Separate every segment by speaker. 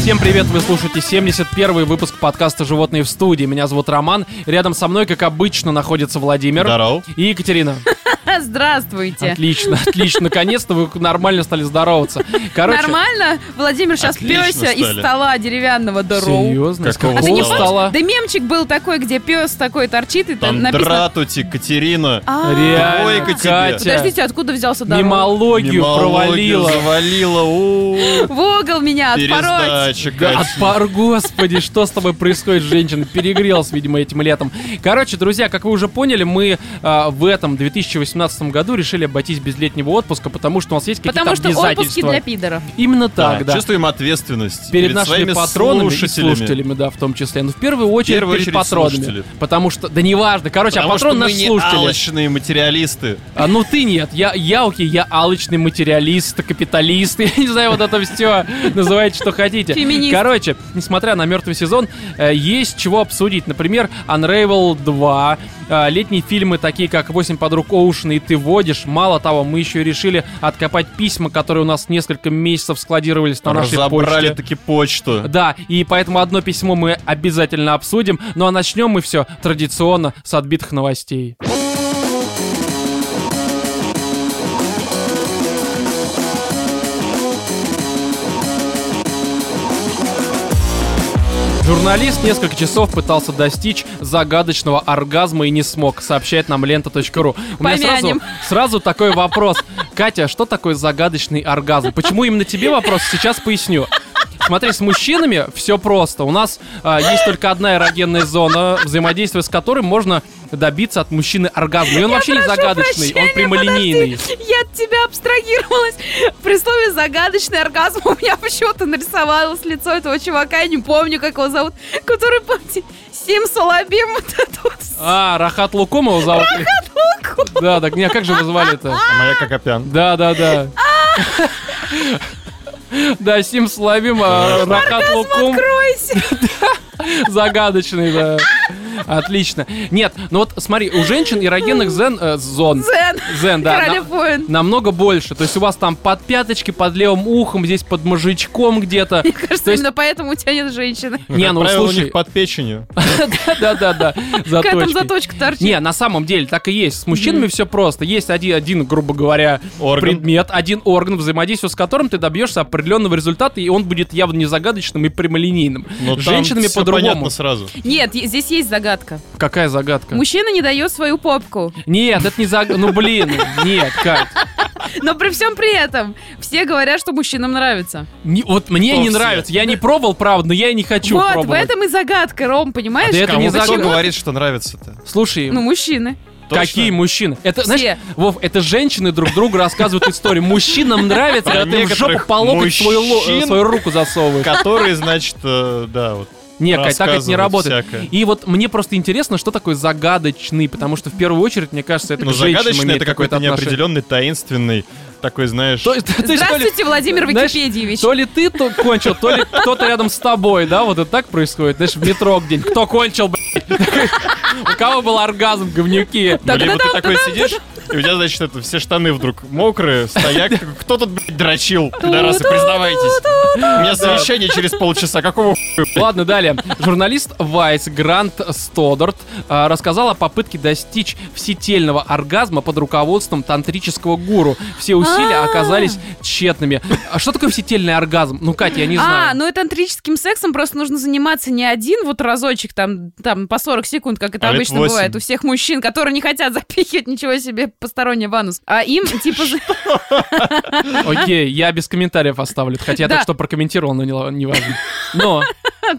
Speaker 1: Всем привет, вы слушаете 71 выпуск подкаста «Животные в студии». Меня зовут Роман. Рядом со мной, как обычно, находится Владимир.
Speaker 2: Здорово.
Speaker 1: И Екатерина.
Speaker 3: А, Здравствуйте.
Speaker 1: Отлично, отлично. Наконец-то вы нормально стали здороваться. Короче,
Speaker 3: Нормально? Владимир сейчас
Speaker 2: Отлично,
Speaker 3: пёся из
Speaker 2: стали.
Speaker 3: стола деревянного дорогу.
Speaker 1: Серьезно? Из
Speaker 2: Какого
Speaker 1: какого
Speaker 3: А ты не помнишь?
Speaker 1: стола?
Speaker 3: Да мемчик был такой, где пес такой торчит и там написано...
Speaker 2: Кондрату, Екатерина.
Speaker 3: А,
Speaker 1: Реально,
Speaker 2: Двойка тебе.
Speaker 1: Катя.
Speaker 3: Подождите, откуда взялся дорога?
Speaker 1: Мимологию провалила.
Speaker 2: Завалила. у,
Speaker 3: В угол меня отпороть.
Speaker 2: Пересдача,
Speaker 1: Да,
Speaker 2: Кать.
Speaker 1: отпор, господи, что с тобой происходит, женщина? Перегрелась, видимо, этим летом. Короче, друзья, как вы уже поняли, мы а, в этом 2018 году решили обойтись без летнего отпуска, потому что у нас есть какие-то
Speaker 3: Потому что отпуски
Speaker 1: обязательства.
Speaker 3: для пидоров.
Speaker 1: Именно
Speaker 2: Да,
Speaker 1: так, да.
Speaker 2: Чувствуем ответственность
Speaker 1: Перед, нашими
Speaker 2: своими
Speaker 1: патронами
Speaker 2: слушателями.
Speaker 1: и слушателями, да, в том числе. Но в первую очередь
Speaker 2: первую
Speaker 1: перед
Speaker 2: очередь
Speaker 1: патронами.
Speaker 2: слушатели.
Speaker 1: Потому что, да неважно, короче,
Speaker 2: Потому
Speaker 1: а патрон
Speaker 2: что мы
Speaker 1: наш
Speaker 2: не
Speaker 1: слушатели.
Speaker 2: алчные материалисты.
Speaker 1: А, ну ты нет, я, я окей, я алочный материалист, капиталист, я не знаю, вот это все, называйте, что хотите.
Speaker 3: Феминист.
Speaker 1: Короче, несмотря на мертвый сезон, э, есть чего обсудить. Например, Unravel 2, э, летние фильмы, такие как «Восемь подруг Оушена» и «Ты водишь». Мало того, мы еще решили откопать письма, которые у нас несколько месяцев складировались на А нашей почте.
Speaker 2: Разобрали
Speaker 1: А
Speaker 2: таки почту.
Speaker 1: Да, и поэтому одно письмо мы обязательно обсудим. Ну а начнем мы все традиционно с отбитых новостей. Журналист несколько часов пытался достичь загадочного оргазма и не смог, сообщает нам лента.ру. У меня сразу,
Speaker 3: Помянем.
Speaker 1: сразу такой вопрос. Катя, что такое загадочный оргазм? Почему именно тебе вопрос? Сейчас поясню. Смотри, с мужчинами все просто. У нас а, есть только одна эрогенная зона, взаимодействие с которой можно добиться от мужчины оргазма. И он вообще не
Speaker 3: Прошу
Speaker 1: загадочный, он
Speaker 3: прощения,
Speaker 1: прямолинейный.
Speaker 3: подожди, я от тебя абстрагировалась. При слове «загадочный оргазм» у меня почему-то нарисовалось лицо этого чувака, я не помню, как его зовут, который, помните, Сим Соловим, вот это вот с
Speaker 1: А, Рахат Лукомова зовут.
Speaker 3: толку.
Speaker 1: Да, так, не, а как же вызывали это?
Speaker 2: Моя Кокопян.
Speaker 1: Да, да, да. Да, Сим Славим, а, Рахат Лукум
Speaker 3: Откройся.
Speaker 1: загадочный, да. Отлично. Нет, ну вот смотри, у женщин эрогенных зен, э, зон.
Speaker 3: Зен.
Speaker 1: Зен, да.
Speaker 3: Короля
Speaker 1: на-
Speaker 3: воин.
Speaker 1: намного больше. То есть у вас там под пяточки, под левым ухом, здесь под мозжечком где-то.
Speaker 3: Мне кажется,
Speaker 1: То есть-
Speaker 3: именно поэтому у тебя нет женщины.
Speaker 1: Не, ну
Speaker 2: Правило у
Speaker 1: слушай.
Speaker 2: них под печенью.
Speaker 1: Да-да-да.
Speaker 3: Какая там
Speaker 1: заточки.
Speaker 3: заточка торчит?
Speaker 1: Не, на самом деле так и есть. С мужчинами все просто. Есть один, один, грубо говоря,
Speaker 2: Орган.
Speaker 1: предмет, один орган, взаимодействие с которым ты добьешься определенного результата, и он будет явно не загадочным и прямолинейным.
Speaker 2: Но
Speaker 1: С
Speaker 2: Ну там
Speaker 1: Женщинами
Speaker 2: всё
Speaker 1: по-другому.
Speaker 2: понятно сразу.
Speaker 3: Нет, е- здесь есть загадка.
Speaker 1: Какая загадка?
Speaker 3: Мужчина не дает свою попку.
Speaker 1: Нет, это не загадка. Ну блин, нет, Кать.
Speaker 3: Но при всем при этом все говорят, что мужчинам нравится.
Speaker 1: Не- вот мне
Speaker 2: Что
Speaker 1: не
Speaker 2: все?
Speaker 1: нравится. Я не пробовал, правда, но я и не хочу
Speaker 3: вот, в
Speaker 1: пробовать.
Speaker 3: этом и загадка, Ром, понимаешь?
Speaker 1: Да это
Speaker 2: Кому
Speaker 1: А не
Speaker 2: кто
Speaker 1: загадка.
Speaker 2: говорит, что нравится-то?
Speaker 1: Слушай,
Speaker 3: Ну, мужчины.
Speaker 2: Точно?
Speaker 1: Какие мужчины? Это,
Speaker 3: Все.
Speaker 1: знаешь, Вов, это женщины друг другу рассказывают историю. Мужчинам нравится,
Speaker 2: Про
Speaker 1: когда ты в жопу
Speaker 2: некоторых
Speaker 1: по локоть свою, ло- э,
Speaker 2: мужчин.
Speaker 1: свою руку засовываешь.
Speaker 2: Которые, значит, э, да, вот.
Speaker 1: Не, Кать, так это не
Speaker 2: рассказывают
Speaker 1: работает.
Speaker 2: всякое.
Speaker 1: И вот мне просто интересно, что такое загадочный, потому что в первую очередь, мне кажется, это
Speaker 2: Ну,
Speaker 1: к женщинам
Speaker 2: загадочный
Speaker 1: имеет
Speaker 2: это какой-то
Speaker 1: какое-то отношение.
Speaker 2: неопределенный, таинственный, такой, знаешь...
Speaker 1: То есть- то есть то ли-
Speaker 3: Здравствуйте, Владимир
Speaker 1: знаешь,
Speaker 3: Википедьевич.
Speaker 1: То ли ты то кончил, то ли кто-то рядом с тобой, да? Вот это так происходит. Знаешь, в метро где Кто кончил, блядь? У кого был оргазм, говнюки?
Speaker 2: Ну,
Speaker 3: Так,
Speaker 2: либо ты
Speaker 3: да-дам,
Speaker 2: такой сидишь, и у тебя, значит, это все штаны вдруг мокрые, стояк. такой, Кто тут, блядь, дрочил? Пидорасы, признавайтесь. У меня совещание через полчаса. Какого хуя, блядь?
Speaker 1: Ладно, далее. Журналист Вайс Грант Стодарт а, рассказал о попытке достичь всетельного оргазма под руководством тантрического гуру. Все усилия
Speaker 3: А-а-а.
Speaker 1: оказались тщетными. А что такое всетельный оргазм? Ну, Катя, я не
Speaker 3: А,
Speaker 1: знаю.
Speaker 3: ну и тантрическим сексом просто нужно заниматься не один вот разочек, там, там по 40 секунд, как это
Speaker 2: А лет
Speaker 3: обычно
Speaker 2: восемь.
Speaker 3: бывает у всех мужчин, которые не хотят запихивать ничего себе постороннее в анус. А им, типа, за-
Speaker 1: Окей, я без комментариев оставлю. Хотя я
Speaker 3: Да.
Speaker 1: так что прокомментировал, но не ла- не важно. Но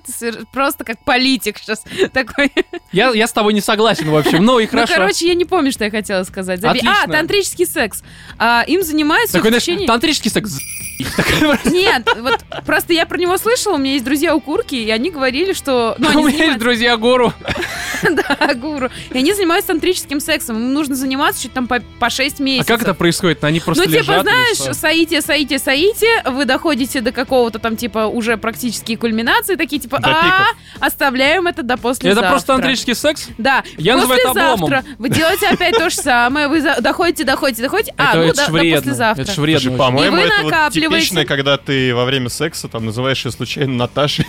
Speaker 3: ты свер- просто как политик сейчас такой.
Speaker 1: я, я с тобой не согласен, в общем. Ну и
Speaker 3: Ну,
Speaker 1: хорошо.
Speaker 3: короче, я не помню, что я хотела сказать. Забей.
Speaker 1: Отлично.
Speaker 3: А, тантрический секс. А, Им занимаются в
Speaker 1: Такой, знаешь,
Speaker 3: течение...
Speaker 1: тантрический секс.
Speaker 3: Нет, вот просто я про него слышала, у меня есть друзья у курки, и они говорили, что... Ну,
Speaker 1: А У
Speaker 3: они
Speaker 1: меня есть
Speaker 3: занимаются-
Speaker 1: друзья гуру.
Speaker 3: Да, гуру. И они занимаются тантрическим сексом. Им нужно заниматься чуть там по, по 6
Speaker 1: А
Speaker 3: месяцев.
Speaker 1: как это происходит? Они просто
Speaker 3: Ну, типа,
Speaker 1: лежат или
Speaker 3: знаешь,
Speaker 1: что?
Speaker 3: соите, соите, соите, вы доходите до какого-то там, типа, уже практически кульминации, такие, типа,
Speaker 2: До
Speaker 3: а
Speaker 2: пиков.
Speaker 3: оставляем это до после
Speaker 1: Это просто тантрический секс?
Speaker 3: Да,
Speaker 1: Я называю это обломом.
Speaker 3: послезавтра вы делаете опять то же самое, вы за- доходите, доходите, доходите, а,
Speaker 1: это
Speaker 3: ну,
Speaker 1: это
Speaker 3: до,
Speaker 1: ж
Speaker 3: до
Speaker 1: вредно.
Speaker 3: послезавтра.
Speaker 1: Это ж
Speaker 2: Слушай,
Speaker 1: вредно. очень.
Speaker 2: по-моему,
Speaker 3: И вы
Speaker 2: это вот
Speaker 3: накапливаете.
Speaker 2: типично, когда ты во время секса там называешь ее случайно Наташей.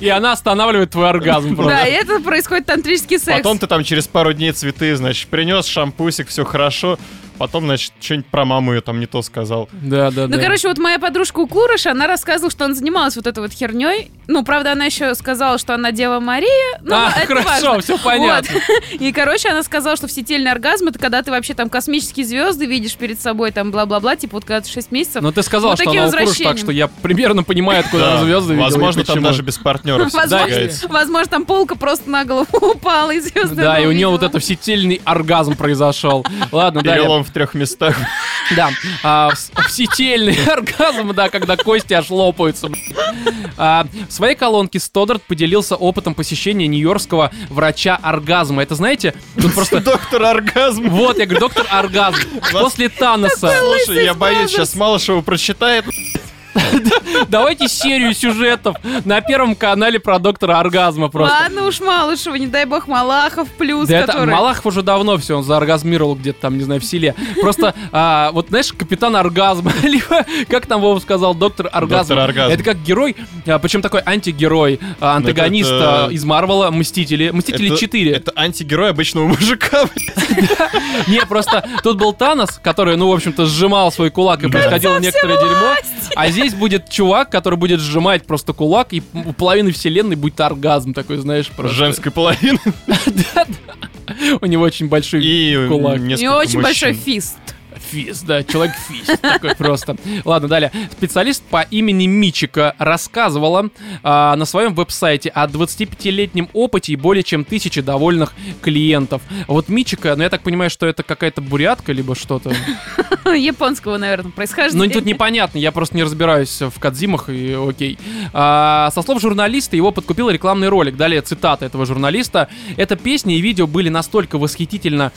Speaker 1: И она останавливает твой оргазм
Speaker 3: Да, и
Speaker 1: просто.
Speaker 3: это происходит тантрический секс.
Speaker 2: Потом ты там через пару дней цветы, значит, принес шампусик, все хорошо. Потом, значит, что-нибудь про маму ее там не то сказал.
Speaker 1: Да, да, да.
Speaker 3: Ну, короче, вот моя подружка Укурыш, она рассказывала, что она занималась вот этой вот херней. Ну, правда, она еще сказала, что она Дева Мария. Ну,
Speaker 1: А,
Speaker 3: это
Speaker 1: хорошо,
Speaker 3: важно.
Speaker 1: все понятно.
Speaker 3: Вот. И, короче, она сказала, что всетельный оргазм это когда ты вообще там космические звезды видишь перед собой, там бла-бла-бла, типа вот когда ты 6 месяцев.
Speaker 1: Но ты сказал,
Speaker 3: Вот
Speaker 1: что
Speaker 3: такие
Speaker 1: она укурыш, так
Speaker 3: возвращения.
Speaker 1: что я примерно понимаю, откуда
Speaker 2: Да,
Speaker 1: она звезды видела и
Speaker 2: возможно, там
Speaker 1: почему.
Speaker 2: даже без партнеров.
Speaker 1: Да,
Speaker 3: Возможно,
Speaker 1: и-
Speaker 3: возможно, там полка просто на голову упала и звезды.
Speaker 1: Да, и у нее
Speaker 3: увидела.
Speaker 1: вот это всетельный оргазм произошел. Ладно, далее.
Speaker 2: Перелом в трех местах.
Speaker 1: Да, а, вс- всетельный оргазм, да, когда кости аж лопаются. блин. А, в своей колонке Стодарт поделился опытом посещения нью-йоркского врача оргазма. Это, знаете, тут просто...
Speaker 2: Доктор оргазм.
Speaker 1: Вот, я говорю, доктор оргазм. После Таноса.
Speaker 2: Слушай, я
Speaker 3: Brothers.
Speaker 2: боюсь, сейчас Малышева прочитает.
Speaker 1: Давайте серию сюжетов на первом канале про доктора оргазма просто.
Speaker 3: Ладно уж, Малышева, не дай бог, Малахов плюс,
Speaker 1: Да это
Speaker 3: который...
Speaker 1: Малахов уже давно все, он заоргазмировал где-то там, не знаю, в селе. Просто, а, вот знаешь, капитан оргазм, либо, как там Вова сказал, доктор оргазм.
Speaker 2: Доктор оргазм.
Speaker 1: Это как герой, а, причем такой антигерой, а,
Speaker 2: Ну, это-
Speaker 1: антагонист
Speaker 2: это-
Speaker 1: а, из Марвела, Мстители. Мстители
Speaker 2: Это-
Speaker 1: 4.
Speaker 2: Это антигерой обычного мужика. блин.
Speaker 1: Не, просто тут был Танос, который, ну, в общем-то, сжимал свой кулак и происходило некоторое дерьмо. А здесь будет чувак, который будет сжимать просто кулак, и у половины вселенной будет оргазм такой, знаешь, просто.
Speaker 2: Женской половины.
Speaker 1: У него очень большой
Speaker 2: И
Speaker 1: кулак.
Speaker 3: У
Speaker 2: несколько
Speaker 3: нее очень
Speaker 2: мужчин.
Speaker 3: большой фист.
Speaker 1: Фист, да, человек фист такой просто. Ладно, далее. Специалист по имени Мичика рассказывала а, на своем веб-сайте о 25-летнем опыте и более чем тысячи довольных клиентов. Вот Мичика, ну я так понимаю, что это какая-то бурятка либо что-то.
Speaker 3: Японского, наверное, происхождения.
Speaker 1: Ну тут непонятно, я просто не разбираюсь в кадзимах и окей. А, со слов журналиста его подкупил рекламный ролик. Далее цитата этого журналиста. Эта песня и видео были настолько восхитительно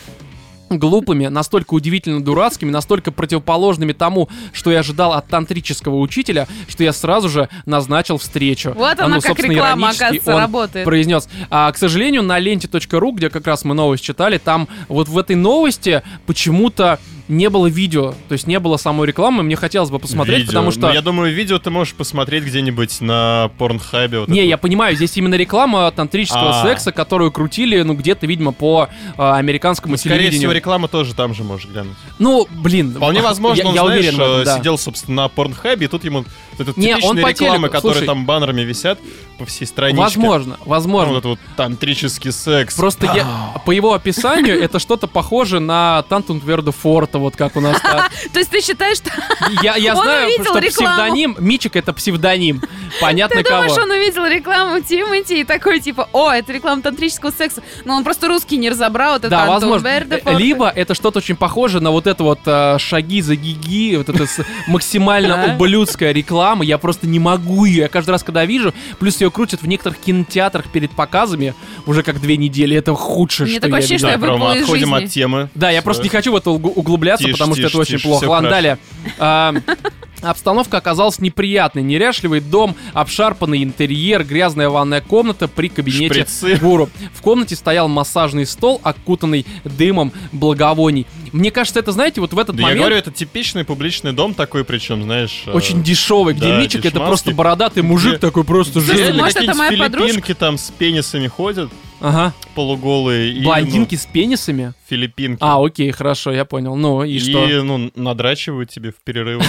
Speaker 1: глупыми, настолько удивительно дурацкими, настолько противоположными тому, что я ожидал от тантрического учителя, что я сразу же назначил встречу.
Speaker 3: Вот
Speaker 1: А,
Speaker 3: она
Speaker 1: ну,
Speaker 3: как
Speaker 1: собственно,
Speaker 3: реклама,
Speaker 1: иронически
Speaker 3: оказывается,
Speaker 1: он
Speaker 3: работает.
Speaker 1: произнес. А, к сожалению, на ленте.ру, где как раз мы новость читали, там вот в этой новости почему-то не было видео, то есть не было самой рекламы. Мне хотелось бы посмотреть,
Speaker 2: Видео.
Speaker 1: потому что...
Speaker 2: Ну, я думаю, видео ты можешь посмотреть где-нибудь на порнхабе. вот
Speaker 1: Не,
Speaker 2: это
Speaker 1: я понимаю, здесь именно реклама тантрического
Speaker 2: А.
Speaker 1: секса, которую крутили, ну, где-то, видимо, по а, американскому
Speaker 2: Ну, Скорее
Speaker 1: телевидению.
Speaker 2: всего, реклама тоже там же можешь глянуть.
Speaker 1: Ну, блин.
Speaker 2: Вполне возможно,
Speaker 1: я,
Speaker 2: он,
Speaker 1: я
Speaker 2: знаешь,
Speaker 1: уверен в этом,
Speaker 2: э,
Speaker 1: да.
Speaker 2: сидел, собственно, на порнхабе, и тут ему вот это
Speaker 1: Не, он
Speaker 2: типичные
Speaker 1: по
Speaker 2: рекламы,
Speaker 1: телеку,
Speaker 2: которые
Speaker 1: слушай.
Speaker 2: там баннерами висят по всей стране.
Speaker 1: Возможно, возможно.
Speaker 2: Ну, Вот этот вот тантрический секс.
Speaker 1: Просто я, по его описанию это что-то похоже на Тантунверда Форта, вот как у нас. там.
Speaker 3: То есть ты считаешь, что
Speaker 1: Я, я
Speaker 3: Он
Speaker 1: знаю,
Speaker 3: увидел
Speaker 1: что
Speaker 3: рекламу.
Speaker 1: псевдоним, Мичик это псевдоним. Понятно
Speaker 3: ты
Speaker 1: кого.
Speaker 3: думаешь, он увидел рекламу Тимати и такой, типа, о, это реклама тантрического секса. Но он просто русский не разобрал, вот это
Speaker 1: Да,
Speaker 3: Антон
Speaker 1: возможно. Э,
Speaker 3: Бердефорт.
Speaker 1: Либо это что-то очень похоже на вот это вот а, шаги за гиги, вот это с- максимально
Speaker 3: Да.
Speaker 1: ублюдская реклама. Я просто не могу ее. Я каждый раз, когда вижу, плюс ее крутят в некоторых кинотеатрах перед показами уже как две недели. Это худшее,
Speaker 3: Мне
Speaker 1: что
Speaker 3: такое
Speaker 1: я видел.
Speaker 3: ощущение, что я
Speaker 2: Да, Рома,
Speaker 3: выпала из
Speaker 2: отходим
Speaker 3: жизни.
Speaker 2: от темы.
Speaker 1: Да, я просто не хочу в это углу- углубляться,
Speaker 2: Тише,
Speaker 1: потому что это
Speaker 2: тише,
Speaker 1: очень
Speaker 2: тише,
Speaker 1: плохо.
Speaker 2: всё
Speaker 1: Ладно,
Speaker 2: хорошо.
Speaker 1: далее. А, Обстановка оказалась неприятной. Неряшливый дом, обшарпанный интерьер, грязная ванная комната при кабинете
Speaker 2: Шприцы.
Speaker 1: гуру. В комнате стоял массажный стол, окутанный дымом благовоний. Мне кажется, это, знаете, вот в этот
Speaker 2: Да я
Speaker 1: момент...
Speaker 2: говорю, это типичный публичный дом такой, причем, знаешь... э,
Speaker 1: Очень дешевый, где
Speaker 2: да,
Speaker 1: Мичик это
Speaker 2: дешманский.
Speaker 1: просто бородатый мужик
Speaker 2: Где-
Speaker 1: такой просто
Speaker 3: Слушай,
Speaker 1: жирный.
Speaker 2: Реально
Speaker 3: может, это
Speaker 2: какие-нибудь
Speaker 3: моя
Speaker 2: филиппинки там с пенисами ходят,
Speaker 1: Ага.
Speaker 2: полуголые. и, ну,
Speaker 1: Блондинки с пенисами?
Speaker 2: филиппинки.
Speaker 1: А, окей, хорошо, я понял. Ну и,
Speaker 2: и,
Speaker 1: что?
Speaker 2: ну, надрачивают тебе в перерывах.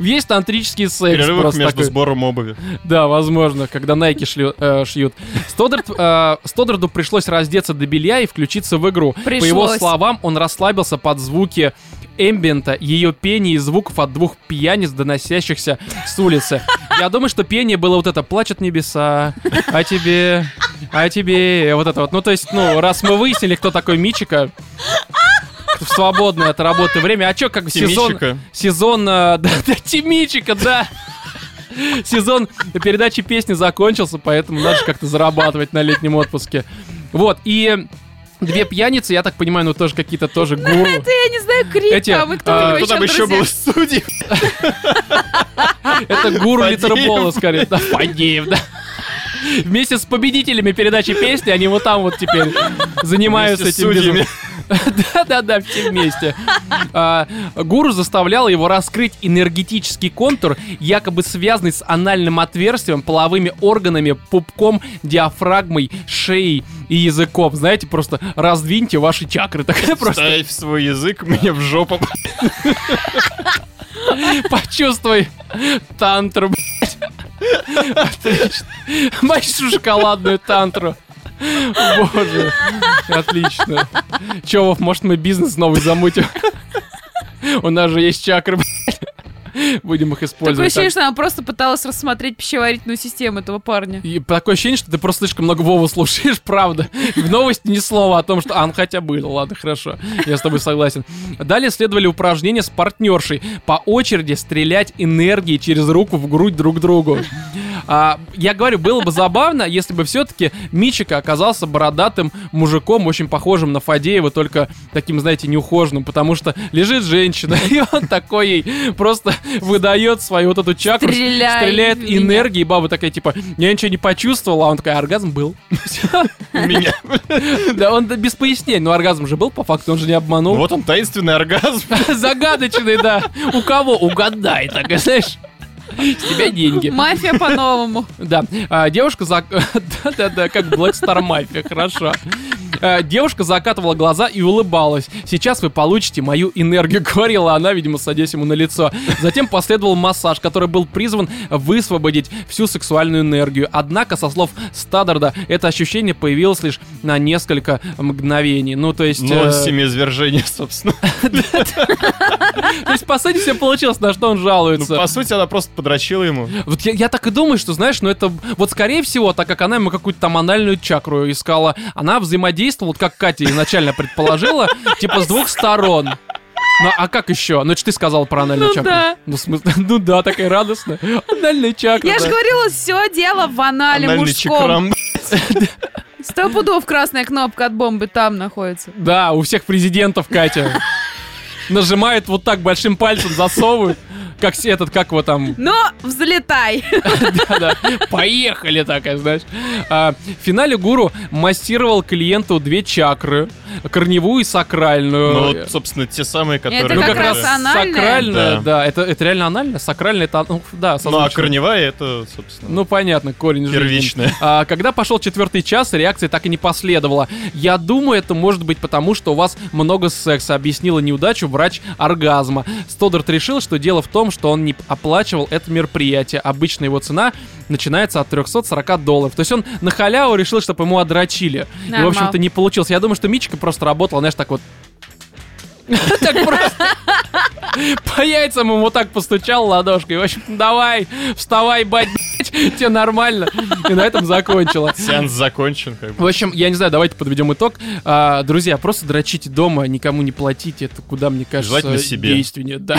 Speaker 1: Есть тантрический секс
Speaker 2: перерывах
Speaker 1: просто
Speaker 2: между
Speaker 1: такой.
Speaker 2: сбором обуви.
Speaker 1: Да, возможно, когда Nike шлю- э, шьют. Стодарт, э, Стодарду пришлось раздеться до белья и включиться в игру. По его
Speaker 3: Пришлось.
Speaker 1: словам, он расслабился под звуки эмбиента, ее пение и звуков от двух пьяниц, доносящихся с улицы. Я думаю, что пение было вот это «Плачут небеса», «А тебе», «А тебе», вот это вот. Ну, то есть, ну, раз мы выяснили, кто такой Мичика, в свободное от работы время. А чё, как сезон...
Speaker 2: Тимичика.
Speaker 1: Сезон... э, Да, да, Тимичика, да. сезон передачи песни закончился, поэтому надо же как-то зарабатывать на летнем отпуске. Вот, и две пьяницы, я так понимаю, ну тоже какие-то тоже гуру.
Speaker 3: Это я не знаю, Крик
Speaker 1: Эти,
Speaker 3: там и кто у
Speaker 1: а,
Speaker 2: А,
Speaker 3: него
Speaker 2: Кто
Speaker 3: еще,
Speaker 2: там еще был
Speaker 3: друзья.
Speaker 2: из судей?
Speaker 1: Это гуру
Speaker 2: Фадеев.
Speaker 1: литербола, скорее. Да, Фадеев, да. Вместе с победителями передачи песни они вот там вот теперь занимаются
Speaker 2: Вместе с
Speaker 1: этим
Speaker 2: судьями.
Speaker 1: бизнесом. Да-да-да, все вместе. А, Гуру заставляла его раскрыть энергетический контур, якобы связанный с анальным отверстием, половыми органами, пупком, диафрагмой, шеей и языком. Знаете, просто раздвиньте ваши чакры. Такая просто
Speaker 2: Ставь свой язык мне в жопу.
Speaker 1: Почувствуй тантру, блядь. Отлично. Мачту шоколадную тантру. Боже, отлично. Чё, Вов, может мы бизнес новый замутим? У нас же есть чакры, блядь. Будем их
Speaker 3: Такое
Speaker 1: использовать.
Speaker 3: ощущение, что она просто пыталась рассмотреть пищеварительную систему этого парня.
Speaker 1: И такое ощущение, что ты просто слишком много Вову слушаешь, правда. И в новости ни слова о том, что... А, ну хотя бы, ну ладно, хорошо, я с тобой согласен. Далее следовали упражнения с партнершей. По очереди стрелять энергией через руку в грудь друг другу. А, я говорю, было бы забавно, если бы все-таки Мичика оказался бородатым мужиком, очень похожим на Фадеева, только таким, знаете, неухоженным, потому что лежит женщина, и он такой ей просто выдает свою вот эту чакру,
Speaker 3: Стреляй
Speaker 1: стреляет
Speaker 3: в меня.
Speaker 1: энергией, и баба такая, типа, я ничего не почувствовала, а он такой, оргазм был.
Speaker 2: У меня.
Speaker 1: Да он да без пояснений, но оргазм же был, по факту, он же не
Speaker 2: Ну,
Speaker 1: обманул.
Speaker 2: Вот он, таинственный оргазм.
Speaker 1: Загадочный, да. У кого? Угадай, такая, знаешь. С тебя деньги.
Speaker 3: Мафия по-новому.
Speaker 1: Да, а, девушка зак... Да-да-да, как Black Star Mafia, хорошо. А, Девушка закатывала глаза и улыбалась. «Сейчас вы получите мою энергию», — говорила она, видимо, садясь ему на лицо. Затем последовал массаж, который был призван высвободить всю сексуальную энергию. Однако, со слов Стаддарда, это ощущение появилось лишь на несколько мгновений. Ну, то есть...
Speaker 2: Ну,
Speaker 1: э,
Speaker 2: семиизвержение, собственно.
Speaker 1: то есть, по сути, все получилось, на что он
Speaker 2: Ну,
Speaker 1: жалуется.
Speaker 2: по сути, она просто подрочила ему.
Speaker 1: Вот я, я так и думаю, что, знаешь, ну это... Вот, скорее всего, так как она ему какую-то там анальную чакру искала, она взаимодействовала, вот как Катя изначально предположила, типа с двух сторон. Ну, а как еще? Ну, это ж ты сказал про анальную
Speaker 3: Ну
Speaker 1: чакру.
Speaker 3: да.
Speaker 1: Ну, в смысле, ну да, такая радостная. Анальная чакра.
Speaker 3: Я же
Speaker 1: да.
Speaker 3: говорила, все дело в анале
Speaker 2: Анальный чекрам.
Speaker 3: мужском. Сто пудов красная кнопка от бомбы там находится.
Speaker 1: Да, у всех президентов, Катя. Нажимает вот так большим пальцем, засовывает. Как с- этот, как его там,
Speaker 3: Но взлетай.
Speaker 1: Да, Поехали такая, знаешь. А, В финале гуру массировал клиенту две чакры. Корневую и сакральную. Ну,
Speaker 2: Ну, вот, собственно, те самые, которые...
Speaker 3: Это как раз
Speaker 2: были.
Speaker 3: она. анальная?
Speaker 1: сакральная, да.
Speaker 2: Да.
Speaker 1: это, это реально анальная? Сакральная это... Ну, да,
Speaker 2: Ну, а
Speaker 1: созвучно.
Speaker 2: корневая, это, собственно...
Speaker 1: Ну, понятно, корень жизни.
Speaker 2: Первичная.
Speaker 1: А, когда пошел четвертый час, реакции так и не последовало. Я думаю, это может быть потому, что у вас много секса, объяснила неудачу врач оргазма. Стодарт решил, что дело в том, что он не оплачивал это мероприятие. Обычно его цена начинается от 340 долларов. То есть он на халяву решил, чтобы ему одрочили. И, в
Speaker 3: Нормал.
Speaker 1: общем-то, не получилось. Я думаю, что Мичика просто работала, знаешь, так вот так просто. По яйцам ему так постучал ладошкой. В общем, давай, вставай, бать, блядь, тебе нормально. И на этом закончила.
Speaker 2: Сеанс закончен, как бы.
Speaker 1: В общем, я не знаю, давайте подведем итог. А, друзья, просто дрочите дома, никому не платите. Это куда, мне кажется,
Speaker 2: Желательно себе.
Speaker 1: действеннее. Да.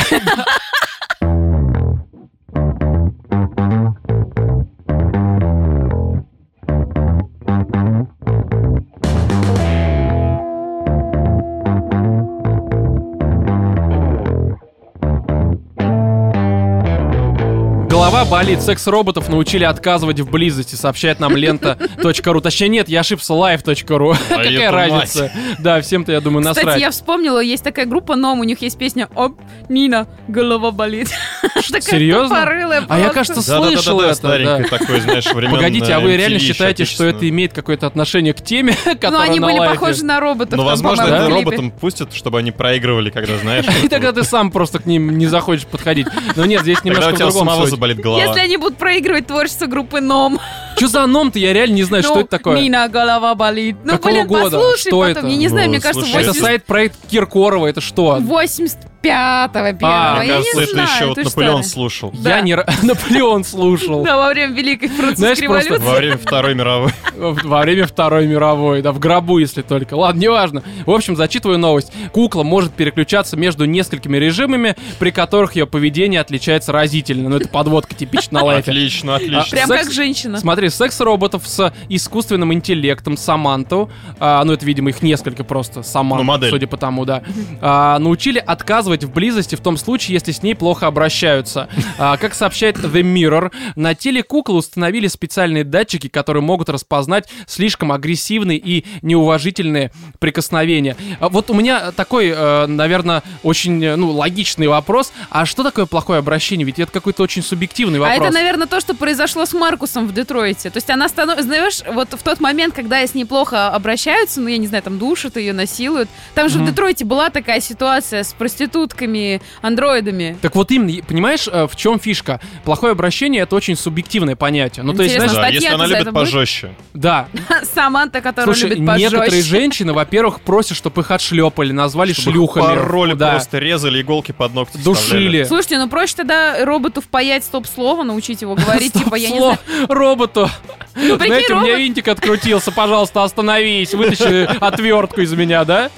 Speaker 1: Голова болит, секс-роботов научили отказывать в близости, сообщает нам лента.ру. Точнее, нет, я ошибся, live.ru. Какая
Speaker 2: А эту
Speaker 1: разница? Да, всем-то, я думаю,
Speaker 3: Кстати,
Speaker 1: насрать.
Speaker 3: я вспомнила, есть такая группа Ном, у них есть песня «Оп, Нина, голова болит». Такая
Speaker 1: серьёзно?
Speaker 3: тупорылая
Speaker 1: А я,
Speaker 3: просто.
Speaker 1: кажется, слышал
Speaker 2: Да-да-да,
Speaker 1: это. да.
Speaker 2: старенький такой, знаешь, времен
Speaker 1: Погодите, а вы
Speaker 2: MTV
Speaker 1: реально
Speaker 2: еще
Speaker 1: считаете, что это
Speaker 2: отечественного.
Speaker 1: имеет какое-то отношение к теме, которая
Speaker 3: Ну, они
Speaker 1: на
Speaker 3: были
Speaker 1: лайфе?
Speaker 3: похожи на роботов.
Speaker 2: Ну,
Speaker 3: там,
Speaker 2: возможно,
Speaker 3: по-моему,
Speaker 2: это
Speaker 3: в клипе.
Speaker 2: роботам пустят, чтобы они проигрывали, когда, знаешь...
Speaker 1: И тогда ты сам просто к ним не захочешь подходить. Но нет, здесь
Speaker 2: Тогда
Speaker 1: немножко
Speaker 2: у
Speaker 1: в
Speaker 2: тебя
Speaker 1: другом
Speaker 2: самого
Speaker 1: суть.
Speaker 2: заболит голова.
Speaker 3: Если они будут проигрывать творчество группы Ном.
Speaker 1: Что за ном-то? Я реально не знаю, что
Speaker 3: Ну,
Speaker 1: это такое.
Speaker 3: Мина, голова болит. Ну,
Speaker 1: Какого
Speaker 3: блин,
Speaker 1: года?
Speaker 3: послушай
Speaker 1: Что
Speaker 3: потом.
Speaker 1: это?
Speaker 3: Я не знаю,
Speaker 2: Ну,
Speaker 3: мне кажется,
Speaker 2: слушай,
Speaker 1: Это
Speaker 3: 80...
Speaker 1: сайт проект Киркорова, это что?
Speaker 3: 85-го
Speaker 1: А,
Speaker 3: первого.
Speaker 1: мне
Speaker 2: Мне
Speaker 3: Я
Speaker 2: кажется,
Speaker 3: не
Speaker 2: это
Speaker 3: знаю.
Speaker 2: еще вот
Speaker 3: ты что
Speaker 2: Наполеон
Speaker 3: ли?
Speaker 2: слушал.
Speaker 1: Я
Speaker 3: Да.
Speaker 1: не... ра- Наполеон слушал
Speaker 3: Да, во время Великой
Speaker 1: Знаешь,
Speaker 3: Французской
Speaker 1: просто
Speaker 3: революции.
Speaker 2: Во время Второй мировой.
Speaker 1: в- во время Второй мировой, да, в гробу, если только. Ладно, неважно. В общем, зачитываю новость. Кукла может переключаться между несколькими режимами, при которых ее поведение отличается разительно. Ну, это подводка типично на лайфе.
Speaker 2: Отлично, отлично.
Speaker 3: Прям
Speaker 1: Секс-
Speaker 3: как женщина.
Speaker 1: Смотри, секс-роботов с искусственным интеллектом Саманту, а, ну это, видимо, их несколько просто, Саманту,
Speaker 2: Ну, модель.
Speaker 1: судя по тому, да, а, научили отказывать в близости в том случае, если с ней плохо обращаются. А, как сообщает The Mirror, на теле куклы установили специальные датчики, которые могут распознать слишком агрессивные и неуважительные прикосновения. А вот у меня такой, наверное, очень э, ну, логичный вопрос. А что такое плохое обращение? Ведь это какой-то очень субъективный
Speaker 3: А
Speaker 1: вопрос.
Speaker 3: это, наверное, то, что произошло с Маркусом в Детройте. То есть она становится, знаешь, вот в тот момент, когда с ней плохо обращаются, ну, я не знаю, там душат ее, насилуют. Там же в
Speaker 1: Мгм.
Speaker 3: Детройте была такая ситуация с проститутками, андроидами.
Speaker 1: Так вот именно, и- понимаешь, э, в чем фишка? Плохое обращение это очень субъективное понятие. Ну, то есть,
Speaker 3: Интересно,
Speaker 1: знаешь,
Speaker 2: Да,
Speaker 3: статья-то
Speaker 2: если она
Speaker 3: за это
Speaker 2: любит
Speaker 3: будет?
Speaker 2: пожестче.
Speaker 1: да.
Speaker 3: Саманта, которая
Speaker 1: Слушай,
Speaker 3: любит пожестче.
Speaker 1: некоторые женщины, во-первых, просят, чтобы их отшлепали, назвали
Speaker 2: Чтобы
Speaker 1: шлюхами.
Speaker 2: Пароли
Speaker 1: Да.
Speaker 2: просто резали, иголки под ногти
Speaker 1: Душили.
Speaker 3: Слушайте, ну проще тогда роботу впаять стоп-слово, научить его говорить, типа, я не знаю. Ну,
Speaker 1: Стоп, слово роботу.
Speaker 3: прикинь,
Speaker 1: Знаете, у меня
Speaker 3: робот-
Speaker 1: винтик открутился, пожалуйста, остановись, вытащи отвертку из меня, да?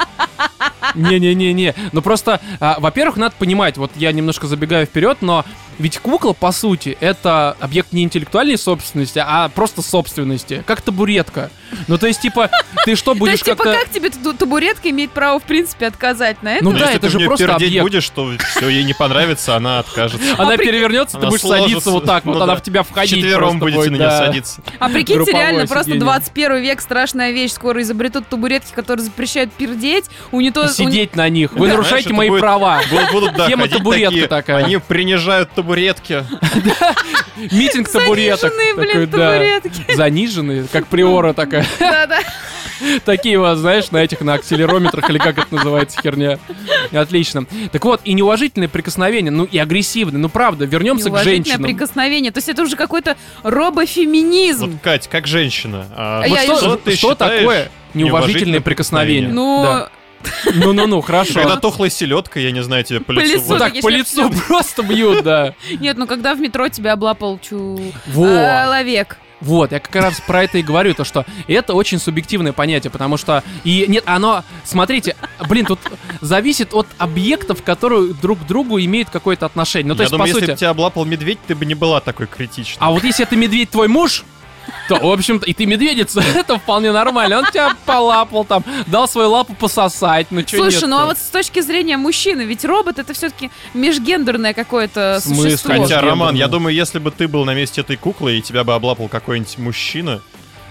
Speaker 1: Не-не-не-не. Ну просто, а, во-первых, надо понимать, вот я немножко забегаю вперед, но ведь кукла, по сути, это объект не интеллектуальной собственности, а просто собственности. Как табуретка. Ну то есть, типа, ты что,
Speaker 3: То
Speaker 1: будешь
Speaker 3: есть, типа,
Speaker 1: как-то...
Speaker 3: как тебе ту- табуретка имеет право, в принципе, отказать на это?
Speaker 1: Ну
Speaker 2: Ну,
Speaker 1: да,
Speaker 2: если
Speaker 1: это
Speaker 2: ты в
Speaker 1: же
Speaker 2: нее
Speaker 1: просто
Speaker 2: пердеть
Speaker 1: объект.
Speaker 2: будешь, то все, ей не понравится, она откажется.
Speaker 1: Она
Speaker 3: А прикинь-
Speaker 1: перевернется, ты
Speaker 2: Она
Speaker 1: будешь
Speaker 2: сложится.
Speaker 1: садиться вот так, вот
Speaker 2: Ну
Speaker 1: она
Speaker 2: да.
Speaker 1: в тебя входить.
Speaker 2: Четвером
Speaker 1: просто
Speaker 2: будете
Speaker 1: будет,
Speaker 2: на нее
Speaker 1: да.
Speaker 2: садиться.
Speaker 3: А прикиньте,
Speaker 1: Групповое
Speaker 3: реально, просто
Speaker 1: сидение.
Speaker 3: 21 век, страшная вещь. Скоро изобретут табуретки, которые запрещают пердеть,
Speaker 1: И
Speaker 3: унитоз... уни-
Speaker 1: Сидеть на них. Вы
Speaker 2: Да. Знаешь,
Speaker 1: нарушаете
Speaker 2: это
Speaker 1: мои
Speaker 2: будет-
Speaker 1: права.
Speaker 2: Будут, будут, да,
Speaker 1: Тема
Speaker 2: ходить
Speaker 1: табуретка
Speaker 2: такие,
Speaker 1: такая.
Speaker 2: Они принижают табуретки.
Speaker 1: Митинг табуреток.
Speaker 3: Заниженные,
Speaker 1: Такой,
Speaker 3: блин,
Speaker 1: да.
Speaker 3: табуретки.
Speaker 1: Заниженные, как приора такая.
Speaker 3: Да-да.
Speaker 1: Такие у вас, знаешь, на этих, на акселерометрах, или как это называется, херня. Отлично. Так вот, и неуважительные прикосновения, ну и агрессивные, ну правда, вернемся к
Speaker 3: Неуважительное
Speaker 1: женщинам.
Speaker 3: прикосновение. То есть это уже какой-то робофеминизм.
Speaker 2: Вот, Кать, как женщина. а
Speaker 3: А
Speaker 1: Вот
Speaker 3: я
Speaker 1: что,
Speaker 3: и-
Speaker 1: что
Speaker 2: ты считаешь
Speaker 1: такое неуважительные
Speaker 2: неуважительное
Speaker 1: прикосновения?
Speaker 2: прикосновение?
Speaker 3: ну,
Speaker 1: Да. Ну-ну-ну,
Speaker 2: Когда
Speaker 1: хорошо.
Speaker 2: тухлая селедка, я не знаю, тебе по
Speaker 3: По
Speaker 2: лицу.
Speaker 3: лицу.
Speaker 1: Вот
Speaker 2: вот.
Speaker 1: так по
Speaker 3: Если
Speaker 1: лицу просто бьют, да.
Speaker 3: нет, ну когда в метро тебя облапал чу... э,
Speaker 1: Вот.
Speaker 3: Человек.
Speaker 1: Вот, я как раз про это и говорю, то что это очень субъективное понятие, потому что и нет, оно, смотрите, блин, тут зависит от объектов, которые друг к другу имеют какое-то отношение. Ну то
Speaker 2: я
Speaker 1: есть
Speaker 2: думаю,
Speaker 1: по
Speaker 2: если
Speaker 1: сути.
Speaker 2: бы тебя облапал медведь, ты бы не была такой критичной.
Speaker 1: А вот если это медведь твой муж, то, в общем-то, и ты медведица, это вполне нормально. Он тебя полапал там, дал свою лапу пососать, ну чё
Speaker 3: Слушай,
Speaker 1: нет-то?
Speaker 3: ну а вот с точки зрения мужчины, ведь робот это все-таки межгендерное какое-то
Speaker 1: В смысле?
Speaker 3: существо.
Speaker 1: Хотя-
Speaker 2: Хотя,
Speaker 1: А, я
Speaker 2: Роман, я
Speaker 1: думаю.
Speaker 2: думаю, если бы ты был на месте этой куклы, и тебя бы облапал какой-нибудь мужчина,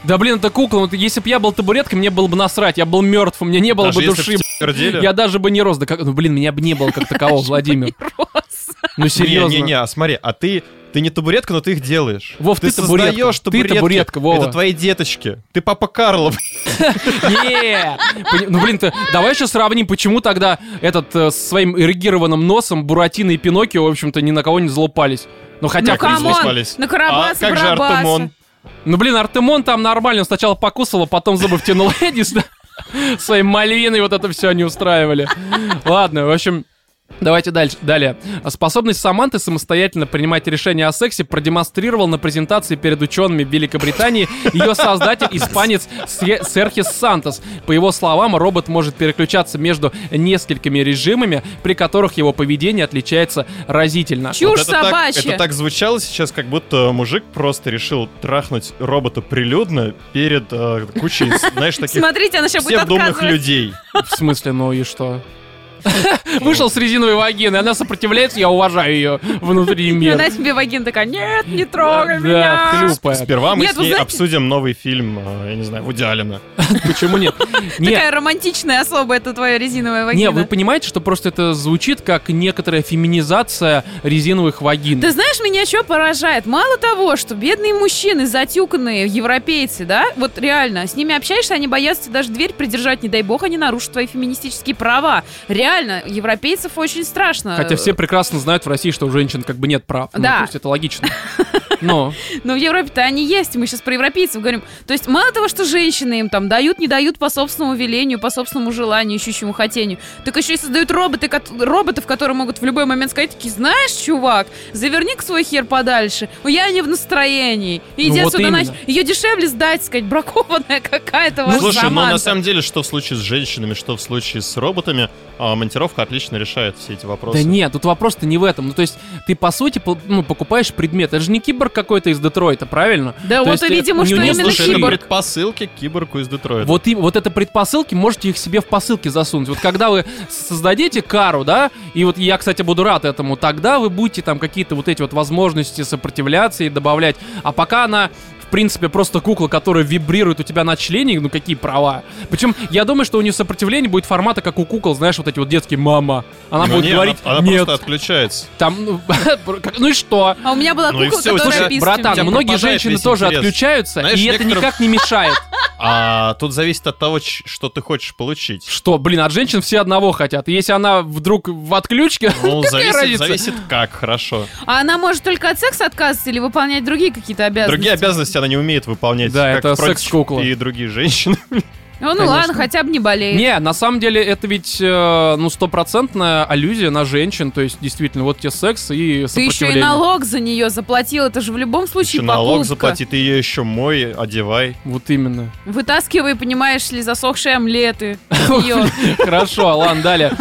Speaker 1: Да блин, это кукла, вот если бы я был табуреткой, мне было бы насрать, я был мертв, у меня не было
Speaker 2: даже
Speaker 1: бы
Speaker 2: если
Speaker 1: души.
Speaker 2: б тебя пердели-
Speaker 1: Я даже бы не рос, да как, ну блин, меня бы не было как такового, Владимир.
Speaker 3: Рос.
Speaker 1: Ну серьезно.
Speaker 2: Не-не-не, а смотри, а ты... Ты не табуретка, но ты их делаешь.
Speaker 1: Вов, ты табуретка.
Speaker 2: создаешь
Speaker 1: Ты
Speaker 2: табуретки.
Speaker 1: табуретка, Вова. Ну,
Speaker 2: Это твои деточки. Ты папа Карлов.
Speaker 1: Не, Пони- ну блин, ты, давай еще сравним, почему тогда этот э, со своим эрегированным носом Буратино и Пиноккио, в общем-то, ни на кого не залупались. Ну хотя,
Speaker 3: Ну
Speaker 1: в принципе,
Speaker 3: камон,
Speaker 2: спались.
Speaker 3: на Карабаса,
Speaker 2: А как же
Speaker 3: Барабаса.
Speaker 2: Артемон?
Speaker 1: ну блин, Артемон там нормально, он сначала покусывал, потом зубы втянул Эдис, да? своей мальвиной вот это все они устраивали. Ладно, в общем, Давайте дальше. Далее. Способность Саманты самостоятельно принимать решения о сексе продемонстрировал на презентации перед учеными Великобритании ее создатель испанец Се- Серхис Сантос. По его словам, робот может переключаться между несколькими режимами, при которых его поведение отличается разительно.
Speaker 3: Чушь
Speaker 2: Вот это так-
Speaker 3: собачья.
Speaker 2: это так звучало сейчас, как будто мужик просто решил трахнуть робота прилюдно перед э, кучей, знаешь, таких
Speaker 3: Смотрите, она сейчас будет
Speaker 2: псевдомных
Speaker 3: отказывать.
Speaker 2: людей.
Speaker 1: В смысле, ну и что? Вышел с резиновой вагины, она сопротивляется, я уважаю ее внутри
Speaker 3: И
Speaker 1: мир.
Speaker 3: она себе вагин такая, нет, не
Speaker 1: Да,
Speaker 3: трогай меня.
Speaker 1: хлюпая.
Speaker 2: Сперва мы
Speaker 3: Нет,
Speaker 2: с
Speaker 3: вы
Speaker 2: ней
Speaker 3: знаете-
Speaker 2: обсудим новый фильм, э, я не знаю, Вуди Аллена.
Speaker 1: Почему нет? Нет,
Speaker 3: Такая романтичная особа, это твоя резиновая вагина.
Speaker 1: Не, вы понимаете, что просто это звучит как некоторая феминизация резиновых вагин.
Speaker 3: Ты знаешь, меня что поражает? Мало того, что бедные мужчины, затюканные европейцы, да, вот реально, с ними общаешься, они боятся тебе даже дверь придержать, не дай бог, они нарушат твои феминистические права. Реально, европейцев очень страшно.
Speaker 1: Хотя все прекрасно знают в России, что у женщин как бы нет прав. Ну,
Speaker 3: Да.
Speaker 1: то есть это логично. Ну,
Speaker 3: Но в Европе-то они есть, мы сейчас про европейцев говорим. То есть мало того, что женщины им там дают, не дают по собственному велению, по собственному желанию, ищущему хотению, так еще и создают роботы, кот- роботов, которые могут в любой момент сказать, такие, знаешь, чувак, заверни к свой хер подальше, ну, я не в настроении. И
Speaker 1: Ну
Speaker 3: Иди
Speaker 1: вот
Speaker 3: отсюда
Speaker 1: именно.
Speaker 3: нахер. Ее дешевле сдать, сказать, бракованная какая-то ваша
Speaker 2: Слушай, ну
Speaker 3: Саманта».
Speaker 2: на самом деле, что в случае с женщинами, что в случае с роботами, а, монтировка отлично решает все эти вопросы. Ну,
Speaker 1: да нет, тут вопрос-то не в этом. Ну, то есть ты, по сути, пол- ну, покупаешь предмет. Это же не киборг какой-то из Детройта, правильно?
Speaker 3: Да
Speaker 1: То
Speaker 3: вот,
Speaker 1: есть,
Speaker 3: и,
Speaker 1: э,
Speaker 3: видимо,
Speaker 1: у
Speaker 3: что
Speaker 1: него-
Speaker 2: Ну,
Speaker 3: именно
Speaker 2: слушай, это
Speaker 3: киборг.
Speaker 2: предпосылки к киборгу из Детройта.
Speaker 1: Вот, им, вот это предпосылки, можете их себе в посылки засунуть. Вот когда вы создадите кару, да, и вот я, кстати, буду рад этому, тогда вы будете там какие-то вот эти вот возможности сопротивляться и добавлять. А пока она в принципе, просто кукла, которая вибрирует у тебя на члене, ну какие права. Причем, я думаю, что у нее сопротивление будет формата, как у кукол, знаешь, вот эти вот детские «мама». Она
Speaker 2: Ну,
Speaker 1: будет
Speaker 2: не,
Speaker 1: говорить
Speaker 2: она, она
Speaker 1: «нет».
Speaker 2: просто отключается.
Speaker 1: Там, ну, как- ну и что?
Speaker 3: А у меня была
Speaker 2: Ну и
Speaker 3: кукла,
Speaker 2: всё, у тебя-
Speaker 3: которая
Speaker 1: Слушай,
Speaker 3: писала.
Speaker 1: братан,
Speaker 2: тебя
Speaker 1: многие
Speaker 2: пропадает
Speaker 1: женщины
Speaker 2: весь
Speaker 1: тоже
Speaker 2: интерес.
Speaker 1: отключаются,
Speaker 2: Знаешь,
Speaker 1: и это
Speaker 2: некоторым-
Speaker 1: никак не мешает.
Speaker 2: А тут зависит от того, ч- что ты хочешь получить.
Speaker 1: Что, блин, от женщин все одного хотят. И Если она вдруг в отключке,
Speaker 2: Ну,
Speaker 1: какая
Speaker 2: зависит,
Speaker 1: разница?
Speaker 2: зависит как, хорошо.
Speaker 3: А она может только от секса отказываться или выполнять другие какие-то обязанности?
Speaker 2: Другие обязанности она не умеет выполнять.
Speaker 1: Да,
Speaker 2: как,
Speaker 1: это
Speaker 2: впрочем,
Speaker 1: секс-кукла.
Speaker 2: И другие женщины.
Speaker 3: Ну, ну
Speaker 1: Конечно.
Speaker 3: ладно, хотя бы не болеет.
Speaker 1: Не, на самом деле это ведь, э, ну, стопроцентная аллюзия на женщин. То есть, действительно, вот тебе секс и
Speaker 3: Ты еще
Speaker 1: сопротивление.
Speaker 3: и налог за нее заплатил, это же в любом случае
Speaker 2: Еще налог
Speaker 3: покупка.
Speaker 2: заплати, ты ее еще мой, одевай.
Speaker 1: Вот именно.
Speaker 3: Вытаскивай, понимаешь ли, засохшие омлеты. Ну, Её.
Speaker 1: Хорошо, ладно, далее.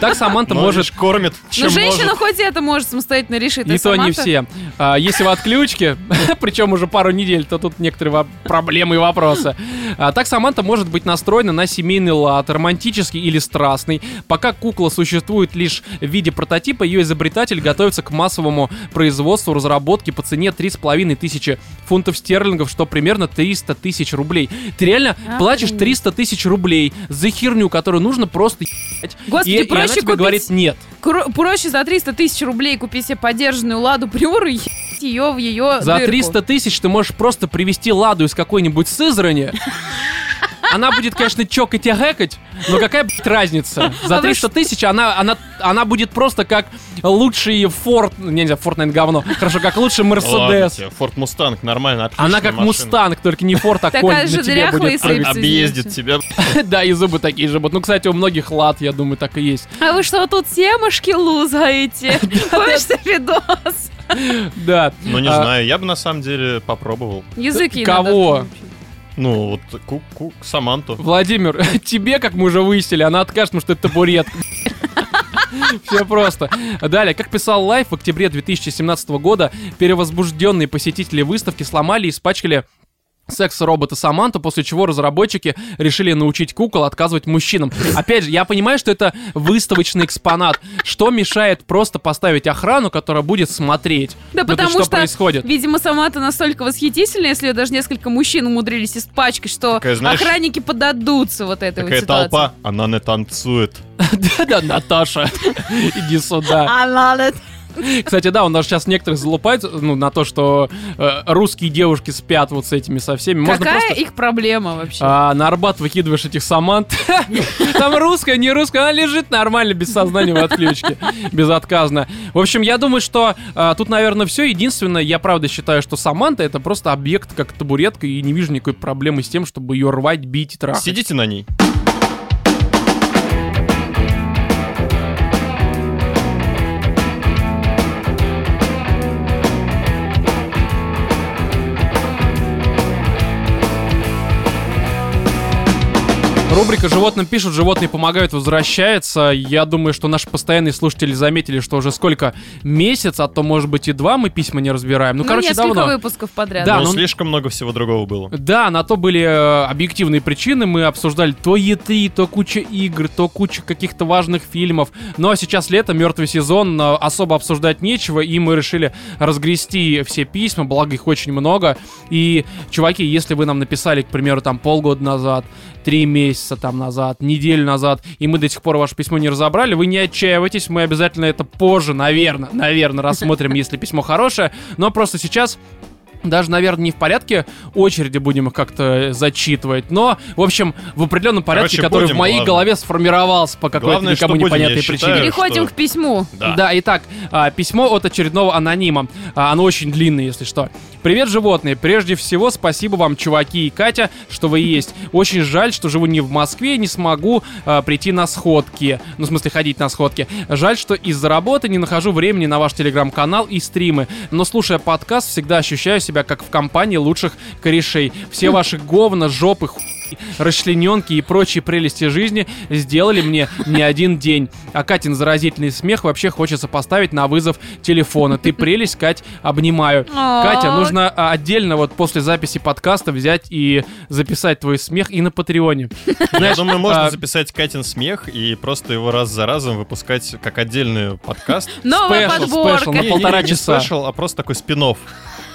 Speaker 1: Так Саманта
Speaker 2: Ну,
Speaker 1: может...
Speaker 2: видишь, кормит,
Speaker 3: Но
Speaker 2: чем
Speaker 3: женщина
Speaker 2: может.
Speaker 3: хоть это может самостоятельно решить.
Speaker 1: И
Speaker 3: а
Speaker 1: то не
Speaker 3: сама-то-
Speaker 1: все. А, если в отключке, причем уже пару недель, то тут некоторые во- проблемы и вопросы. А, так Саманта может быть настроена на семейный лад, романтический или страстный. Пока кукла существует лишь в виде прототипа, ее изобретатель готовится к массовому производству разработки по цене 3,5 тысячи фунтов стерлингов, что примерно 300 тысяч рублей. Ты реально
Speaker 3: Охренеть.
Speaker 1: платишь 300 тысяч рублей за херню, которую нужно просто ебать.
Speaker 3: Господи,
Speaker 1: и, и она
Speaker 3: проще
Speaker 1: тебе
Speaker 3: купить.
Speaker 1: говорит «нет».
Speaker 3: Кро- проще за 300 тысяч рублей купить себе подержанную ладу приору и ебать ее в ее
Speaker 1: За 300 тысяч ты можешь просто привезти Ладу из какой-нибудь Сызрани. Она будет, конечно, чокать и гэкать, но какая, блядь, разница? За
Speaker 3: А вы
Speaker 1: 300 тысяч она, она, она будет просто как лучший Форд... Не, не, Форд, наверное, говно. Хорошо, как лучший
Speaker 2: Ладно
Speaker 1: Мерседес.
Speaker 2: тебе, Форд Мустанг, нормально, отличная
Speaker 1: Она как
Speaker 2: машина.
Speaker 1: Мустанг, только не Форд, а
Speaker 3: Такая
Speaker 1: конь на
Speaker 3: же
Speaker 1: тебе
Speaker 3: дряхлая и
Speaker 1: будет
Speaker 2: Об-
Speaker 1: прыгать.
Speaker 2: Объездит тебя.
Speaker 1: Да, и зубы такие же будут. Ну, кстати, у многих лад, я думаю, так и есть.
Speaker 3: А вы что, тут семушки лузаете? Помнишь ты видос?
Speaker 1: Да.
Speaker 2: Ну, не
Speaker 1: А,
Speaker 2: знаю, я бы на самом деле попробовал.
Speaker 3: Язык ей
Speaker 1: Кого?
Speaker 3: надо отключить.
Speaker 2: Ну, вот ку- ку- Саманту.
Speaker 1: Владимир, тебе, как мы уже выяснили, она откажет, потому что это табуретка. Все просто. Далее, как писал Лайф в октябре 2017 года, перевозбужденные посетители выставки сломали и испачкали секс-робота Саманту, после чего разработчики решили научить кукол отказывать мужчинам. Опять же, я понимаю, что это выставочный экспонат. Что мешает просто поставить охрану, которая будет смотреть?
Speaker 3: Да
Speaker 1: Ну, то есть,
Speaker 3: потому
Speaker 1: что,
Speaker 3: что,
Speaker 1: происходит?
Speaker 3: видимо, сама-то настолько восхитительная, если ее даже несколько мужчин умудрились испачкать, что
Speaker 2: Такая, знаешь,
Speaker 3: охранники подадутся вот этой вот
Speaker 2: Такая
Speaker 3: ситуации.
Speaker 2: толпа, она не танцует.
Speaker 1: Да-да, Наташа, иди сюда. Кстати, да, у нас сейчас некоторых залупают ну, на то, что э, русские девушки спят вот с этими со всеми. Можно
Speaker 3: Какая
Speaker 1: просто...
Speaker 3: их проблема вообще?
Speaker 1: а, на Арбат выкидываешь этих Самант. Там русская, не русская, она лежит нормально, без сознания в отключке. Безотказно. В общем, я думаю, что а, тут, наверное, все. Единственное, я правда считаю, что Саманта это просто объект, как табуретка, и не вижу никакой проблемы с тем, чтобы ее рвать, бить и трахать.
Speaker 2: Сидите на ней.
Speaker 1: Рубрика «Животным пишут, животные помогают» возвращается. Я думаю, что наши постоянные слушатели заметили, что уже сколько? Месяц, а то, может быть, и два мы письма не разбираем. Ну, короче,
Speaker 3: несколько
Speaker 1: давно.
Speaker 3: выпусков подряд.
Speaker 1: Да,
Speaker 2: но
Speaker 1: ну-
Speaker 2: слишком много всего другого было.
Speaker 1: Да, на то были э, объективные причины. Мы обсуждали то Е3, то куча игр, то куча каких-то важных фильмов. Ну а сейчас лето, мертвый сезон, э, особо обсуждать нечего, и мы решили разгрести все письма, благо их очень много. И, чуваки, если вы нам написали, к примеру, там полгода назад, три месяца там назад, неделю назад, и мы до сих пор ваше письмо не разобрали, вы не отчаивайтесь, мы обязательно это позже, наверное, наверное, рассмотрим, если письмо хорошее. Но просто сейчас Даже, наверное, не в порядке очереди будем их как-то зачитывать, но, в общем, в определенном порядке,
Speaker 2: Короче,
Speaker 1: который
Speaker 2: будем,
Speaker 1: в моей
Speaker 2: главное.
Speaker 1: голове сформировался по какой-то
Speaker 2: Главное, что
Speaker 1: никому
Speaker 2: будем, я
Speaker 1: непонятной
Speaker 2: считаю.
Speaker 1: причине.
Speaker 3: Переходим
Speaker 2: что-
Speaker 3: к письму.
Speaker 2: Да.
Speaker 1: Да, итак, а, письмо от очередного анонима. А, Оно очень длинное, если что. Привет, животные. Прежде всего, спасибо вам, чуваки и Катя, что вы есть. Очень жаль, что живу не в Москве и не смогу а, прийти на сходки. Ну, в смысле, ходить на сходки. Жаль, что из-за работы не нахожу времени на ваш телеграм-канал и стримы. Но слушая подкаст, всегда ощущаю себя как в компании лучших корешей. Все ваши говна, жопы, ху расчлененки и прочие прелести жизни сделали мне не один день. А Катин заразительный смех вообще хочется поставить на вызов телефона. Ты прелесть, Кать, обнимаю.
Speaker 3: А.
Speaker 1: Катя, нужно а, отдельно вот после записи подкаста взять и записать твой смех и на Патреоне.
Speaker 2: Я думаю, можно
Speaker 1: а-
Speaker 2: записать Катин смех и просто его раз за разом выпускать как отдельный подкаст.
Speaker 3: Новая
Speaker 1: Спешл,
Speaker 3: подборка.
Speaker 1: спешл, ну,
Speaker 2: Не- не-
Speaker 1: полтора
Speaker 2: не
Speaker 1: часа.
Speaker 2: спешл, а просто такой спин-офф.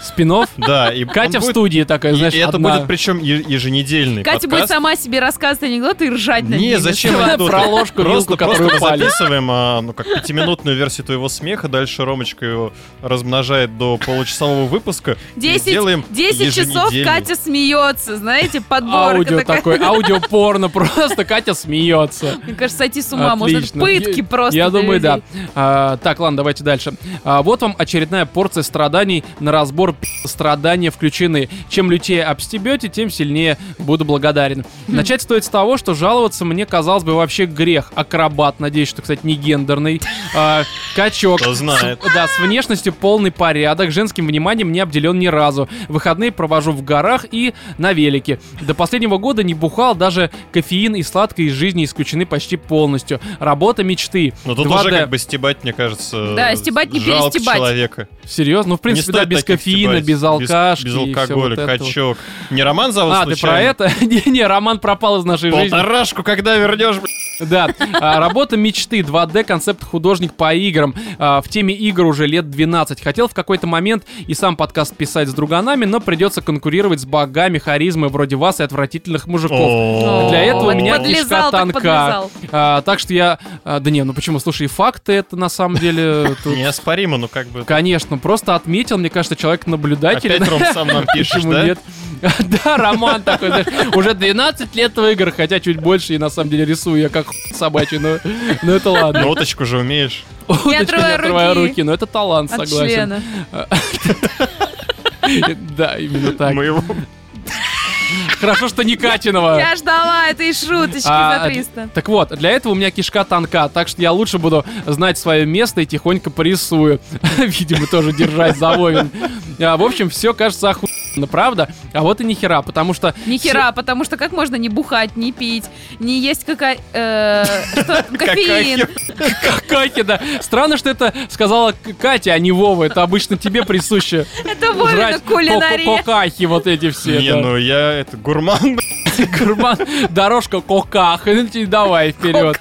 Speaker 1: Спинов.
Speaker 2: Да, и
Speaker 1: Катя
Speaker 2: он
Speaker 1: в
Speaker 2: будет-
Speaker 1: студии такая,
Speaker 2: и-
Speaker 1: знаешь,
Speaker 2: и это
Speaker 1: одна.
Speaker 2: будет причем е- еженедельный
Speaker 3: Катя будет
Speaker 2: подкаст.
Speaker 3: сама себе рассказывать анекдоты и ржать на
Speaker 2: Не, зачем анекдоты?
Speaker 1: Про ложку, вилку,
Speaker 2: Просто,
Speaker 1: которую
Speaker 2: просто мы
Speaker 1: упали.
Speaker 2: записываем, а, ну, как пятиминутную версию твоего смеха, дальше Ромочка его размножает до получасового выпуска. и
Speaker 3: 10,
Speaker 2: делаем
Speaker 3: 10 часов
Speaker 2: еженедельный.
Speaker 3: Катя смеется, знаете, подборка
Speaker 1: Аудио
Speaker 3: такая.
Speaker 1: такой, аудио порно просто, Катя смеется.
Speaker 3: Мне кажется, сойти с ума можно. Это
Speaker 1: Отлично.
Speaker 3: пытки
Speaker 1: Я-
Speaker 3: просто.
Speaker 1: Я
Speaker 3: для
Speaker 1: думаю, да.
Speaker 3: людей.
Speaker 1: А, так, ладно, давайте дальше. А, вот вам очередная порция страданий на разбор пи***. страдания включены. Чем лютее обстебете, тем сильнее буду благодарен.
Speaker 2: Хм.
Speaker 1: Начать стоит с того, что жаловаться мне, казалось бы, вообще грех. Акробат, надеюсь, что, кстати, не гендерный. А, качок.
Speaker 2: Кто знает.
Speaker 1: С- да, с внешностью полный порядок. Женским вниманием не обделен ни разу. Выходные провожу в горах и на велике. До последнего года не бухал, даже кофеин и сладкое из жизни исключены почти полностью. Работа мечты.
Speaker 2: Но Ну, тут
Speaker 1: 2D.
Speaker 2: уже как бы стебать, мне кажется,
Speaker 3: Да, стебать не
Speaker 2: жалко
Speaker 3: перестебать.
Speaker 2: человека.
Speaker 1: Серьезно? Ну, в принципе,
Speaker 2: не
Speaker 1: да,
Speaker 2: стоит
Speaker 1: без
Speaker 2: таких
Speaker 1: кофеина,
Speaker 2: стебать.
Speaker 1: без алкашки.
Speaker 2: Без,
Speaker 1: и всё вот
Speaker 2: алкоголя,
Speaker 1: это вот.
Speaker 2: качок. Не роман зовут
Speaker 1: А, ты про
Speaker 2: случайно?
Speaker 1: это? Не-не, Роман пропал из нашей жизни.
Speaker 2: Полторашку, когда вернешь,
Speaker 1: Да, А, работа мечты, 2D концепт художник по играм. А, В теме игр уже лет 12. Хотел в какой-то момент и сам подкаст писать с друганами, но придется конкурировать с богами харизмы вроде вас и отвратительных мужиков.
Speaker 2: О.
Speaker 1: Для этого
Speaker 3: Вот
Speaker 1: у меня
Speaker 3: подлезал,
Speaker 1: кишка
Speaker 3: так
Speaker 1: танка.
Speaker 3: подлезал.
Speaker 1: А, Так что я... а, Да не, ну почему? Слушай, и факты это на самом деле... тут-
Speaker 2: Неоспоримо, ну как бы...
Speaker 1: Конечно, просто отметил, мне кажется, человек наблюдатель.
Speaker 2: Опять, Ром, сам нам пишешь,
Speaker 1: Почему
Speaker 2: да?
Speaker 1: нет? Да, Роман такой, знаешь, уже 12 лет в играх, хотя чуть больше и на самом деле рисую я как хуй собачий, но, но это ладно.
Speaker 2: Ноточку же умеешь.
Speaker 1: Уточка,
Speaker 3: Я отрываю
Speaker 1: я отрываю
Speaker 3: руки.
Speaker 1: руки, но это талант,
Speaker 3: От
Speaker 1: согласен.
Speaker 3: члена.
Speaker 1: Да, именно так.
Speaker 2: Мы его-
Speaker 1: Хорошо, что не Катинова.
Speaker 3: Я ждала этой шуточки
Speaker 1: А,
Speaker 3: за 300.
Speaker 1: Так вот, для этого у меня кишка танка, так что я лучше буду знать свое место и тихонько порисую. Видимо, тоже держать за вовен. А, В общем, все кажется охуенно, правда? А вот и нихера, потому что...
Speaker 3: Ни хера, потому что как можно не бухать, не пить, не есть какая... э, что- Кофеин.
Speaker 1: Какаки, да. Странно, что это сказала К- Катя, а не Вова. Это обычно тебе присуще.
Speaker 3: Это вольно
Speaker 1: Жрать ко- ко-
Speaker 3: кулинария.
Speaker 1: кокахи вот эти все.
Speaker 2: Не,
Speaker 1: да.
Speaker 2: ну я это гурман, блядь.
Speaker 1: Гурман, дорожка коках. И ну тебе Давай вперед.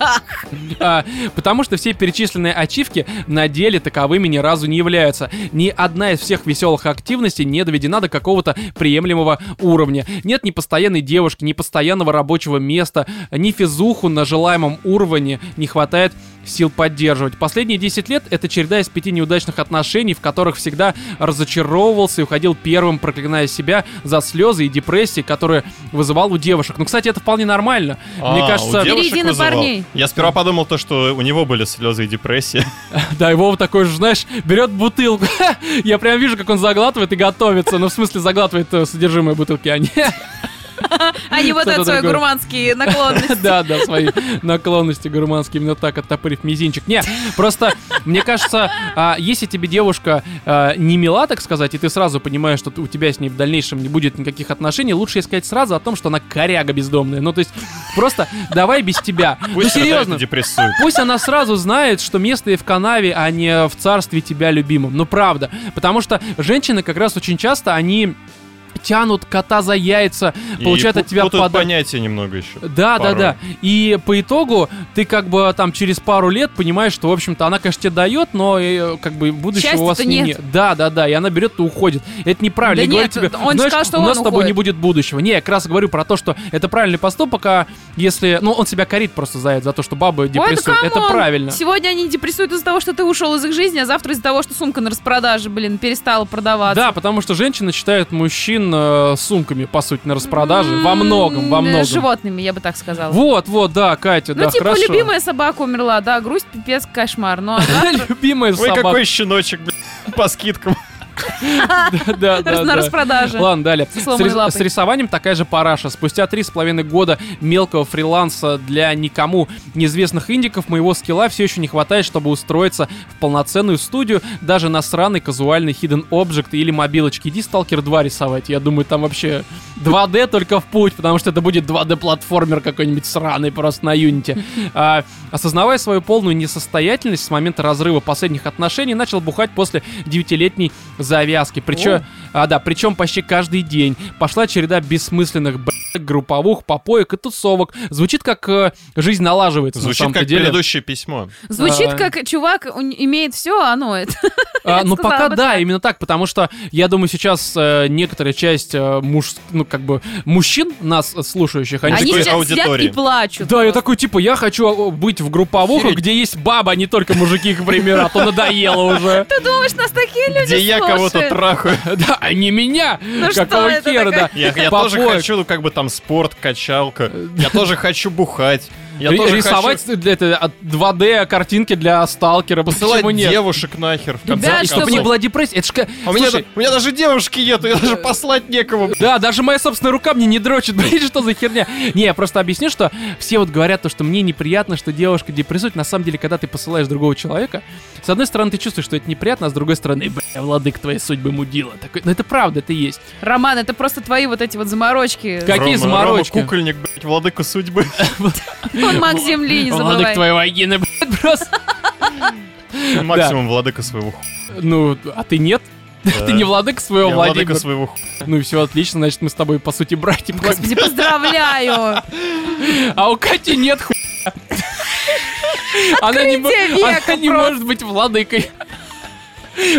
Speaker 1: А, Потому что все перечисленные ачивки на деле таковыми ни разу не являются. Ни одна из всех веселых активностей не доведена до какого-то приемлемого уровня. Нет ни постоянной девушки, ни постоянного рабочего места, ни физуху на желаемом уровне не хватает сил поддерживать. Последние 10 лет это череда из пяти неудачных отношений, в которых всегда разочаровывался и уходил первым, проклиная себя за слезы и депрессии, которые вызывал у девушек. Ну, кстати, это вполне нормально. Мне
Speaker 2: А, у
Speaker 1: кажется,
Speaker 2: девушек
Speaker 3: Впереди на
Speaker 2: вызывал.
Speaker 3: парней.
Speaker 2: Я сперва подумал то, что у него были слезы и депрессия.
Speaker 1: Да, и Вова такой же, знаешь, берет бутылку. Я прям вижу, как он заглатывает и готовится. Ну, в смысле, заглатывает э, содержимое бутылки, а не...
Speaker 3: А не вот
Speaker 1: Кто-то
Speaker 3: это свои
Speaker 1: другой.
Speaker 3: гурманские наклонности.
Speaker 1: Да, да, свои наклонности гурманские, именно так, оттопырив мизинчик. Не, просто, мне кажется, а, если тебе девушка а, не мила, так сказать, и ты сразу понимаешь, что ты- у тебя с ней в дальнейшем не будет никаких отношений, лучше ей сказать сразу о том, что она коряга бездомная. Ну, то есть, просто давай без тебя. Ну,
Speaker 2: Пусть
Speaker 1: серьезно.
Speaker 2: серьезно? депрессует.
Speaker 1: Пусть она сразу знает, что место ей в канаве, а не в царстве тебя любимом. Ну, правда. Потому что женщины как раз очень часто, они тянут кота за яйца,
Speaker 2: И
Speaker 1: получают от
Speaker 2: пу-
Speaker 1: тебя
Speaker 2: путают
Speaker 1: подарок. Э,
Speaker 2: понятия немного еще.
Speaker 1: Да,
Speaker 2: порой.
Speaker 1: да, да. И по итогу ты как бы а, там через пару лет понимаешь, что, в общем-то, она, конечно, тебе дает, но э, как бы будущего у вас
Speaker 3: Счастья-то
Speaker 1: не-
Speaker 3: нет.
Speaker 1: не- Да, да, да. И она берет и уходит. Это неправильно.
Speaker 3: Да
Speaker 1: Я говорю
Speaker 3: нет,
Speaker 1: тебе,
Speaker 3: он
Speaker 1: знаешь,
Speaker 3: сказал, что
Speaker 1: у
Speaker 3: он
Speaker 1: нас с тобой не
Speaker 3: уходит.
Speaker 1: будет будущего. Не, я как раз говорю про то, что это правильный поступок, а если... Ну, он себя корит просто за это, за то, что бабы
Speaker 3: Ой, да
Speaker 1: депрессуют. это
Speaker 3: камон!
Speaker 1: правильно.
Speaker 3: Сегодня они депрессуют из-за того, что ты ушел из их жизни, а завтра из-за того, что сумка на распродаже, блин, перестала продаваться.
Speaker 1: Да, потому что женщины считают мужчин э, сумками, по сути, на распродаже. Во
Speaker 3: М-м,
Speaker 1: многом, во многом.
Speaker 3: э, Животными, я бы так сказала.
Speaker 1: Вот, вот, да, Катя,
Speaker 3: Ну,
Speaker 1: да,
Speaker 3: типа,
Speaker 1: хорошо.
Speaker 3: любимая собака умерла, да, грусть, пипец, кошмар. Ну, а завтра
Speaker 1: Любимая
Speaker 2: Ой,
Speaker 1: собака.
Speaker 2: какой щеночек, блядь, по скидкам.
Speaker 1: Да, да,
Speaker 3: на
Speaker 1: да.
Speaker 3: распродаже.
Speaker 1: Ладно, далее.
Speaker 3: Со
Speaker 1: С,
Speaker 3: сломанной
Speaker 1: рис-
Speaker 3: лапой.
Speaker 1: с рисованием такая же параша. Спустя три с половиной года мелкого фриланса для никому неизвестных индиков моего скилла все еще не хватает, чтобы устроиться в полноценную студию, даже на сраный казуальный hidden object или мобилочки. Иди Stalker 2 рисовать. Я думаю, там вообще 2D Э, только в путь, потому что это будет 2D-платформер какой-нибудь сраный просто на юните. А, осознавая свою полную несостоятельность с момента разрыва последних отношений, начал бухать после девятилетней завязки. Причем, а, да, причем почти каждый день. Пошла череда бессмысленных б***ок, групповых попоек и тусовок. Звучит как э, жизнь налаживается на
Speaker 2: Звучит
Speaker 1: самом
Speaker 2: как
Speaker 1: деле.
Speaker 2: предыдущее письмо.
Speaker 3: Звучит
Speaker 1: А.
Speaker 3: как чувак он имеет все, а оно это.
Speaker 1: А, ну,
Speaker 3: сказала
Speaker 1: пока
Speaker 3: бы
Speaker 1: да,
Speaker 3: так.
Speaker 1: именно так, потому что я думаю, сейчас э, некоторая часть э, муж, ну, как бы, мужчин нас э, слушающих, они,
Speaker 2: Они
Speaker 1: такие,
Speaker 2: такой
Speaker 3: сейчас сидят
Speaker 2: аудитории.
Speaker 3: и плачут.
Speaker 1: Да, я такой, типа, я хочу э, быть в групповухах,
Speaker 2: Сидеть.
Speaker 1: где есть баба, а не только мужики, к примеру, а то надоело уже.
Speaker 3: Ты думаешь, нас такие люди
Speaker 2: Где я кого-то
Speaker 3: слушают?
Speaker 2: трахаю.
Speaker 1: Да, а не меня.
Speaker 3: что
Speaker 1: Какого
Speaker 3: это
Speaker 1: хера, да.
Speaker 3: такая-
Speaker 2: Я,
Speaker 1: Попоек.
Speaker 2: я тоже хочу, ну, как бы там спорт, качалка. Я тоже хочу бухать. Я
Speaker 1: Ри-
Speaker 2: тоже
Speaker 1: рисовать
Speaker 2: хочу
Speaker 1: для это, от 2D картинки для сталкера.
Speaker 2: посылать
Speaker 1: Почему нет?
Speaker 2: девушек нахер. в конце
Speaker 3: Ребят,
Speaker 2: концов.
Speaker 1: Чтобы не было депрессии. Это ж ка-
Speaker 2: А у меня,
Speaker 1: Слушай,
Speaker 2: же- у меня даже девушки нету, я даже послать некому. блядь.
Speaker 1: Да, даже моя собственная рука мне не дрочит. Блин, что за херня? Не, я просто объясню, что все вот говорят то, что мне неприятно, что девушка депрессует. На самом деле, когда ты посылаешь другого человека, с одной стороны, ты чувствуешь, что это неприятно, а с другой стороны, бля, владык твоей судьбы мудила. Такой, ну это правда, это есть.
Speaker 3: Роман, это просто твои вот эти вот заморочки.
Speaker 1: Как- Какие
Speaker 2: Рома-
Speaker 1: заморочки?
Speaker 2: Рома кукольник, блядь, владыка судьбы.
Speaker 3: Он маг земли, не
Speaker 1: Владык
Speaker 3: забывай.
Speaker 1: твоей вагины, блядь, просто.
Speaker 2: Максимум владыка своего хуя.
Speaker 1: Ну, а ты нет? Ты не владык своего
Speaker 2: Я владыка
Speaker 1: Владимира.
Speaker 2: своего хуя.
Speaker 1: Ну и все отлично, значит, мы с тобой, по сути, братья.
Speaker 3: Господи, поздравляю!
Speaker 1: А у Кати нет хуя. Она не, мо-
Speaker 3: Открытие века
Speaker 1: она не
Speaker 3: просто.
Speaker 1: может быть владыкой.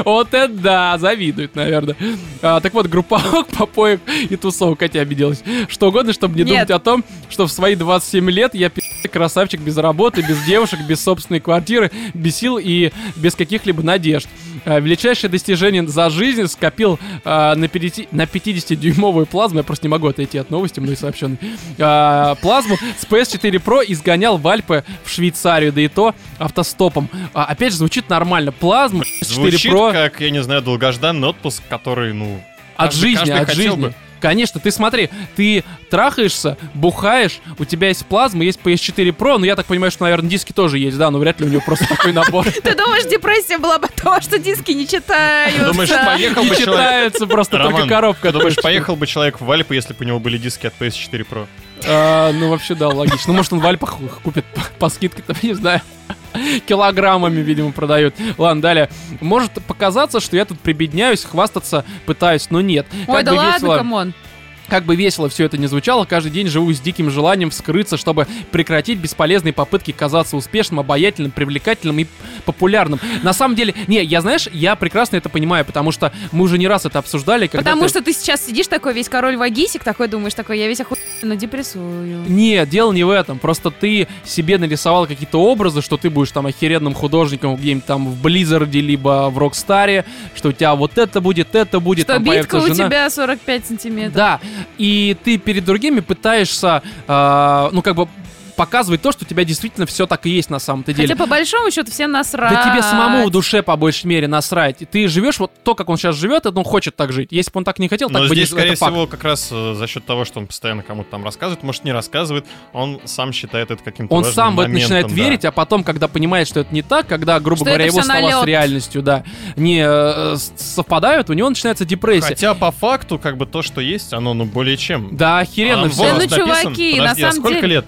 Speaker 1: Вот это да, завидует, наверное. А, так вот, групповок, попоек и тусовок Катя обиделась. Что угодно, чтобы не
Speaker 3: Нет.
Speaker 1: думать о том, что в свои 27 лет я пи***й красавчик без работы, без девушек, без собственной квартиры, без сил и без каких-либо надежд. А, величайшее достижение за жизнь скопил а, на, 50, на 50-дюймовую плазму, я просто не могу отойти от новости, мной сообщенной, а, плазму с PS4 Pro и сгонял в Альпы в Швейцарию, да и то автостопом. А, опять же, звучит нормально. Плазма PS4
Speaker 2: Звучит
Speaker 1: Pro
Speaker 2: как, я не знаю, долгожданный отпуск, который, ну...
Speaker 1: от
Speaker 2: каждый-
Speaker 1: жизни,
Speaker 2: каждый
Speaker 1: от
Speaker 2: хотел
Speaker 1: жизни.
Speaker 2: бы.
Speaker 1: Конечно, ты смотри, ты трахаешься, бухаешь, у тебя есть плазма, есть PS4 Pro, но я так понимаю, что, наверное, диски тоже есть, да, но вряд ли у него просто такой набор.
Speaker 3: Ты думаешь, депрессия была бы того, что диски не читаются?
Speaker 2: Думаешь, поехал
Speaker 1: Не
Speaker 2: бы человек...
Speaker 1: читается просто только
Speaker 2: Роман,
Speaker 1: коробка.
Speaker 2: ты думаешь,
Speaker 1: точно.
Speaker 2: поехал бы человек в Альпы, если бы у него были диски от PS4 Pro?
Speaker 1: А, Ну, вообще, да, логично. Ну, может, он в Альпах их купит по- по скидке, там, не знаю. Килограммами, видимо, продают. Ладно, далее. Может показаться, что я тут прибедняюсь, хвастаться пытаюсь, но нет.
Speaker 3: Ой,
Speaker 1: Как
Speaker 3: да
Speaker 1: бы
Speaker 3: ладно,
Speaker 1: весело-
Speaker 3: камон.
Speaker 1: Как бы весело все это не звучало, каждый день живу с диким желанием вскрыться, чтобы прекратить бесполезные попытки казаться успешным, обаятельным, привлекательным и популярным. На самом деле, не, я знаешь, я прекрасно это понимаю, потому что мы уже не раз это обсуждали. Когда
Speaker 3: Потому
Speaker 1: ты-
Speaker 3: что ты сейчас сидишь такой весь король вагисик, такой думаешь, такой, я весь охуенно депрессую.
Speaker 1: Нет, дело не в этом. Просто ты себе нарисовал какие-то образы, что ты будешь там охеренным художником где-нибудь там в Близзарде, либо в Рокстаре, что у тебя вот это будет, это будет,
Speaker 3: Что
Speaker 1: там
Speaker 3: битка
Speaker 1: появится
Speaker 3: у
Speaker 1: жена.
Speaker 3: тебя 45 сантиметров.
Speaker 1: Да, и ты перед другими пытаешься, э, ну, как бы показывать то, что у тебя действительно все так и есть на самом-то деле.
Speaker 3: Хотя по большому счету всем насрать.
Speaker 1: Да тебе самому в душе по большей мере насрать. И Ты живешь вот то, как он сейчас живет, это он хочет так жить. Если бы он так не хотел,
Speaker 2: Но
Speaker 1: Ну, так бы не
Speaker 2: здесь,
Speaker 1: жил. Это
Speaker 2: скорее
Speaker 1: факт.
Speaker 2: всего, как раз э, за счет того, что он постоянно кому-то там рассказывает, может, не рассказывает, он сам считает это каким-то
Speaker 1: Он
Speaker 2: важным
Speaker 1: сам в это
Speaker 2: моментом,
Speaker 1: начинает
Speaker 2: да.
Speaker 1: верить, а потом, когда понимает, что это не так, когда, грубо
Speaker 3: Что
Speaker 1: говоря,
Speaker 3: это
Speaker 1: его
Speaker 3: всё
Speaker 1: слова с
Speaker 3: налёт.
Speaker 1: реальностью, да, не э, с- совпадают, у него начинается депрессия.
Speaker 2: Хотя по факту, как бы то, что есть, оно, ну, более чем.
Speaker 1: Да,
Speaker 2: А
Speaker 1: охеренно
Speaker 2: нам
Speaker 1: все.
Speaker 3: Да
Speaker 2: возраст
Speaker 3: ну,
Speaker 2: написан.
Speaker 3: чуваки, на
Speaker 2: Подожди, а
Speaker 3: самом
Speaker 2: сколько
Speaker 3: деле-
Speaker 2: лет?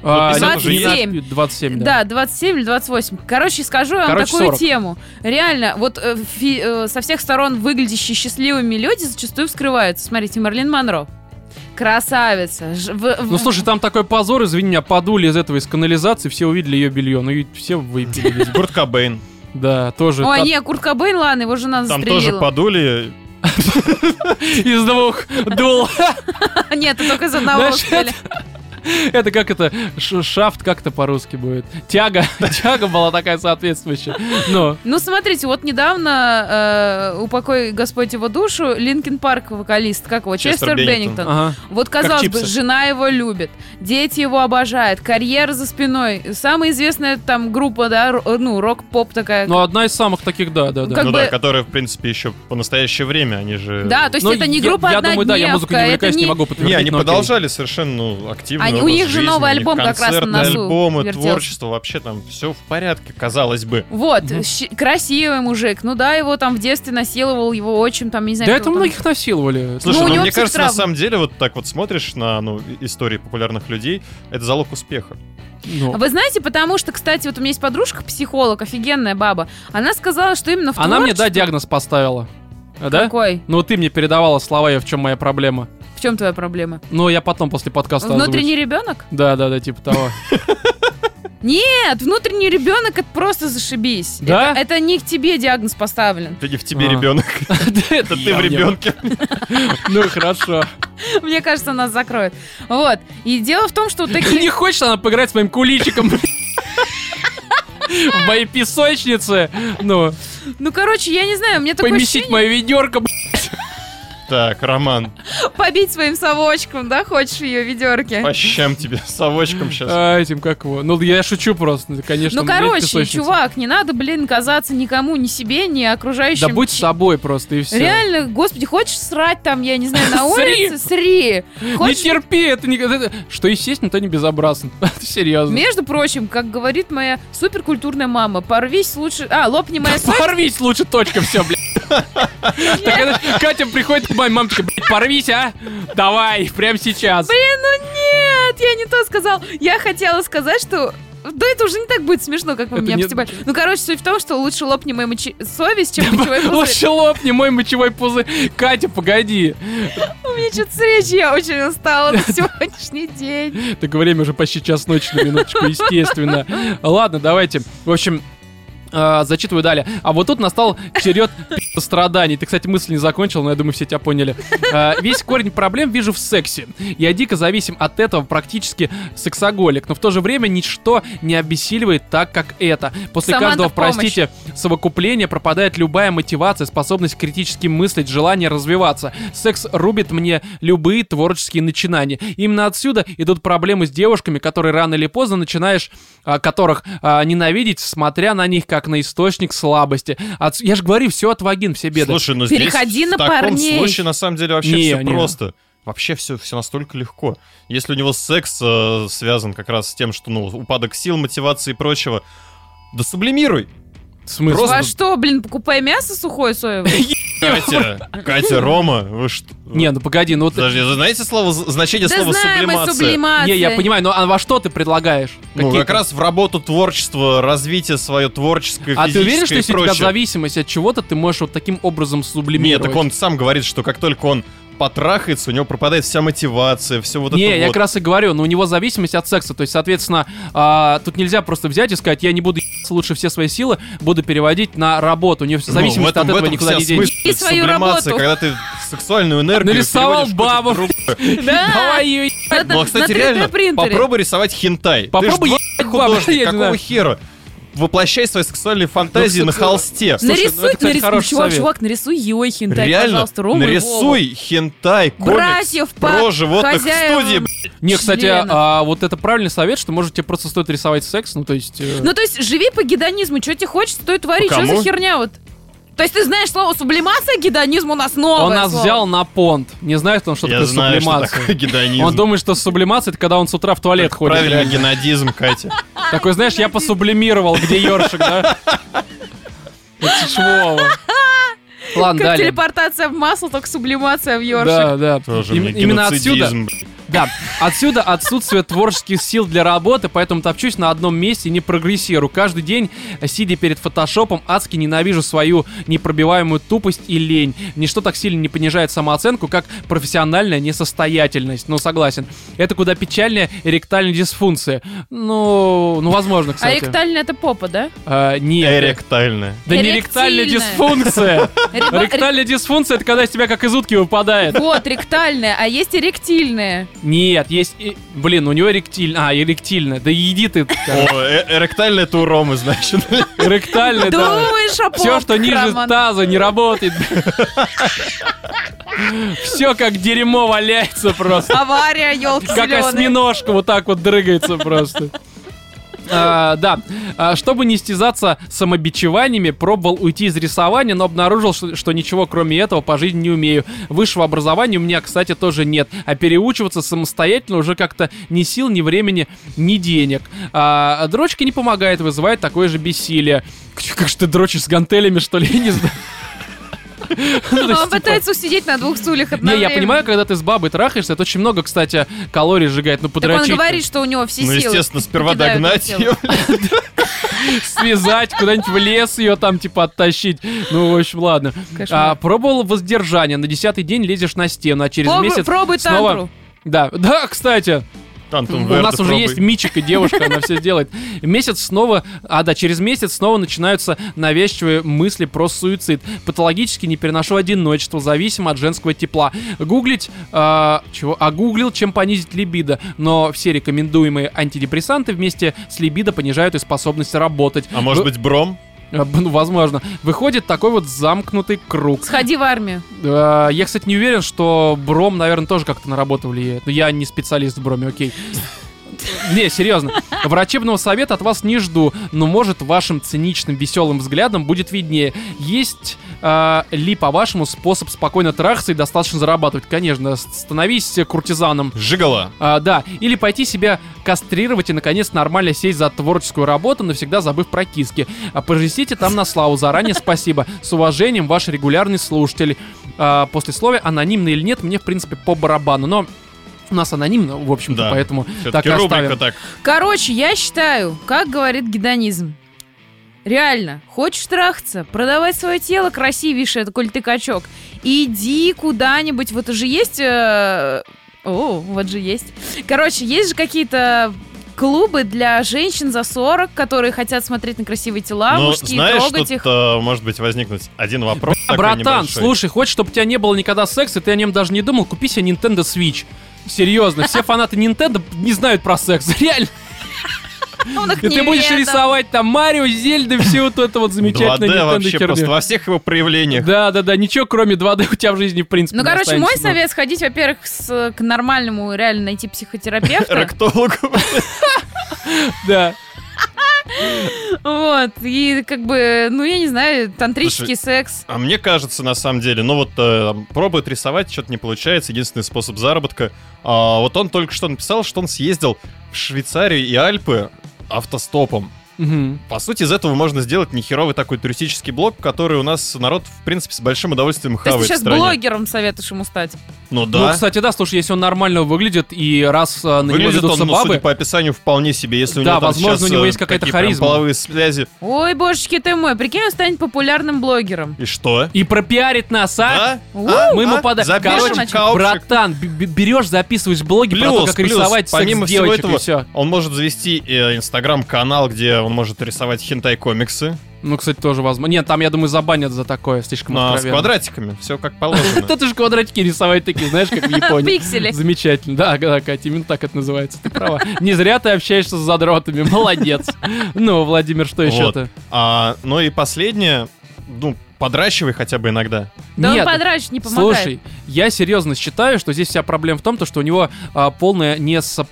Speaker 1: А, нет,
Speaker 3: 27.
Speaker 1: не на- 27, да.
Speaker 3: Э, Да, 27 или 28. Короче, скажу я вам
Speaker 1: Короче,
Speaker 3: такую
Speaker 1: 40.
Speaker 3: тему. Реально, вот э, фи- э, со всех сторон выглядящие счастливыми люди зачастую вскрываются. Смотрите, Марлин Монро. Красавица. Ж- в- в-
Speaker 1: Ну слушай, там такой позор, извини меня, подули из этого, из канализации, все увидели ее белье, ну и все выпили.
Speaker 2: Курт Кобейн.
Speaker 1: Да, тоже.
Speaker 3: Ой,
Speaker 1: та-
Speaker 3: не, Курт Кобейн, ладно, его жена
Speaker 2: Там
Speaker 3: застрелила.
Speaker 2: тоже подули.
Speaker 1: Из двух дул.
Speaker 3: Нет, это только из одного
Speaker 1: Знаешь,
Speaker 3: успели.
Speaker 1: Это как это, ш- шафт как-то по-русски будет. Тяга, тяга была такая соответствующая. Ну,
Speaker 3: Ну, смотрите, вот недавно э, «Упокой Господь его душу» Линкин Парк, вокалист, как его,
Speaker 2: Честер
Speaker 3: Честер,
Speaker 2: Беннингтон.
Speaker 3: Беннингтон.
Speaker 1: ага.
Speaker 3: Вот, казалось бы,
Speaker 2: чипсы.
Speaker 3: жена его любит, дети его обожают, карьера за спиной. Самая известная там группа, да, ро- ну, рок-поп такая.
Speaker 1: Ну, одна из самых таких, да, да, да.
Speaker 3: Как
Speaker 2: ну
Speaker 3: бы-
Speaker 2: да, которые, в принципе, еще по настоящее время, они же...
Speaker 3: да, то есть
Speaker 1: Ну,
Speaker 3: это не
Speaker 1: я-
Speaker 3: группа
Speaker 1: Я
Speaker 3: одна
Speaker 1: думаю, да, я музыку не увлекаюсь, не могу подтвердить.
Speaker 2: Не, они
Speaker 1: но окей.
Speaker 2: продолжали совершенно ну, активно.
Speaker 3: Они- у них же новый альбом как раз на носу
Speaker 2: альбомы,
Speaker 3: вертелся.
Speaker 2: творчество, вообще там все в порядке, казалось бы.
Speaker 3: Вот,
Speaker 1: Мгм.
Speaker 3: щ- красивый мужик. Ну да, его там в детстве насиловал его отчим, там, я не знаю,
Speaker 1: Да
Speaker 3: кто
Speaker 1: это
Speaker 3: там.
Speaker 1: многих насиловали.
Speaker 2: Слушай,
Speaker 3: Ну, у
Speaker 2: ну,
Speaker 3: него
Speaker 2: мне кажется, на
Speaker 3: психотравма.
Speaker 2: самом деле, вот так вот смотришь на ну, и- истории популярных людей, это залог успеха.
Speaker 1: Ну.
Speaker 3: а Вы знаете, потому что, кстати, вот у меня есть подружка, психолог, офигенная баба. Она сказала, что именно в
Speaker 1: Она мне, да,
Speaker 3: творчестве-
Speaker 1: диагноз поставила. А, Да?
Speaker 3: Какой?
Speaker 1: Ну, ты мне передавала слова, я в чем моя проблема.
Speaker 3: В чем твоя проблема?
Speaker 1: Но я потом после подкаста
Speaker 3: Внутренний
Speaker 1: озвучу.
Speaker 3: ребенок?
Speaker 1: Да, да, да, типа того.
Speaker 3: Нет, внутренний ребенок это просто зашибись.
Speaker 1: Да?
Speaker 3: Это, это не к тебе диагноз поставлен.
Speaker 2: Это не в тебе
Speaker 1: А.
Speaker 2: ребенок,
Speaker 1: Это
Speaker 2: это ты в ребенке.
Speaker 1: Ну, хорошо.
Speaker 3: Мне кажется, нас закроют. Вот. И дело в том, что вот такие...
Speaker 1: Не хочет она поиграть с моим куличиком? В моей песочнице, ну,
Speaker 3: Ну, короче, я не знаю, мне такое
Speaker 1: поместить
Speaker 3: ощущение...
Speaker 1: мое ведерко,
Speaker 2: Так, Роман,
Speaker 3: Побить своим совочком, да, хочешь ее
Speaker 1: Э,
Speaker 3: ведерки?
Speaker 2: по щам тебе, совочком сейчас.
Speaker 1: А, этим как его. Ну, я шучу просто, конечно.
Speaker 3: Ну,
Speaker 1: блядь,
Speaker 3: короче,
Speaker 1: песочница.
Speaker 3: чувак, не надо, блин, казаться никому, ни себе, ни окружающим.
Speaker 1: Да будь
Speaker 3: Ч-
Speaker 1: собой просто и все.
Speaker 3: Реально, господи, хочешь срать там, я не знаю, на
Speaker 1: Сри.
Speaker 3: улице? Сри.
Speaker 1: Не
Speaker 3: Хочешь...
Speaker 1: терпи, это не... это- Что естественно, то не безобразно. Это серьезно.
Speaker 3: Между прочим, как говорит моя суперкультурная мама, порвись лучше... А, лопни моя совесть.
Speaker 1: Порвись лучше, точка, все, блядь. Так это Катя приходит к моей мамке, блядь, порвись, а? Давай, прямо сейчас.
Speaker 3: Блин, ну нет, я не то сказал. Я хотела сказать, что... Да это уже не так будет смешно, как вы
Speaker 1: Это
Speaker 3: меня
Speaker 1: не-
Speaker 3: обстебали. Ну, короче, суть в том, что лучше лопни моему чи- совесть, чем мочевой пузырь.
Speaker 1: Лучше лопни мой мочевой пузырь. Катя, погоди.
Speaker 3: У меня что-то с речью я очень устала на сегодняшний день.
Speaker 1: Так время уже почти час ночи на минуточку, естественно. Ладно, давайте. В общем, а, зачитываю далее. А вот тут настал черед страданий. Ты, кстати, мысль не закончил, но я думаю, все тебя поняли. А, весь корень проблем вижу в сексе. Я дико зависим от этого, практически сексоголик. Но в то же время ничто не обессиливает так, как это. После
Speaker 3: Саманта,
Speaker 1: каждого,
Speaker 3: в помощь.
Speaker 1: простите, совокупления пропадает любая мотивация, способность критически мыслить, желание развиваться. Секс рубит мне любые творческие начинания. Именно отсюда идут проблемы с девушками, которые рано или поздно начинаешь, а, которых а, ненавидеть, смотря на них как на источник слабости. Отс- Я же говорю, все от вагин, все беды.
Speaker 2: Слушай, ну
Speaker 3: Переходи
Speaker 2: здесь
Speaker 3: на
Speaker 2: в таком
Speaker 3: парней.
Speaker 2: случае на самом деле вообще
Speaker 1: Не,
Speaker 2: все
Speaker 1: не.
Speaker 2: просто. Вообще все, все настолько легко. Если у него секс э, связан как раз с тем, что ну упадок сил, мотивации и прочего, да сублимируй.
Speaker 1: В смысле?
Speaker 2: Просто-
Speaker 3: А что, блин, покупай мясо сухое соевое?
Speaker 2: Катя, Катя, Рома, вы что?
Speaker 1: Не, ну погоди, ну ты...
Speaker 2: Подожди, вы знаете слово, значение
Speaker 3: Да
Speaker 2: слова
Speaker 3: знаем мы
Speaker 2: сублимация?
Speaker 3: сублимация.
Speaker 1: Не, я понимаю, но а во что ты предлагаешь?
Speaker 2: Ну,
Speaker 1: Какие
Speaker 2: как
Speaker 1: ты-
Speaker 2: раз в работу творчество, развитие свое творческое,
Speaker 1: А ты уверен,
Speaker 2: физическое
Speaker 1: что
Speaker 2: и
Speaker 1: если у тебя
Speaker 2: прочее?
Speaker 1: зависимость от чего-то, ты можешь вот таким образом
Speaker 2: Нет,
Speaker 1: сублимировать?
Speaker 2: так он сам говорит, что как только он потрахается, у него пропадает вся мотивация, все вот
Speaker 1: не,
Speaker 2: это
Speaker 1: я
Speaker 2: вот.
Speaker 1: как раз и говорю, но у него зависимость от секса, то есть, соответственно, а, тут нельзя просто взять и сказать, я не буду ебаться, лучше все свои силы буду переводить на работу, у него
Speaker 2: Ну,
Speaker 1: зависимость
Speaker 2: в этом,
Speaker 1: от этого
Speaker 2: в этом
Speaker 1: никуда
Speaker 2: вся
Speaker 1: не денется.
Speaker 2: смысл
Speaker 3: свою
Speaker 2: сублимации,
Speaker 3: работу.
Speaker 2: когда ты сексуальную энергию
Speaker 1: Нарисовал
Speaker 2: переводишь в что-то
Speaker 1: бабу.
Speaker 2: другое.
Speaker 3: Да,
Speaker 1: Давай ее ебать.
Speaker 3: надо
Speaker 2: Ну, а, кстати,
Speaker 3: на 3D
Speaker 2: реально,
Speaker 3: принтере.
Speaker 2: попробуй рисовать хентай. Ты ж
Speaker 1: Попробуй
Speaker 2: два
Speaker 1: ебать бабу,
Speaker 2: художник,
Speaker 1: я не
Speaker 2: какого
Speaker 1: знаю.
Speaker 2: хера? Воплощай свои сексуальные фантазии
Speaker 1: Ну,
Speaker 2: на
Speaker 1: кстати,
Speaker 2: холсте.
Speaker 1: Слушай, ну
Speaker 3: нарисуй,
Speaker 1: это, кстати,
Speaker 3: нарисуй,
Speaker 1: хороший
Speaker 3: чувак,
Speaker 1: совет.
Speaker 3: чувак, нарисуй ее хентай,
Speaker 2: Реально,
Speaker 3: пожалуйста, Рома и Вову.
Speaker 2: нарисуй хентай, комикс
Speaker 3: Братьев по
Speaker 2: про животных в
Speaker 3: хозяевам.
Speaker 2: студии,
Speaker 1: Не, кстати,
Speaker 3: членов.
Speaker 1: а, вот это правильный совет, что может тебе просто стоит рисовать секс, ну то есть... э,
Speaker 3: Ну, то есть, живи по гедонизму, что тебе хочется, то и твори,
Speaker 2: По
Speaker 3: что
Speaker 2: кому?
Speaker 3: за херня вот. То есть, ты знаешь слово сублимация, гедонизм у нас новое
Speaker 1: он нас
Speaker 3: слово.
Speaker 1: взял на понт. Не знает он, что
Speaker 2: Я
Speaker 1: такое
Speaker 2: знаю, что
Speaker 1: сублимация.
Speaker 2: такое гедонизм.
Speaker 1: Он думает, что сублимация это когда он с утра в туалет ходит.
Speaker 2: Правильно,
Speaker 1: блядь.
Speaker 2: генадизм, Катя.
Speaker 1: Такой, знаешь, я посублимировал, где ёршик, да? Это чего? Ладно,
Speaker 3: Как
Speaker 1: далее.
Speaker 3: телепортация в масло, только сублимация в ёршик.
Speaker 1: Да, да.
Speaker 2: Тоже
Speaker 1: Им-
Speaker 2: мне
Speaker 1: Именно отсюда.
Speaker 2: геноцидизм.
Speaker 1: Да, отсюда отсутствие творческих сил для работы, поэтому топчусь на одном месте и не прогрессирую. Каждый день, э, сидя перед фотошопом, адски ненавижу свою непробиваемую тупость и лень. Ничто так сильно не понижает самооценку, как профессиональная несостоятельность. Ну, согласен. Это куда печальнее эректальная дисфункция. Ну, ну возможно,
Speaker 3: А
Speaker 1: кстати.
Speaker 3: ректальная это попа, да?
Speaker 1: А, нет.
Speaker 2: Эректальная.
Speaker 1: Да не ректальная
Speaker 3: Эректильная.
Speaker 1: дисфункция.
Speaker 3: Ре-
Speaker 1: Ректальная дисфункция это когда из тебя как из утки выпадает.
Speaker 3: Вот, ректальная, а есть эректильная.
Speaker 1: Нет, есть... и- Блин, у него эректильная. А, эректильная. Да иди ты.
Speaker 2: О, э- эректальная это у Ромы, ну, значит.
Speaker 1: Эректальная, да.
Speaker 3: Думаешь о
Speaker 1: Все, что
Speaker 3: попках,
Speaker 1: ниже
Speaker 3: Роман?
Speaker 1: таза, не работает. Все как дерьмо валяется просто.
Speaker 3: Авария, елки
Speaker 1: Как
Speaker 3: зеленые.
Speaker 1: осьминожка вот так вот дрыгается просто. А, да, А, чтобы не стязаться самобичеваниями, пробовал уйти из рисования, но обнаружил, что, что ничего кроме этого по жизни не умею. Высшего образования у меня, кстати, тоже нет, а переучиваться самостоятельно уже как-то ни сил, ни времени, ни денег. А, дрочка не помогает, вызывает такое же бессилие. Как же ты дрочишь с гантелями, что ли, я не знаю. Ну, то есть, типа-
Speaker 3: Он пытается усидеть на двух стульях
Speaker 1: не, я
Speaker 3: одновременно.
Speaker 1: понимаю, когда ты с бабой трахаешься, это очень много, кстати, калорий сжигает. Ну,
Speaker 3: Так он
Speaker 1: подрочить,
Speaker 3: говорит, что у него все
Speaker 2: Ну,
Speaker 3: силы.
Speaker 2: естественно, сперва
Speaker 3: покидают
Speaker 2: догнать
Speaker 3: тело.
Speaker 2: ее.
Speaker 1: связать, куда-нибудь в лес ее там, типа, оттащить. Ну, в общем, ладно.
Speaker 3: Кошмар.
Speaker 1: А, пробовал воздержание. На десятый день лезешь на стену, а через
Speaker 3: Пробуй-
Speaker 1: месяц
Speaker 3: Пробуй
Speaker 1: снова...
Speaker 3: тантру.
Speaker 1: Да, да, кстати,
Speaker 2: Антон
Speaker 1: у
Speaker 2: Верде
Speaker 1: нас уже
Speaker 2: пробуй.
Speaker 1: есть Мичик и девушка, она все сделает. Месяц снова, а да, через месяц снова начинаются навязчивые мысли про суицид. Патологически не переношу одиночество, зависим от женского тепла. Гуглить, э, чего? А гуглил, чем понизить либидо. Но все рекомендуемые антидепрессанты вместе с либидо понижают и способность работать.
Speaker 2: А может быть, Бром?
Speaker 1: Э, б- Ну, возможно. Выходит такой вот замкнутый круг.
Speaker 3: Сходи в армию.
Speaker 1: Э, Я, кстати, не уверен, что Бром, наверное, тоже как-то на работу влияет. Но я не специалист в Броме, окей. Не, серьезно. Врачебного совета от вас не жду, но, может, вашим циничным, веселым взглядом будет виднее. Есть э, ли, по-вашему, способ спокойно трахаться и достаточно зарабатывать? Конечно, с- становись э, куртизаном.
Speaker 2: Жигала.
Speaker 1: А, да, или пойти себя кастрировать и, наконец, нормально сесть за творческую работу, навсегда забыв про киски. А пожесите там на славу. Заранее спасибо. С уважением, ваш регулярный слушатель. А, послесловие, анонимно или нет, мне, в принципе, по барабану. Но у нас анонимно, в общем-то,
Speaker 2: Да.
Speaker 1: поэтому так
Speaker 2: Все-таки
Speaker 1: и
Speaker 2: рубрика
Speaker 1: оставим.
Speaker 2: так.
Speaker 3: Короче, я считаю, как говорит гедонизм. Реально, хочешь трахаться, продавать свое тело красивейшее, это, коль ты качок. Иди куда-нибудь. Вот же есть... э, О, вот же есть. Короче, есть же какие-то клубы для женщин за 40, которые хотят смотреть на красивые
Speaker 1: А
Speaker 3: тела,
Speaker 2: Но
Speaker 3: мужские,
Speaker 2: Ну, знаешь,
Speaker 3: трогать их.
Speaker 2: тут э, может быть возникнуть один вопрос.
Speaker 1: А,
Speaker 2: такой
Speaker 1: братан,
Speaker 2: небольшой.
Speaker 1: слушай, хочешь, чтобы у тебя не было никогда секса, и ты о нем даже не думал, купи себе Nintendo Switch. Серьезно, все фанаты Nintendo не знают про секс, реально.
Speaker 3: Он их
Speaker 1: И ты
Speaker 3: не
Speaker 1: будешь
Speaker 3: ведает.
Speaker 1: рисовать там Марио, Зельды, все вот это вот
Speaker 2: 2D
Speaker 1: замечательное Nintendo
Speaker 2: Ну, а вообще
Speaker 1: херню.
Speaker 2: просто во всех его проявлениях.
Speaker 1: Да, да, да, ничего кроме 2D у тебя в жизни, в принципе,
Speaker 3: Ну,
Speaker 1: не
Speaker 3: короче, мой
Speaker 1: останется, ну.
Speaker 3: совет сходить, во-первых, с- к нормальному, реально найти психотерапевта.
Speaker 2: Ректологу.
Speaker 1: Да.
Speaker 3: Вот, и как бы, ну, я не знаю, тантрический
Speaker 2: Слушай,
Speaker 3: секс.
Speaker 2: А мне кажется, на самом деле, ну вот э, пробует рисовать, что-то не получается, единственный способ заработка. А, вот он только что написал, что он съездил в Швейцарию и Альпы автостопом.
Speaker 1: Мгм.
Speaker 2: По сути, из этого можно сделать нехеровый такой туристический блог, который у нас народ, в принципе, с большим удовольствием
Speaker 3: То есть
Speaker 2: хавает
Speaker 3: ты
Speaker 2: в
Speaker 3: сейчас
Speaker 2: стране.
Speaker 3: блогером советуешь ему стать.
Speaker 2: Ну
Speaker 1: Ну,
Speaker 2: да.
Speaker 1: кстати, да, слушай, если он нормально выглядит, и раз э, на него
Speaker 2: Выглядит он,
Speaker 1: ведутся
Speaker 2: ну, судя
Speaker 1: бабы,
Speaker 2: по описанию, вполне себе, если у
Speaker 1: Да,
Speaker 2: него там
Speaker 1: возможно,
Speaker 2: сейчас,
Speaker 1: у него
Speaker 2: э,
Speaker 1: есть какая-то
Speaker 2: такие прям
Speaker 1: харизма.
Speaker 2: половые связи.
Speaker 3: Ой, божечки ты мой, прикинь, он станет популярным блогером.
Speaker 2: И что?
Speaker 1: и пропиарит нас, а?
Speaker 2: А?
Speaker 3: У,
Speaker 2: А?
Speaker 1: Мы ему
Speaker 2: А?
Speaker 1: пода-
Speaker 2: Запишем
Speaker 1: Короче,
Speaker 3: значит,
Speaker 2: каупчик.
Speaker 1: Братан, б- б- берешь, записываешь блоги про то,
Speaker 2: Плюс,
Speaker 1: как
Speaker 2: плюс,
Speaker 1: рисовать
Speaker 2: помимо
Speaker 1: секс
Speaker 2: всего
Speaker 1: девочек
Speaker 2: этого-
Speaker 1: и все.
Speaker 2: Он может завести э, инстаграм-канал, где он может рисовать хентай-комиксы
Speaker 1: Ну, кстати, тоже возможно. Нет, там, я думаю, забанят за такое, слишком
Speaker 2: на- с
Speaker 1: откровенно.
Speaker 2: квадратиками. Все как положено.
Speaker 1: Это же квадратики рисовать такие, знаешь, как в Японии.
Speaker 3: Пиксели.
Speaker 1: Замечательно. Да, да, Катя, именно так это называется. Ты права. Не зря ты общаешься с задротами. Молодец. Ну, Владимир, что
Speaker 2: Вот.
Speaker 1: еще-то?
Speaker 2: А, ну и последнее, ну, подращивай хотя бы иногда.
Speaker 3: Да он
Speaker 1: Нет,
Speaker 3: подрачь не помогает.
Speaker 1: Слушай, я серьезно считаю, что здесь вся проблема в том, то, что у него а, полная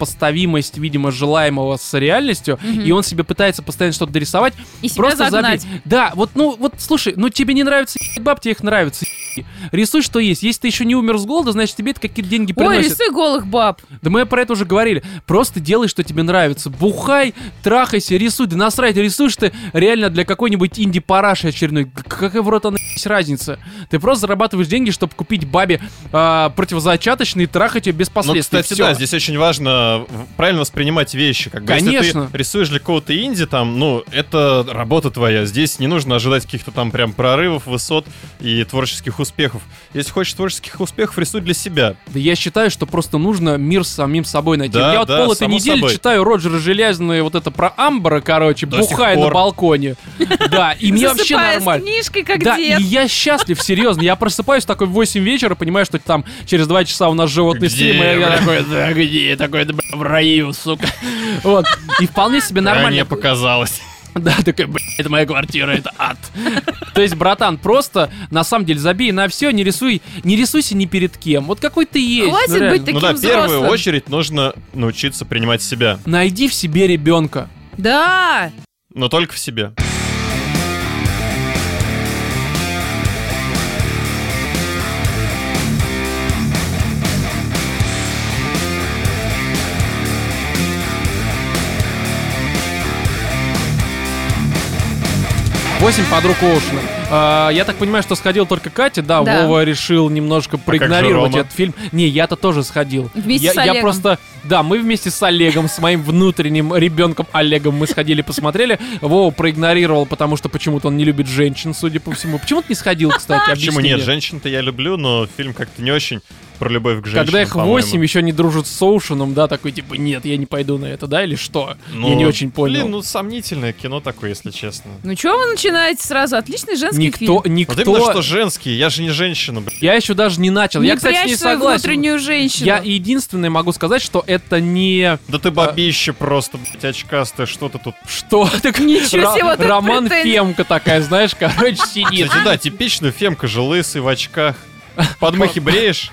Speaker 1: несопоставимость, видимо, желаемого с реальностью,
Speaker 3: Мгм.
Speaker 1: и он себе пытается постоянно что-то дорисовать.
Speaker 3: и себя
Speaker 1: просто
Speaker 3: загнать.
Speaker 1: забить. Да, вот, ну, вот, слушай, ну тебе не нравится баб, тебе их нравится. Рисуй, что есть. Если ты еще не умер с голода, значит, тебе это какие-то деньги
Speaker 3: Ой,
Speaker 1: приносят.
Speaker 3: рисуй голых баб.
Speaker 1: Да мы про это уже говорили. Просто делай, что тебе нравится. Бухай, трахайся, рисуй. Да насрать, рисуешь ты реально для какой-нибудь инди-параши очередной. К- Какая в рот она есть разница? Ты просто зарабатываешь деньги, чтобы купить бабе а, противозачаточные и трахать ее без
Speaker 2: Ну,
Speaker 1: последствий.
Speaker 2: кстати,
Speaker 1: Всё.
Speaker 2: да, здесь очень важно в- правильно воспринимать вещи. Как бы,
Speaker 1: Конечно.
Speaker 2: Если ты рисуешь для кого-то инди, там, ну, это работа твоя. Здесь не нужно ожидать каких-то там прям прорывов, высот и творческих успехов. Если хочешь творческих успехов, рисуй для себя.
Speaker 1: Да я считаю, что просто нужно мир с самим собой найти.
Speaker 2: Да,
Speaker 1: я вот
Speaker 2: да,
Speaker 1: пол этой
Speaker 2: само
Speaker 1: недели
Speaker 2: собой.
Speaker 1: читаю Роджера Желязина и вот это про Амбара, короче,
Speaker 2: До сих
Speaker 1: бухая на
Speaker 2: пор.
Speaker 1: балконе. Да, и мне вообще
Speaker 3: Засыпая
Speaker 1: нормально.
Speaker 3: с книжкой, как
Speaker 1: да,
Speaker 3: дед.
Speaker 1: и я счастлив, серьезно. Я просыпаюсь такой в 8 вечера, понимаю, что там через 2 часа у нас животный
Speaker 2: Где,
Speaker 1: стрим, и я
Speaker 2: бля?
Speaker 1: такой, да где? Я такой, да, бля, в раю, сука. Вот. И вполне себе
Speaker 2: Ранее
Speaker 1: нормально.
Speaker 2: показалось.
Speaker 1: Да, такой, бля, это моя квартира, это ад. То есть, братан, просто, на самом деле, забей на все, не рисуй, не рисуйся ни перед кем. Вот какой ты есть. ну,
Speaker 3: Хватит быть
Speaker 1: реально.
Speaker 3: таким
Speaker 2: ну да, в первую
Speaker 3: взрослым.
Speaker 2: очередь нужно научиться принимать себя.
Speaker 1: Найди в себе ребенка.
Speaker 3: Да.
Speaker 2: Но только в себе.
Speaker 1: Восемь подруг Оушена. А, я так понимаю, что сходил только Катя, да,
Speaker 3: Да.
Speaker 1: Вова решил немножко
Speaker 2: А как же
Speaker 1: проигнорировать
Speaker 2: Рома?
Speaker 1: этот фильм. Не, я-то тоже сходил.
Speaker 3: Вместе
Speaker 1: я,
Speaker 3: с
Speaker 1: я
Speaker 3: Олегом.
Speaker 1: просто, да, мы вместе с Олегом, с моим внутренним ребенком Олегом мы сходили, посмотрели. Вова проигнорировал, потому что почему-то он не любит женщин, судя по всему. Почему ты не сходил, кстати?
Speaker 2: Почему
Speaker 1: объясни
Speaker 2: нет?
Speaker 1: мне.
Speaker 2: Женщин-то я люблю, но фильм как-то не очень про любовь к женщинам.
Speaker 1: Когда их
Speaker 2: по-моему.
Speaker 1: восемь еще не дружат с Оушеном, да, такой типа, нет, я не пойду на это, да, или что?
Speaker 2: Ну,
Speaker 1: я не очень понял.
Speaker 2: Блин, ну сомнительное кино такое, если честно.
Speaker 3: Ну чего вы начинаете сразу? Отличный женский
Speaker 1: никто,
Speaker 3: фильм.
Speaker 1: никто,
Speaker 2: Вот именно что женские, я же не женщина, блин.
Speaker 1: я еще даже не начал.
Speaker 3: Не
Speaker 1: я, кстати,
Speaker 3: прячь
Speaker 1: не
Speaker 3: свою
Speaker 1: согласен.
Speaker 3: внутреннюю женщину.
Speaker 1: Я единственное могу сказать, что это не...
Speaker 2: Да ты бабище просто, блядь, очкастая, что ты тут...
Speaker 1: Что? Так
Speaker 3: Ничего себе, вот это
Speaker 1: Роман
Speaker 3: претензии.
Speaker 1: Фемка такая, знаешь, короче, сидит
Speaker 2: Кстати, да, типично, Фемка же лысый, в очках. Подмыхи бреешь?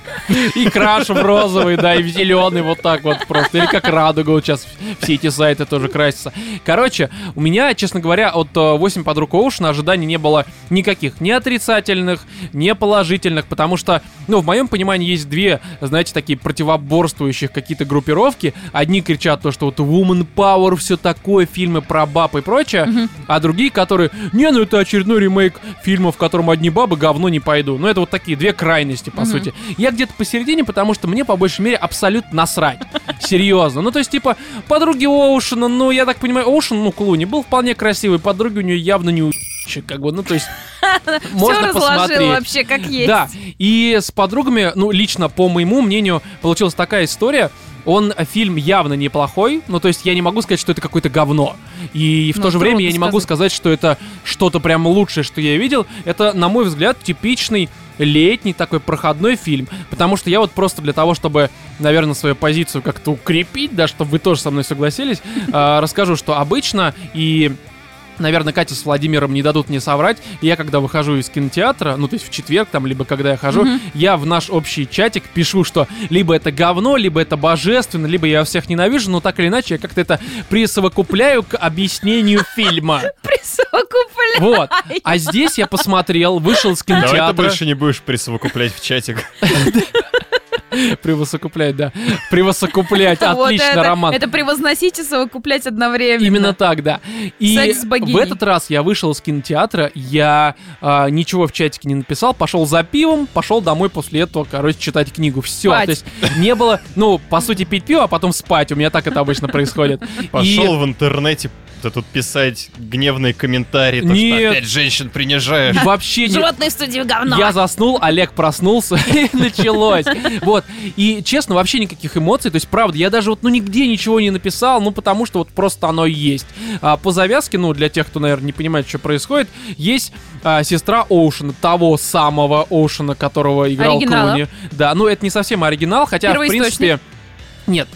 Speaker 1: и крашем розовый, да, и в зеленый вот так вот просто. Или как радуга вот сейчас все эти сайты тоже красятся. Короче, у меня, честно говоря, от 8 подруг Оушена ожиданий не было никаких. Ни отрицательных, ни положительных, потому что, ну, в моем понимании есть две, знаете, такие противоборствующих какие-то группировки. Одни кричат то, что вот woman power, все такое, фильмы про баб и прочее, а другие, которые, не, ну это очередной ремейк фильма, в котором одни бабы, говно не пойду. Ну это вот такие две крайности, по
Speaker 3: Мгм.
Speaker 1: сути. Я где-то посередине, потому что мне, по большей мере, абсолютно насрать. Серьезно. Ну, то есть, типа, подруги Оушена, ну, я так понимаю, Оушен, ну, Клуни был вполне красивый, подруги у нее явно не уебищик, как бы, ну, то есть, можно
Speaker 3: Все разложил
Speaker 1: посмотреть.
Speaker 3: вообще, как есть.
Speaker 1: Да, и с подругами, ну, лично, по моему мнению, получилась такая история. Он э, фильм явно неплохой, ну то есть я не могу сказать, что это какое-то говно. И в
Speaker 3: Ну,
Speaker 1: то же время
Speaker 3: трудно
Speaker 1: я не могу сказать, что это что-то прям лучшее, что я видел. Это, на мой взгляд, типичный летний такой проходной фильм. Потому что я вот просто для того, чтобы, наверное, свою позицию как-то укрепить, да, чтобы вы тоже со мной согласились, э, расскажу, что обычно и Наверное, Катя с Владимиром не дадут мне соврать. Я, когда выхожу из кинотеатра, ну, то есть в четверг там, либо когда я хожу, я в наш общий чатик пишу, что либо это говно, либо это божественно, либо я всех ненавижу, но так или иначе я как-то это присовокупляю к объяснению фильма.
Speaker 3: Присовокупляй.
Speaker 1: Вот. А здесь я посмотрел, вышел из
Speaker 2: Давай ты
Speaker 1: кинотеатра.
Speaker 2: больше не будешь присовокуплять в чатик.
Speaker 1: Превосокуплять, да. Превосокуплять.
Speaker 3: Вот
Speaker 1: Отлично,
Speaker 3: это,
Speaker 1: Роман.
Speaker 3: Это превозносить и совокуплять одновременно.
Speaker 1: Именно так, да. И
Speaker 3: Секс с богиней.
Speaker 1: в этот раз я вышел из кинотеатра, я а, ничего в чатике не написал, пошел за пивом, пошел домой после этого, короче, читать книгу. Все.
Speaker 3: Спать.
Speaker 1: То есть не было, ну, по сути, пить пиво, а потом спать. У меня так это обычно происходит. И-
Speaker 2: Пошел в интернете да тут писать гневные комментарии, то, что
Speaker 1: Нет.
Speaker 2: опять женщин принижаешь.
Speaker 1: Вообще не,
Speaker 3: Животные в студии говно.
Speaker 1: Я заснул, Олег проснулся, и началось. Вот. И, честно, вообще никаких эмоций. То есть, правда, я даже вот, ну, нигде ничего не написал, ну, потому что вот просто оно и есть. А, по завязке, ну, для тех, кто, наверное, не понимает, что происходит, есть а, сестра Оушена, того самого Оушена, которого играл
Speaker 3: Оригинала.
Speaker 1: Клуни. Да, ну, это не совсем оригинал, хотя, в
Speaker 3: Первоисточник.
Speaker 1: принципе... Нет.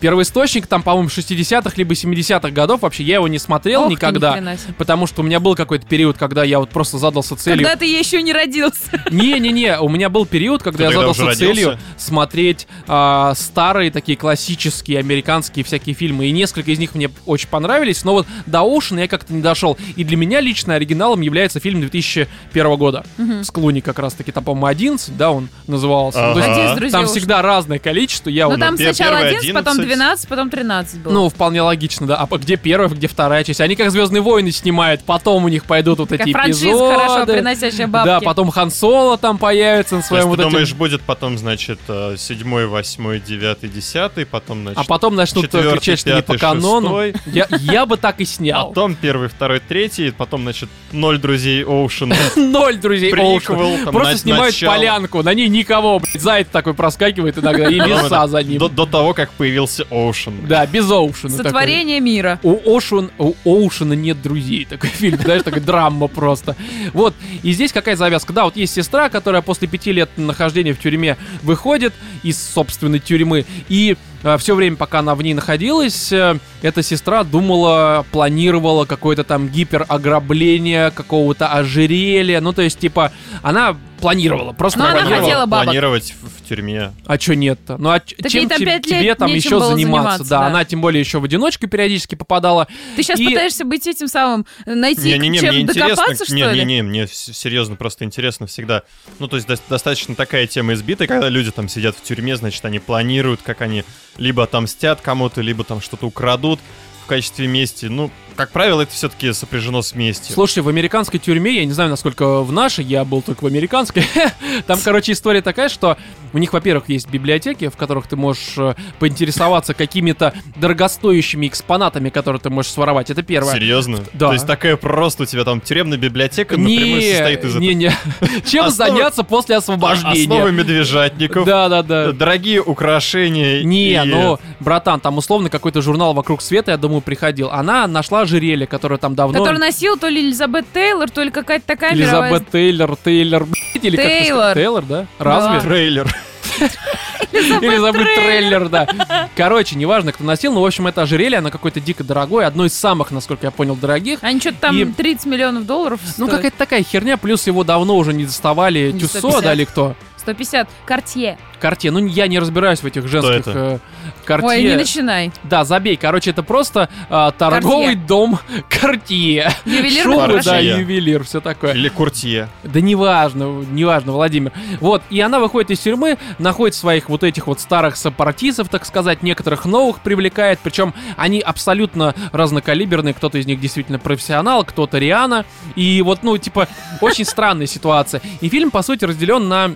Speaker 1: Первоисточник там, по-моему, 60-х либо 70-х годов. Вообще, я его не смотрел
Speaker 4: Ох ты, ни
Speaker 1: никогда.
Speaker 4: хрена себе.
Speaker 1: Потому что у меня был какой-то период, когда я вот просто задался целью.
Speaker 3: Когда ты еще не родился.
Speaker 1: Не-не-не, у меня был период, когда
Speaker 2: Ты
Speaker 1: я
Speaker 2: тогда
Speaker 1: задался
Speaker 2: уже
Speaker 1: целью
Speaker 2: родился?
Speaker 1: смотреть а, старые такие классические американские всякие фильмы. И несколько из них мне очень понравились, но вот до Оушена я как-то не дошел. И для меня лично оригиналом является фильм 2001 года. С Клуни как раз-таки, там, по-моему, 11, да, он назывался. Ну, то
Speaker 2: Ага.
Speaker 1: есть
Speaker 3: Один из друзей
Speaker 1: там
Speaker 3: уж.
Speaker 1: всегда разное количество, я
Speaker 3: Ну
Speaker 1: у-
Speaker 3: там
Speaker 2: Пе-
Speaker 3: сначала
Speaker 2: первый
Speaker 3: 11, потом
Speaker 2: 11.
Speaker 3: 12, потом 13 было.
Speaker 1: Ну, вполне логично, да. А п- где первая, где вторая часть? Они как Звездные войны снимают, потом у них пойдут вот
Speaker 3: Такая
Speaker 1: эти
Speaker 3: франшиза,
Speaker 1: эпизоды.
Speaker 3: хорошо приносящая бабки.
Speaker 1: Да, потом Хан Соло там появится на
Speaker 2: То есть
Speaker 1: своем
Speaker 2: ты
Speaker 1: вот этом
Speaker 2: думаешь, будет потом, значит, э, 7, 8, 9, 10, потом,
Speaker 1: А
Speaker 2: значит,
Speaker 1: потом начнут
Speaker 2: четвёртый,
Speaker 1: кричать, что не по
Speaker 2: пятый,
Speaker 1: канону.
Speaker 2: шестой. А
Speaker 1: Я, я бы так и снял.
Speaker 2: потом первый, второй, третий, потом, значит, ноль друзей Оушена.
Speaker 1: Ноль друзей Оушена.
Speaker 2: Приквел, там,
Speaker 1: Просто
Speaker 2: на-
Speaker 1: снимают
Speaker 2: начало.
Speaker 1: полянку, на ней никого, блядь, заяц такой проскакивает иногда, и
Speaker 2: Потом
Speaker 1: лиса
Speaker 2: это-
Speaker 1: за ним.
Speaker 2: До, до того, как появился Оушен.
Speaker 1: Да, без Оушена. такой.
Speaker 3: Сотворение мира.
Speaker 1: У, Ошен, у Оушена нет друзей. Такой фильм, знаешь, такая драма просто. Вот, и здесь какая завязка. Да, вот есть сестра, которая после пяти лет нахождения в тюрьме выходит из собственной тюрьмы. И все время, пока она в ней находилась, э, эта сестра думала, планировала какое-то там гиперограбление какого-то ожерелья. Ну, то есть, типа, она планировала. Просто
Speaker 3: Ну, она
Speaker 1: планировала.
Speaker 3: хотела бабок.
Speaker 2: планировать в, в тюрьме.
Speaker 1: А чё нет-то? Ну, а ч-
Speaker 3: Так
Speaker 1: чем
Speaker 3: ей там
Speaker 1: те-
Speaker 3: пять лет
Speaker 1: тебе там
Speaker 3: нечем
Speaker 1: еще
Speaker 3: было
Speaker 1: заниматься?
Speaker 3: заниматься,
Speaker 1: да,
Speaker 3: да.
Speaker 1: она тем более еще в одиночку периодически попадала.
Speaker 3: Ты сейчас
Speaker 1: И-
Speaker 3: пытаешься быть этим самым, э, найти,
Speaker 2: Не-не-не,
Speaker 3: чем
Speaker 2: мне интересно.
Speaker 3: докопаться, что ли?
Speaker 2: Не-не-не, мне с- серьезно просто интересно всегда. Ну, то есть дос- достаточно такая тема избитая, когда люди там сидят в тюрьме, значит, они планируют, как они либо отомстят кому-то, либо там что-то украдут в качестве мести. Ну, как правило, это все-таки сопряжено с местью.
Speaker 1: Слушай, в американской тюрьме, я не знаю, насколько в нашей, я был только в американской, там, короче, история такая, что у них, во-первых, есть библиотеки, в которых ты можешь э, поинтересоваться какими-то дорогостоящими экспонатами, которые ты можешь своровать. Это первое.
Speaker 2: Серьезно?
Speaker 1: Да.
Speaker 2: То есть такая просто у тебя там тюремная библиотека напрямую состоит из А,
Speaker 1: Не, не, не. Чем
Speaker 2: Основы-
Speaker 1: заняться после
Speaker 2: основы
Speaker 1: освобождения?
Speaker 2: медвежатников,
Speaker 1: Да, да, да.
Speaker 2: дорогие украшения
Speaker 1: Не,
Speaker 2: и-
Speaker 1: ну, братан, там условно какой-то журнал «Вокруг света», я думаю, приходил. Она нашла ожерелье, которое там давно...
Speaker 3: Который носил то ли Элизабет Тейлор, то ли какая-то такая мировая...
Speaker 1: Элизабет Тейлор, Тейлор, блядь, или как ты
Speaker 3: Тейлор.
Speaker 1: сказал? Тейлор, да? Разве?
Speaker 3: Да.
Speaker 2: трейлер.
Speaker 1: Или забыть трейлер, да. Короче, неважно, кто носил, но, в общем, это ожерелье, оно какое-то дико дорогое, одно из самых, насколько я понял, дорогих.
Speaker 3: Они что-то там
Speaker 1: И-
Speaker 3: 30 миллионов долларов
Speaker 1: Ну,
Speaker 3: стоят.
Speaker 1: какая-то такая херня, плюс его давно уже не доставали
Speaker 3: Не
Speaker 1: Тюссо,
Speaker 3: 150.
Speaker 1: да, или кто?
Speaker 3: 150. Картье.
Speaker 1: Карте. Ну, я не разбираюсь в этих женских э, Cartier.
Speaker 3: Ой, не начинай.
Speaker 1: Да, забей. Короче, это просто э, торговый дом Картье.
Speaker 3: Ювелирное
Speaker 1: Шубы, да,
Speaker 2: украшение.
Speaker 1: ювелир, все такое.
Speaker 2: Или куртье.
Speaker 1: Да неважно, неважно, Владимир. Вот, и она выходит из тюрьмы, находит своих вот этих вот старых сепаратистов, так сказать, некоторых новых привлекает, причем они абсолютно разнокалиберные, кто-то из них действительно профессионал, кто-то Риана, и вот, ну, типа, очень странная ситуация. И фильм, по сути, разделен на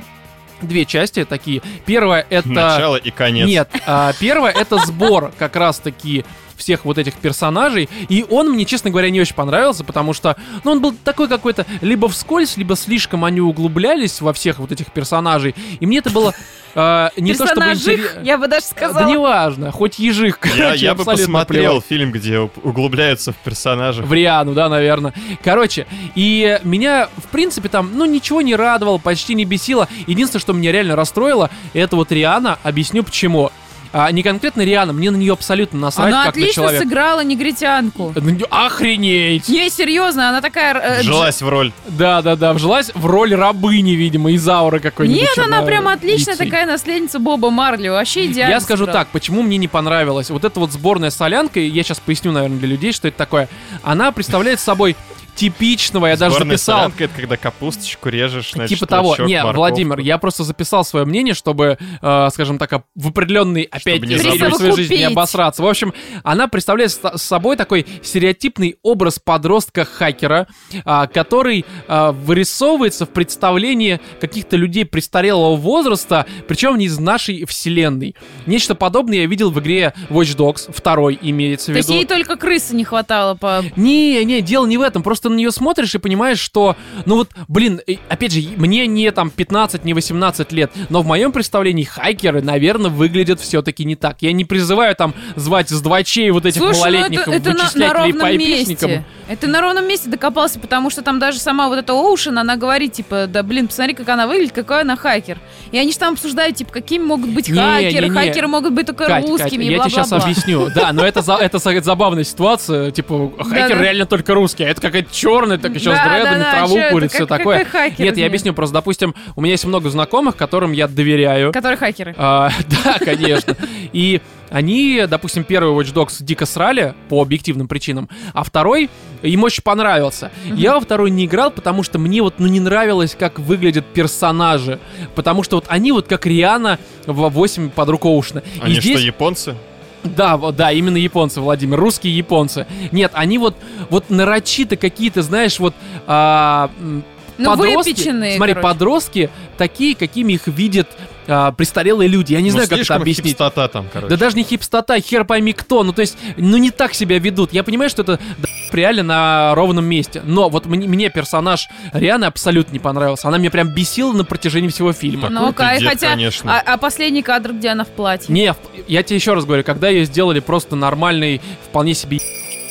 Speaker 1: две части такие. Первая — это...
Speaker 2: Начало и конец.
Speaker 1: Нет, а, первое это сбор как раз-таки всех вот этих персонажей. И он мне, честно говоря, не очень понравился, потому что, ну, он был такой какой-то либо вскользь, либо слишком они углублялись во всех вот этих персонажей. И мне это было а, не то чтобы
Speaker 3: Персонажи,
Speaker 1: интересно.
Speaker 3: я бы даже
Speaker 1: Да
Speaker 3: сказала.
Speaker 1: неважно, хоть ежик,
Speaker 2: Я,
Speaker 1: короче,
Speaker 2: я бы
Speaker 1: абсолютно
Speaker 2: посмотрел
Speaker 1: плевать.
Speaker 2: фильм, где уп- углубляются в персонажа.
Speaker 1: В Риану, да, наверное. Короче, и меня, в принципе, там, ну, ничего не радовало, почти не бесило. Единственное, что меня реально расстроило, это вот Риана. Объясню почему. А, не конкретно Риана, мне на нее абсолютно насрать,
Speaker 3: Она
Speaker 1: как на
Speaker 3: отлично
Speaker 1: человека.
Speaker 3: сыграла негритянку.
Speaker 1: Ну, не- Охренеть!
Speaker 3: Не, серьезно, она такая... э,
Speaker 2: Вжилась в роль.
Speaker 1: Да-да-да, вжилась в роль рабыни, видимо, из ауры какой-нибудь.
Speaker 3: Нет, она прям отличная
Speaker 1: отличная
Speaker 3: такая наследница Боба Марли. Вообще идеально.
Speaker 1: Я скажу
Speaker 3: сыграла.
Speaker 1: так, почему мне не понравилось. Вот эта вот сборная солянка, и я сейчас поясню, наверное, для людей, что это такое. Она представляет собой типичного, я даже
Speaker 2: Сборная
Speaker 1: записал,
Speaker 2: солянка — это когда капусточку режешь, значит,
Speaker 1: типа того.
Speaker 2: лучок,
Speaker 1: Не,
Speaker 2: морковку.
Speaker 1: Владимир, я просто записал свое мнение, чтобы, э, скажем так, оп- в определенный опять
Speaker 2: не
Speaker 1: период
Speaker 2: забыть.
Speaker 1: своей жизни не
Speaker 3: Присовокупить.
Speaker 1: обосраться. В общем, она представляет с с собой такой стереотипный образ подростка-хакера, а, который а, вырисовывается в представлении каких-то людей престарелого возраста, причем не из нашей вселенной. Нечто подобное я видел в игре Watch Dogs, второй имеется в
Speaker 3: То есть
Speaker 1: виду.
Speaker 3: ей только крысы не хватало по...
Speaker 1: Не, не, дело не в этом. Просто на нее смотришь и понимаешь, что, ну вот, блин, и опять же, и мне не там 15, не 18 лет, но в моем представлении хакеры, наверное, выглядят все-таки не так. Я не призываю там звать с двачей вот этих
Speaker 3: Слушай, ну
Speaker 1: малолетних
Speaker 3: это, это на, на
Speaker 1: вычислять
Speaker 3: ровном
Speaker 1: айпишникам.
Speaker 3: месте. Это на ровном месте докопался, потому что там даже сама вот эта Оушен, она говорит, типа, да блин, посмотри, как она выглядит, какой она хакер. И они же там обсуждают, типа, какими могут быть
Speaker 1: Не,
Speaker 3: хакеры,
Speaker 1: не, не.
Speaker 3: хакеры могут быть только
Speaker 1: Кать, Кать,
Speaker 3: русскими и
Speaker 1: я тебе сейчас
Speaker 3: бла-бла-бла.
Speaker 1: объясню. Да, но это, за- это за- это забавная ситуация. Типа, хакер
Speaker 3: Да-да.
Speaker 1: реально только русский, а это какая-то черная, так еще с
Speaker 3: Да,
Speaker 1: дредами,
Speaker 3: да, да,
Speaker 1: траву
Speaker 3: чё это,
Speaker 1: курит, все
Speaker 3: как-
Speaker 1: такое.
Speaker 3: какой хакер
Speaker 1: Нет,
Speaker 3: из
Speaker 1: я
Speaker 3: неё?
Speaker 1: объясню, просто, допустим, у меня есть много знакомых, которым я доверяю.
Speaker 3: Которые хакеры.
Speaker 1: А, да, конечно. И они, допустим, первый Watch Dogs дико срали по объективным причинам, а второй им очень понравился. Я во второй не играл, потому что мне вот ну, не нравилось, как выглядят персонажи. Потому что вот они вот как Риана во 8 подруг Оушена. И
Speaker 2: Они
Speaker 1: здесь-
Speaker 2: что, японцы?
Speaker 1: да, вот, да, именно японцы, Владимир, русские японцы. Нет, они вот, вот нарочито какие-то, знаешь, вот а, м,
Speaker 3: Ну,
Speaker 1: подростки.
Speaker 3: выпеченные,
Speaker 1: Смотри,
Speaker 3: короче.
Speaker 1: подростки такие, какими их видят а, престарелые люди. Я не
Speaker 2: Ну,
Speaker 1: знаю, как это
Speaker 2: слишком
Speaker 1: объяснить.
Speaker 2: хипстота там, короче.
Speaker 1: Да даже не хипстота, хер пойми кто. Ну, то есть, ну не так себя ведут. Я понимаю, что это да, реально на ровном месте. Но вот мне, мне персонаж Рианы абсолютно не понравился. Она меня прям бесила на протяжении всего фильма.
Speaker 2: Такой
Speaker 3: Ну,
Speaker 2: ты
Speaker 3: кай-
Speaker 2: дед,
Speaker 3: хотя...
Speaker 2: конечно.
Speaker 3: А, а последний кадр, где она в платье?
Speaker 1: Не, в- я тебе еще раз говорю, когда ее сделали просто нормальной, вполне себе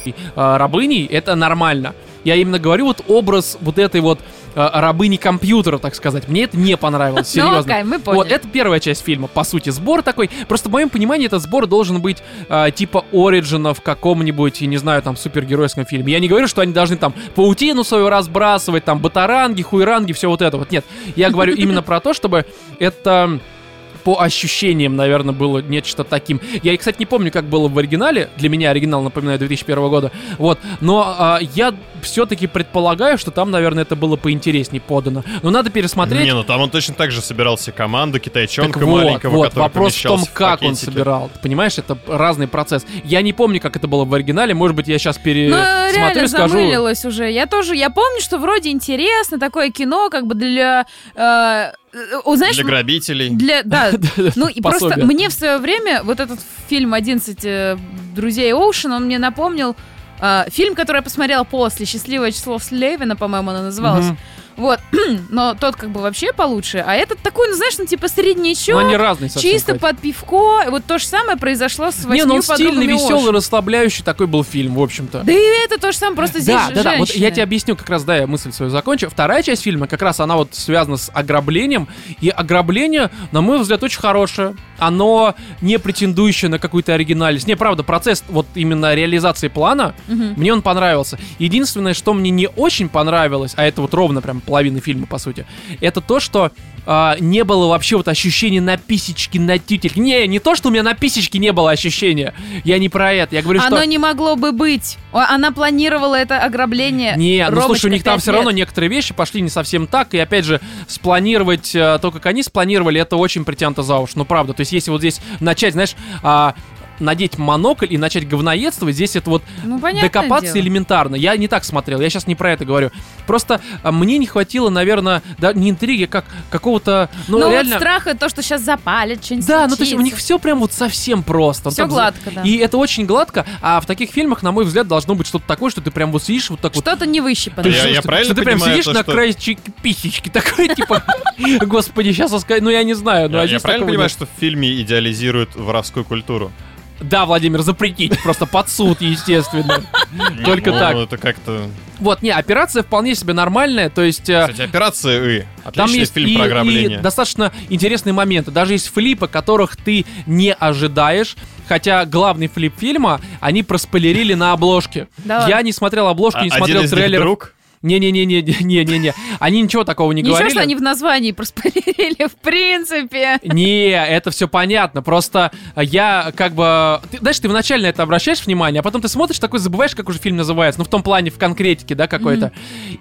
Speaker 1: е- э, рабыней, это нормально. Я именно говорю вот образ вот этой вот э, рабыни компьютера, так сказать. Мне это не понравилось,
Speaker 3: ну,
Speaker 1: серьезно.
Speaker 3: окей, мы поняли.
Speaker 1: Вот, это первая часть фильма, по сути, сбор такой. Просто в моем понимании этот сбор должен быть э, типа Ориджина в каком-нибудь, я не знаю, там, супергеройском фильме. Я не говорю, что они должны там паутину свою разбрасывать, там, батаранги, хуйранги, все вот это вот. Нет, я говорю именно про то, чтобы это по ощущениям, наверное, было нечто таким. Я, кстати, не помню, как было в оригинале. Для меня оригинал, напоминаю, 2001 года. Вот. Но а, я все-таки предполагаю, что там, наверное, это было поинтереснее подано. Но надо пересмотреть.
Speaker 2: Не, ну там он точно так же собирал себе команду китайчонка
Speaker 1: Так
Speaker 2: маленького,
Speaker 1: вот,
Speaker 2: который
Speaker 1: вопрос в том,
Speaker 2: помещался в
Speaker 1: как он
Speaker 2: пакетике.
Speaker 1: собирал. Ты Понимаешь, это разный процесс. Я не помню, как это было в оригинале. Может быть, я сейчас
Speaker 3: Ну,
Speaker 1: пересмотрю
Speaker 3: реально
Speaker 1: и скажу.
Speaker 3: замылилась уже. Я тоже, я помню, что вроде интересно, такое кино, как бы для... э, э, о, знаешь,
Speaker 2: Для грабителей.
Speaker 3: для- да, ну и просто
Speaker 1: Пособие.
Speaker 3: мне в свое время вот этот фильм «11 друзей Оушена», он мне напомнил э, фильм, который я посмотрела после «Счастливое число Слевина», по-моему, она называлась.
Speaker 1: Мгм.
Speaker 3: Вот, но тот как бы вообще получше, а этот такой, ну знаешь, ну типа
Speaker 1: Но
Speaker 3: среднячок,
Speaker 1: они разные совсем,
Speaker 3: чисто
Speaker 1: Кать.
Speaker 3: под пивко. Вот то же самое произошло с
Speaker 1: Не,
Speaker 3: восьмью
Speaker 1: ну он стильный,
Speaker 3: подругами
Speaker 1: веселый,
Speaker 3: Оушена.
Speaker 1: расслабляющий такой был фильм, в общем-то.
Speaker 3: Да и это то же самое, просто здесь
Speaker 1: Да, да, да. Вот
Speaker 3: женщины.
Speaker 1: я тебе объясню, как раз, да, я мысль свою закончу. Вторая часть фильма, как раз она вот связана с ограблением. И ограбление, на мой взгляд, очень хорошее. Оно не претендующее на какую-то оригинальность. Не, правда, процесс вот именно реализации плана,
Speaker 3: Мгм.
Speaker 1: мне он понравился. Единственное, что мне не очень понравилось, а это вот ровно прям половина фильма, по сути, это то, что а, не было вообще вот ощущения на писечке, на тютельке. Не, не то, что у меня на писечке не было ощущения. Я не про это. Я говорю, что...
Speaker 3: Оно не могло бы быть. О, Она планировала это ограбление.
Speaker 1: Не, ну
Speaker 3: Ромочка,
Speaker 1: слушай, у них там
Speaker 3: пять
Speaker 1: все
Speaker 3: лет.
Speaker 1: равно некоторые вещи пошли не совсем так, и опять же, спланировать э, то, как они спланировали, это очень притянуто за уши, ну правда, то есть если вот здесь начать, знаешь, а, надеть монокль и начать говноедствовать, здесь это вот
Speaker 3: Ну, понятное
Speaker 1: докопаться
Speaker 3: дело.
Speaker 1: элементарно. Я не так смотрел, я сейчас не про это говорю. Просто а, мне не хватило, наверное, да, не интриги, как какого-то, ну
Speaker 3: Ну, вот
Speaker 1: реально...
Speaker 3: страха, то, что сейчас запалят, что-нибудь
Speaker 1: Да, ну то есть у них
Speaker 3: случится.
Speaker 1: все прям вот совсем просто. Вот
Speaker 3: Всё
Speaker 1: так
Speaker 3: гладко, да.
Speaker 1: И это очень гладко, а в таких фильмах, на мой взгляд, должно быть что-то такое, что ты прям вот сидишь вот так вот
Speaker 3: Что-то не выщипано.
Speaker 1: ты
Speaker 2: Я-
Speaker 1: что,
Speaker 2: я
Speaker 1: что-
Speaker 2: правильно
Speaker 1: что ты прям
Speaker 2: понимаю
Speaker 1: сидишь
Speaker 2: то,
Speaker 1: на
Speaker 2: что-
Speaker 1: крае писечки такой, типа, господи, сейчас сказать, ну я не знаю, ну
Speaker 2: Я,
Speaker 1: а
Speaker 2: я
Speaker 1: здесь
Speaker 2: правильно
Speaker 1: такого
Speaker 2: понимаю,
Speaker 1: нет.
Speaker 2: что в фильме идеализируют воровскую культуру?
Speaker 1: Да, Владимир, запретить, просто под суд, естественно.
Speaker 2: Не,
Speaker 1: Только
Speaker 2: ну,
Speaker 1: так.
Speaker 2: это как-то...
Speaker 1: Вот, не, операция вполне себе нормальная, то есть... э,
Speaker 2: Кстати, «Операция И».
Speaker 1: Там
Speaker 2: Отличный
Speaker 1: есть
Speaker 2: фильм
Speaker 1: и,
Speaker 2: про
Speaker 1: и
Speaker 2: ограбление.
Speaker 1: достаточно интересные моменты. Даже есть флипы, которых ты не ожидаешь. Хотя главный флип фильма они проспойлерили на обложке.
Speaker 3: Да ладно.
Speaker 1: Я не смотрел обложку,
Speaker 2: А-
Speaker 1: не
Speaker 2: один
Speaker 1: смотрел
Speaker 2: из них
Speaker 1: трейлер.
Speaker 2: друг?
Speaker 1: Не-не-не-не-не-не-не. Они ничего такого не
Speaker 3: Ничего,
Speaker 1: говорили.
Speaker 3: что они в названии проспорили, в принципе.
Speaker 1: Не, это все понятно. Просто э, я как бы... Ты, знаешь, ты вначале на это обращаешь внимание, а потом ты смотришь, такой забываешь, как уже фильм называется. Ну, в том плане, в конкретике, да, какой-то.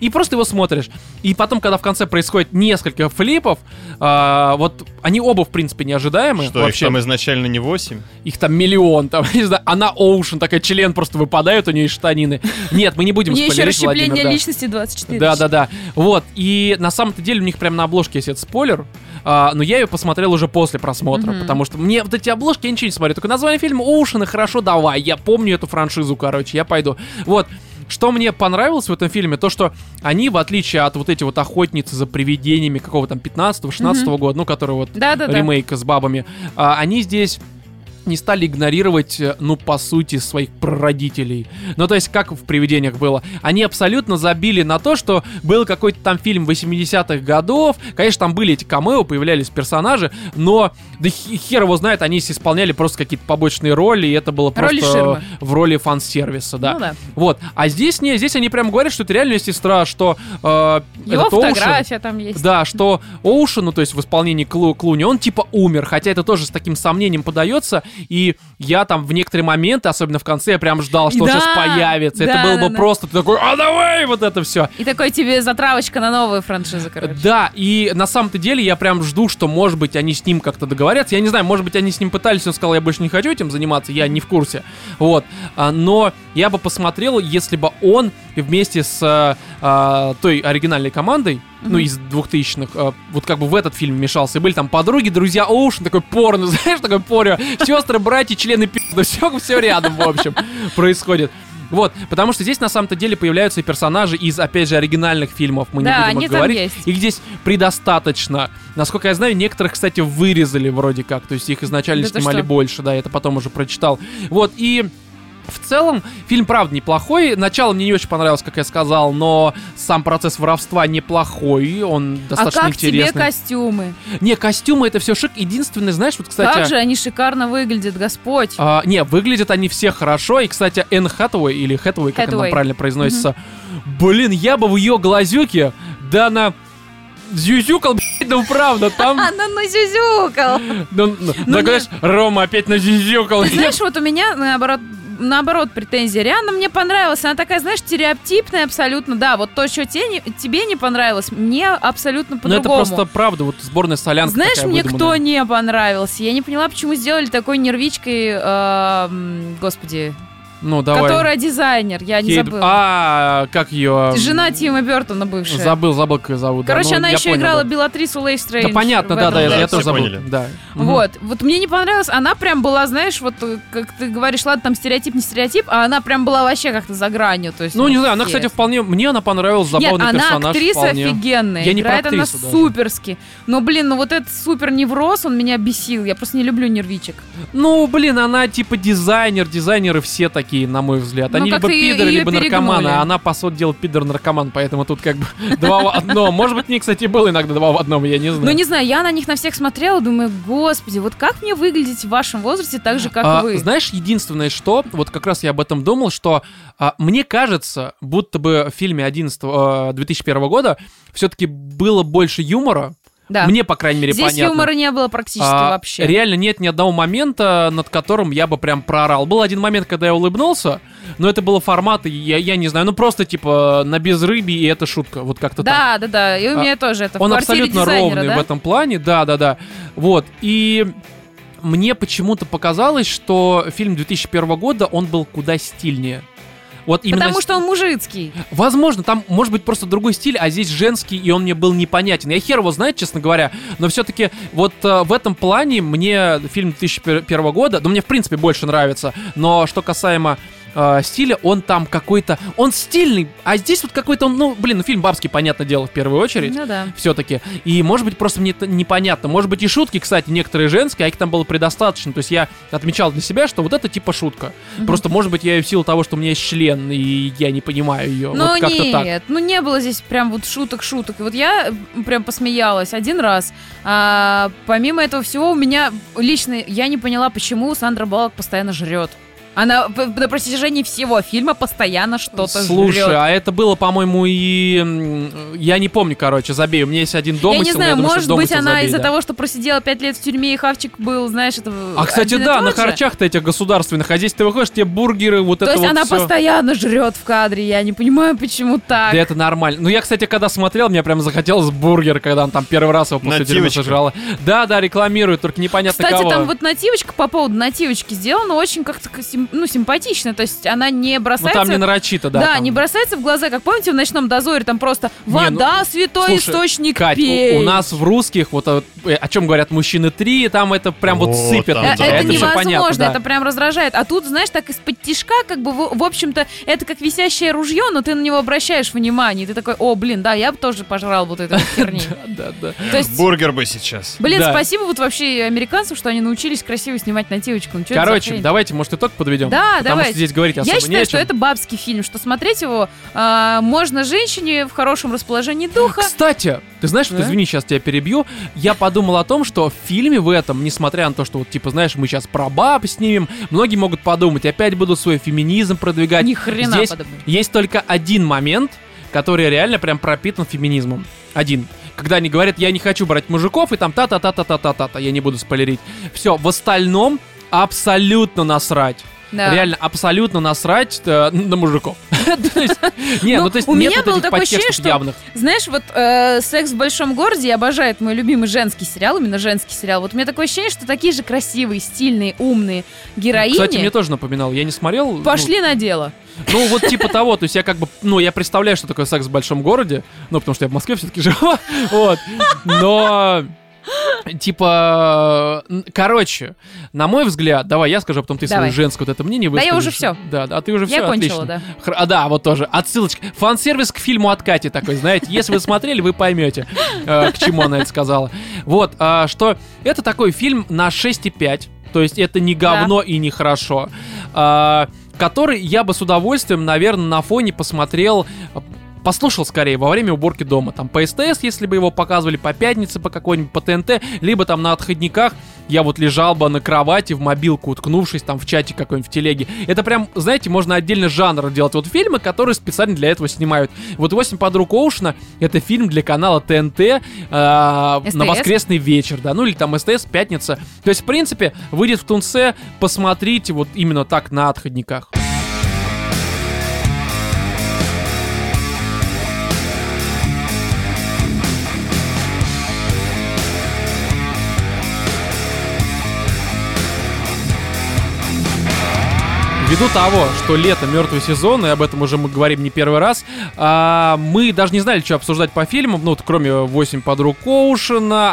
Speaker 1: И просто его смотришь. И потом, когда в конце происходит несколько флипов, а, вот они оба, в принципе, неожидаемые.
Speaker 2: Что, их
Speaker 1: вообще.
Speaker 2: там изначально не 8?
Speaker 1: Их там миллион, там, не знаю, она Оушен, такая член просто выпадает у нее из штанины. Нет, мы не будем
Speaker 3: Мне еще
Speaker 1: спойлерить,
Speaker 3: расщепление
Speaker 1: Владимир, да.
Speaker 3: личности 24.
Speaker 1: Да, да, да. Вот. И на самом-то деле у них прям на обложке есть этот спойлер. а, но я ее посмотрел уже после просмотра,
Speaker 3: Мгм.
Speaker 1: потому что мне вот эти обложки я ничего не смотрю. Только название фильма Оушена хорошо, давай. Я помню эту франшизу, короче, я пойду. Вот. Что мне понравилось в этом фильме, то что они, в отличие от вот эти вот охотницы за привидениями какого там 15-16 года, ну, который вот
Speaker 3: Да, да, да.
Speaker 1: ремейка с бабами, а, они здесь не стали игнорировать, э, ну, по сути, своих прародителей. Ну, то есть, как в «Привидениях» было. Они абсолютно забили на то, что был какой-то там фильм 80-х годов. Конечно, там были эти камео, появлялись персонажи, но да хе- хер его знает, они исполняли просто какие-то побочные роли, и это было
Speaker 3: Роли
Speaker 1: просто
Speaker 3: ширмы.
Speaker 1: в роли фан-сервиса, да.
Speaker 3: Ну да.
Speaker 1: Вот. А здесь не, здесь они прям говорят, что это реальная сестра, что э,
Speaker 3: Его
Speaker 1: этот Оушен-
Speaker 3: фотография там есть.
Speaker 1: да, что Оушен, ну то есть в исполнении Клу, Клуни, он типа умер, хотя это тоже с таким сомнением подается, и я там в некоторые моменты, особенно в конце, я прям ждал, что он
Speaker 3: Да,
Speaker 1: сейчас появится, это
Speaker 3: да,
Speaker 1: было
Speaker 3: да,
Speaker 1: бы
Speaker 3: да.
Speaker 1: просто, ты такой, а давай, вот это все.
Speaker 3: И такой тебе затравочка на новую франшизу, короче.
Speaker 1: Да, и на самом-то деле я прям жду, что, может быть, они с ним как-то договорятся. Я не знаю, может быть, они с ним пытались, он сказал, я больше не хочу этим заниматься, я не в курсе. Вот. А, Но я бы посмотрел, если бы он вместе с а, а, той оригинальной командой, ну, из 2000-х, а, вот как бы в этот фильм вмешался. И были там подруги, друзья Оушен, такой порно, знаешь, такой порно. Сестры, братья, члены пи***, все, все рядом, в общем, происходит. Вот, потому что здесь на самом-то деле появляются и персонажи из, опять же, оригинальных фильмов. Мы не
Speaker 3: Да,
Speaker 1: будем
Speaker 3: они
Speaker 1: их
Speaker 3: там
Speaker 1: говорить.
Speaker 3: есть.
Speaker 1: Их здесь предостаточно. Насколько я знаю, некоторых, кстати, вырезали вроде как. То есть их изначально
Speaker 3: Да ты
Speaker 1: снимали
Speaker 3: что?
Speaker 1: больше, да, я это потом уже прочитал. Вот, и в целом фильм, правда, неплохой. Начало мне не очень понравилось, как я сказал, но сам процесс воровства неплохой. Он
Speaker 3: А
Speaker 1: достаточно
Speaker 3: как тебе
Speaker 1: интересный.
Speaker 3: костюмы?
Speaker 1: Не, костюмы это все шик. Единственное, знаешь, вот, кстати...
Speaker 3: Как же они шикарно выглядят, Господь.
Speaker 1: А, не, выглядят они все хорошо. И, кстати, Энн Хэтуэй, или Хэтуэй, как она
Speaker 3: Хэтэуэй.
Speaker 1: правильно произносится, блин, я бы в ее глазюке, да на... Зюзюкал, блядь, ну правда, там...
Speaker 3: Она назюзюкал.
Speaker 1: Ну, ну, да,
Speaker 3: нет.
Speaker 1: говоришь, Рома опять на зюзюкал.
Speaker 3: Знаешь, вот у меня наоборот наоборот претензия. Реально мне понравилась. Она такая, знаешь, стереотипная абсолютно. Да, вот то, что те не- тебе не понравилось, мне абсолютно
Speaker 1: Ну это
Speaker 3: по-другому.
Speaker 1: просто правда, вот сборная солянка
Speaker 3: Знаешь,
Speaker 1: такая
Speaker 3: мне
Speaker 1: выдуманная.
Speaker 3: кто не понравился? Я не поняла, почему сделали такой нервичкой, э, м, господи,
Speaker 1: Ну давай.
Speaker 3: которая дизайнер, я не
Speaker 1: Кейт-
Speaker 3: забыла.
Speaker 1: А, как ее...
Speaker 3: Жена Тима Бертона бывшая.
Speaker 1: Забыл, забыл, как ее зовут. да,
Speaker 3: Короче,
Speaker 1: ну,
Speaker 3: она
Speaker 1: я
Speaker 3: еще
Speaker 1: понял,
Speaker 3: играла
Speaker 1: да.
Speaker 3: Белатрису Лейстрейдж.
Speaker 1: Да понятно, да, да, я,
Speaker 2: этом,
Speaker 1: я
Speaker 2: да.
Speaker 1: тоже
Speaker 2: Все
Speaker 1: забыл.
Speaker 2: поняли.
Speaker 1: Да. Мгм.
Speaker 3: Вот, вот мне не понравилось, она прям была, знаешь, вот э, как ты говоришь, ладно, там стереотип, не стереотип, а она прям была вообще как-то за гранью, то есть.
Speaker 1: Ну, не знаю, она,
Speaker 3: все.
Speaker 1: кстати, вполне... Мне она понравилась,
Speaker 3: Нет,
Speaker 1: забавный
Speaker 3: она
Speaker 1: персонаж.
Speaker 3: актриса
Speaker 1: вполне.
Speaker 3: офигенная,
Speaker 1: Я не про
Speaker 3: играет она
Speaker 1: актрису даже.
Speaker 3: суперски. Но, блин, ну вот этот супер невроз, он меня бесил, я просто не люблю нервичек.
Speaker 1: Ну, блин, она типа дизайнер, дизайнеры все такие, на мой взгляд.
Speaker 3: Ну,
Speaker 1: Они либо
Speaker 3: как-то её-
Speaker 1: пидоры,
Speaker 3: её
Speaker 1: либо наркоманы,
Speaker 3: перегнули.
Speaker 1: а она, по сути дела, пидор-наркоман, поэтому тут как бы два в одном. Может быть, мне, кстати, было иногда два в одном, я не
Speaker 3: Ну,
Speaker 1: знаю.
Speaker 3: не знаю, я на них на всех смотрела, думаю, господи, вот как мне выглядеть в вашем возрасте так же, как
Speaker 1: А,
Speaker 3: вы?
Speaker 1: Знаешь, единственное, что, вот как раз я об этом думал, что а, мне кажется, будто бы в фильме 11, э, 2001 года все-таки было больше юмора.
Speaker 3: да.
Speaker 1: Мне, по крайней мере,
Speaker 3: Здесь
Speaker 1: понятно.
Speaker 3: юмора не было практически
Speaker 1: А,
Speaker 3: вообще.
Speaker 1: Реально нет ни одного момента, над которым я бы прям проорал. Был один момент, когда я улыбнулся, но это было формат, и я, я не знаю, ну просто типа на безрыбье, и это шутка, вот как-то так.
Speaker 3: Да, да, да, и у меня тоже это. в
Speaker 1: а Он
Speaker 3: квартире
Speaker 1: абсолютно
Speaker 3: дизайнера,
Speaker 1: ровный
Speaker 3: да?
Speaker 1: в этом плане, да-да-да. Вот, и мне почему-то показалось, что фильм 2001 года, он был куда стильнее. Вот именно
Speaker 3: Потому что он мужицкий.
Speaker 1: Возможно, там может быть просто другой стиль, а здесь женский, и он мне был непонятен. Я хер его знает, честно говоря, но все-таки вот э, в этом плане мне фильм 2001 года, да мне в принципе больше нравится, но что касаемо э, стиля, он там какой-то, он стильный, а здесь вот какой-то, он, ну, блин, ну фильм бабский, понятное дело, в первую очередь.
Speaker 3: Ну да.
Speaker 1: Все-таки. И, может быть, просто мне это непонятно. Может быть, и шутки, кстати, некоторые женские, а их там было предостаточно. То есть я отмечал для себя, что вот это типа шутка. Просто, может быть, я и в силу того, что у меня есть член, и я не понимаю ее.
Speaker 3: Ну
Speaker 1: вот как-то так.
Speaker 3: нет, ну не было здесь прям вот шуток-шуток. И вот я прям посмеялась один раз. А, помимо этого всего, у меня лично я не поняла, почему Сандра Баллок постоянно жрет. Она п- на протяжении всего фильма постоянно что-то
Speaker 1: Слушай,
Speaker 3: жрет.
Speaker 1: а это было, по-моему, и... м, Я не помню, короче, забей. У меня есть один домысел.
Speaker 3: я не знаю,
Speaker 1: думаю, что
Speaker 3: может быть,
Speaker 1: домысел
Speaker 3: она
Speaker 1: «Забей»,
Speaker 3: из-за
Speaker 1: да.
Speaker 3: того, что просидела пять лет в тюрьме и хавчик был, знаешь, это.
Speaker 1: А, кстати,
Speaker 3: один и
Speaker 1: да,
Speaker 3: тот
Speaker 1: на
Speaker 3: же.
Speaker 1: харчах-то этих государственных. А здесь ты выходишь, тебе бургеры, вот
Speaker 3: То
Speaker 1: это
Speaker 3: есть
Speaker 1: вот
Speaker 3: она
Speaker 1: всё.
Speaker 3: постоянно жрет в кадре. Я не понимаю, почему так.
Speaker 1: Да это нормально. Ну, я, кстати, когда смотрел, мне прям захотелось бургер, когда он там первый раз его после тюрьмы
Speaker 2: Нативочка.
Speaker 1: сожрала. Да, да, рекламируют, только непонятно
Speaker 3: Кстати,
Speaker 1: кого. Ну,
Speaker 3: там вот нативочка по поводу нативочки сделана очень как-то сим- ну, симпатична, то есть она не
Speaker 1: Ну
Speaker 3: бросается...
Speaker 1: там не нарочито, да.
Speaker 3: да,
Speaker 1: там.
Speaker 3: не бросается в глаза, как помните, в ночном дозоре там просто
Speaker 1: ну,
Speaker 3: вода, святой
Speaker 1: Слушай,
Speaker 3: источник,
Speaker 1: Кать, у-
Speaker 3: пей».
Speaker 1: у, нас в русских, вот э, о чем говорят мужчины три, там это прям вот,
Speaker 2: Вот
Speaker 1: сыпят.
Speaker 2: там,
Speaker 3: Э,
Speaker 1: на
Speaker 3: Это,
Speaker 1: тебя,
Speaker 2: это
Speaker 1: всё
Speaker 3: невозможно,
Speaker 1: понятно, да.
Speaker 3: это прям раздражает. А тут, знаешь, так из-под тишка, как бы, в, в общем-то, это как висящее ружье, но ты на него обращаешь внимание, и ты такой, о, блин, да, я бы тоже пожрал вот этой вот херни.
Speaker 1: Да, да.
Speaker 3: То есть,
Speaker 2: Бургер бы сейчас.
Speaker 3: блин,
Speaker 1: Да.
Speaker 3: спасибо вот вообще американцам, что они научились красиво снимать нативочку. Ну, чё это за
Speaker 1: Короче,
Speaker 3: хрень?
Speaker 1: давайте, может, итог подведем?
Speaker 3: Да,
Speaker 1: Потому
Speaker 3: давай.
Speaker 1: что здесь говорить особо
Speaker 3: Я
Speaker 1: не о
Speaker 3: считаю, что
Speaker 1: чем.
Speaker 3: это бабский фильм, что смотреть его а, можно женщине в хорошем расположении духа.
Speaker 1: Кстати, ты знаешь, вот
Speaker 3: Да?
Speaker 1: извини, сейчас тебя перебью. Я подумал о том, что в фильме в этом, несмотря на то, что вот, типа, знаешь, мы сейчас про баб снимем, многие могут подумать, опять буду свой феминизм продвигать.
Speaker 3: Ни хрена
Speaker 1: Здесь
Speaker 3: подобного.
Speaker 1: есть только один момент, который реально прям пропитан феминизмом. Один. Когда они говорят, я не хочу брать мужиков, и там та-та-та-та-та-та-та-та, я не буду спойлерить. Все, в остальном абсолютно насрать.
Speaker 3: Да.
Speaker 1: Реально, абсолютно насрать э, на мужиков. То есть, Не,
Speaker 3: Ну,
Speaker 1: ну то есть
Speaker 3: у
Speaker 1: нет
Speaker 3: меня
Speaker 1: вот
Speaker 3: было
Speaker 1: этих
Speaker 3: такое ощущение,
Speaker 1: подтекстов
Speaker 3: что
Speaker 1: явных.
Speaker 3: Знаешь, вот э, «Секс в большом городе» я обожаю, это мой любимый женский сериал, именно женский сериал. Вот у меня такое ощущение, что такие же красивые, стильные, умные героини
Speaker 1: Кстати, мне тоже напоминал, я не смотрел. ну,
Speaker 3: пошли на дело.
Speaker 1: Ну, вот типа того, то есть я как бы, ну, я представляю, что такое секс в большом городе, ну, потому что я в Москве все-таки живу, вот, но... Типа, н- короче, на мой взгляд, давай я скажу, а потом ты свое
Speaker 3: Давай.
Speaker 1: женское вот это мнение
Speaker 3: Да я уже
Speaker 1: выскажешь.
Speaker 3: всё.
Speaker 1: Да, да, а ты уже все,
Speaker 3: Я кончила,
Speaker 1: отлично.
Speaker 3: да.
Speaker 1: Хр- а, да, вот тоже. Отсылочка. Фан-сервис к фильму от Кати такой, знаете. Если вы смотрели, вы поймете, э, к чему она это сказала. Вот, а, что это такой фильм на 6,5. То есть это не говно и не хорошо. А, который я бы с удовольствием, наверное, на фоне посмотрел э, послушал скорее во время уборки дома. Там по СТС, если бы его показывали, по пятнице, по какой-нибудь, по ТНТ, либо там на отходниках я вот лежал бы на кровати в мобилку, уткнувшись там в чате какой-нибудь в телеге. Это прям, знаете, можно отдельно жанр делать. Вот фильмы, которые специально для этого снимают. Вот «Восемь подруг Оушена» — это фильм для канала ТНТ э, на
Speaker 3: СТС?
Speaker 1: воскресный вечер, да, ну или там СТС, пятница. То есть, в принципе, выйдет в Тунце, посмотрите вот именно так на отходниках. Ввиду того, что лето мертвый сезон, и об этом уже мы говорим не первый раз, а, мы даже не знали, что обсуждать по фильму, ну, вот кроме «8 подруг Оушена»,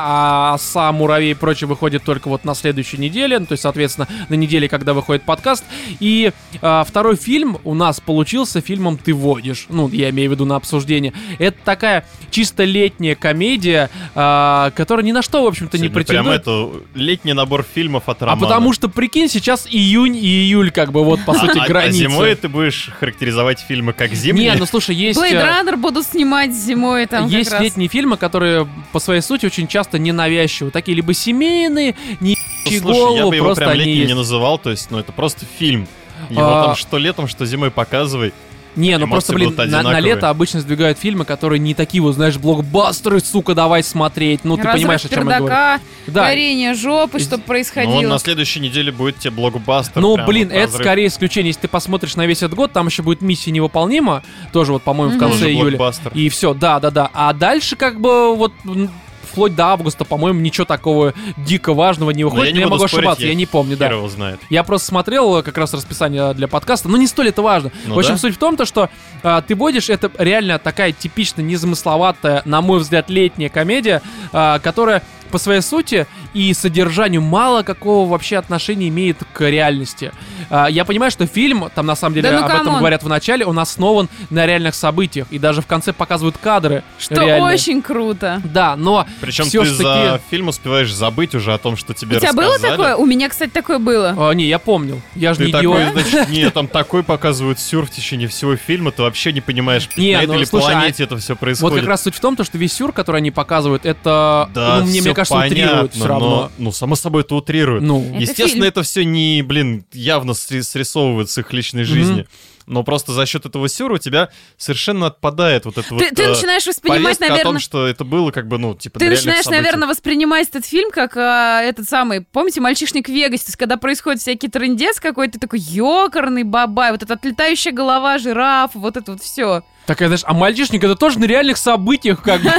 Speaker 1: а «Сам муравей» и прочее выходит только вот на следующей неделе, ну, то есть, соответственно, на неделе, когда выходит подкаст. И а, второй фильм у нас получился фильмом «Ты водишь», ну, я имею в виду на обсуждение. Это такая чисто летняя комедия, а, которая ни на что, в общем-то, не
Speaker 2: Сегодня Прям
Speaker 1: претендует.
Speaker 2: это летний набор фильмов от
Speaker 1: А
Speaker 2: Романа.
Speaker 1: потому что, прикинь, сейчас июнь и июль, как бы, вот, по сути,
Speaker 2: А- а
Speaker 1: границы.
Speaker 2: зимой ты будешь характеризовать фильмы как
Speaker 1: Не,
Speaker 2: зимние?
Speaker 1: ну слушай, есть...
Speaker 3: Blade
Speaker 1: э,
Speaker 3: Runner будут снимать зимой там как
Speaker 1: есть
Speaker 3: раз.
Speaker 1: летние фильмы, которые по своей сути очень часто ненавязчивы. Такие либо семейные, не
Speaker 2: Ну,
Speaker 1: ебучие
Speaker 2: слушай, я
Speaker 1: голову,
Speaker 2: бы его
Speaker 1: просто
Speaker 2: прям
Speaker 1: они
Speaker 2: летним
Speaker 1: есть.
Speaker 2: не называл, то есть, ну это просто фильм. Его
Speaker 1: А.
Speaker 2: там что летом, что зимой показывай.
Speaker 1: Не, ну
Speaker 2: Эмоции
Speaker 1: просто, блин,
Speaker 2: будут
Speaker 1: на, на
Speaker 2: одинаковые.
Speaker 1: лето обычно сдвигают фильмы, которые не такие вот, знаешь, блокбастеры, сука, давай смотреть. Ну, ты
Speaker 3: Разрыв
Speaker 1: понимаешь, о чем я говорю.
Speaker 3: пердака,
Speaker 1: Да,
Speaker 3: горение жопы,
Speaker 1: Из-
Speaker 2: Но
Speaker 3: что
Speaker 2: он
Speaker 3: происходило.
Speaker 2: на следующей неделе будет тебе блокбастер.
Speaker 1: Ну,
Speaker 2: прям
Speaker 1: блин,
Speaker 2: вот
Speaker 1: это
Speaker 2: разрыв.
Speaker 1: скорее исключение. Если ты посмотришь на весь этот год, там еще будет миссия невыполнима. Тоже вот, по-моему, в
Speaker 3: Мгм.
Speaker 1: конце
Speaker 2: Тоже
Speaker 1: июля.
Speaker 2: блокбастер.
Speaker 1: И все, да, да, да. А дальше, как бы, вот м, вплоть до августа, по-моему, ничего такого дико важного не выходит.
Speaker 2: Ну, я
Speaker 1: Но
Speaker 2: не
Speaker 1: я
Speaker 2: буду
Speaker 1: могу
Speaker 2: спорить,
Speaker 1: ошибаться,
Speaker 2: я
Speaker 1: я не помню, да.
Speaker 2: Хер его знает.
Speaker 1: Я просто смотрел э, как раз расписание для подкаста, но не столь это важно.
Speaker 2: Ну
Speaker 1: в общем,
Speaker 2: да.
Speaker 1: суть в том, то, что а, ты водишь, это реально такая типично незамысловатая, на мой взгляд, летняя комедия, а, которая по своей сути и содержанию мало какого вообще отношения имеет к реальности. А, я понимаю, что фильм, там на самом деле
Speaker 3: Да ну
Speaker 1: об этом
Speaker 3: камон.
Speaker 1: говорят в начале, он основан на реальных событиях, и даже в конце показывают кадры.
Speaker 3: Что
Speaker 1: реальные.
Speaker 3: очень круто.
Speaker 1: Да, но
Speaker 2: Причем
Speaker 1: все
Speaker 2: ты
Speaker 1: ж
Speaker 2: за фильм успеваешь забыть уже о том, что тебе
Speaker 3: У тебя было
Speaker 2: рассказали.
Speaker 3: такое? У меня, кстати, такое было.
Speaker 1: А, не, я помнил. Я же
Speaker 2: Ты
Speaker 1: не
Speaker 2: такой,
Speaker 1: идиот.
Speaker 2: значит, не, там такой показывают сюр в течение всего фильма, ты вообще не понимаешь,
Speaker 1: Не,
Speaker 2: на
Speaker 1: ну,
Speaker 2: этой ли
Speaker 1: слушай, а
Speaker 2: планете это все
Speaker 1: Вот
Speaker 2: происходит.
Speaker 1: как раз суть в том, то, что весь сюр, который они показывают, это,
Speaker 2: да,
Speaker 1: ну, мне, мне
Speaker 2: всё
Speaker 1: кажется,
Speaker 2: понятно,
Speaker 1: утрируют все равно.
Speaker 2: Но, ну, само собой, это утрируют.
Speaker 1: Ну,
Speaker 3: Это
Speaker 2: Естественно,
Speaker 3: фильм.
Speaker 2: это все не, блин, явно сри- срисовывают с их личной
Speaker 1: Мгм.
Speaker 2: жизни. Но просто за счет этого сюра у тебя совершенно отпадает вот это
Speaker 3: Ты,
Speaker 2: вот...
Speaker 3: ты
Speaker 2: э,
Speaker 3: начинаешь воспринимать,
Speaker 2: повестка о том,
Speaker 3: наверное,
Speaker 2: что это было как бы, ну, типа,
Speaker 3: Ты
Speaker 2: на реальных
Speaker 3: начинаешь,
Speaker 2: событиях.
Speaker 3: наверное, воспринимать этот фильм как а, этот самый, помните, «Мальчишник в Вегасе», То есть, когда происходит всякий трындец какой-то, такой ёкарный бабай, вот эта отлетающая голова жирафа, вот это вот все.
Speaker 1: Такая, знаешь, а мальчишник это тоже на реальных событиях, как бы.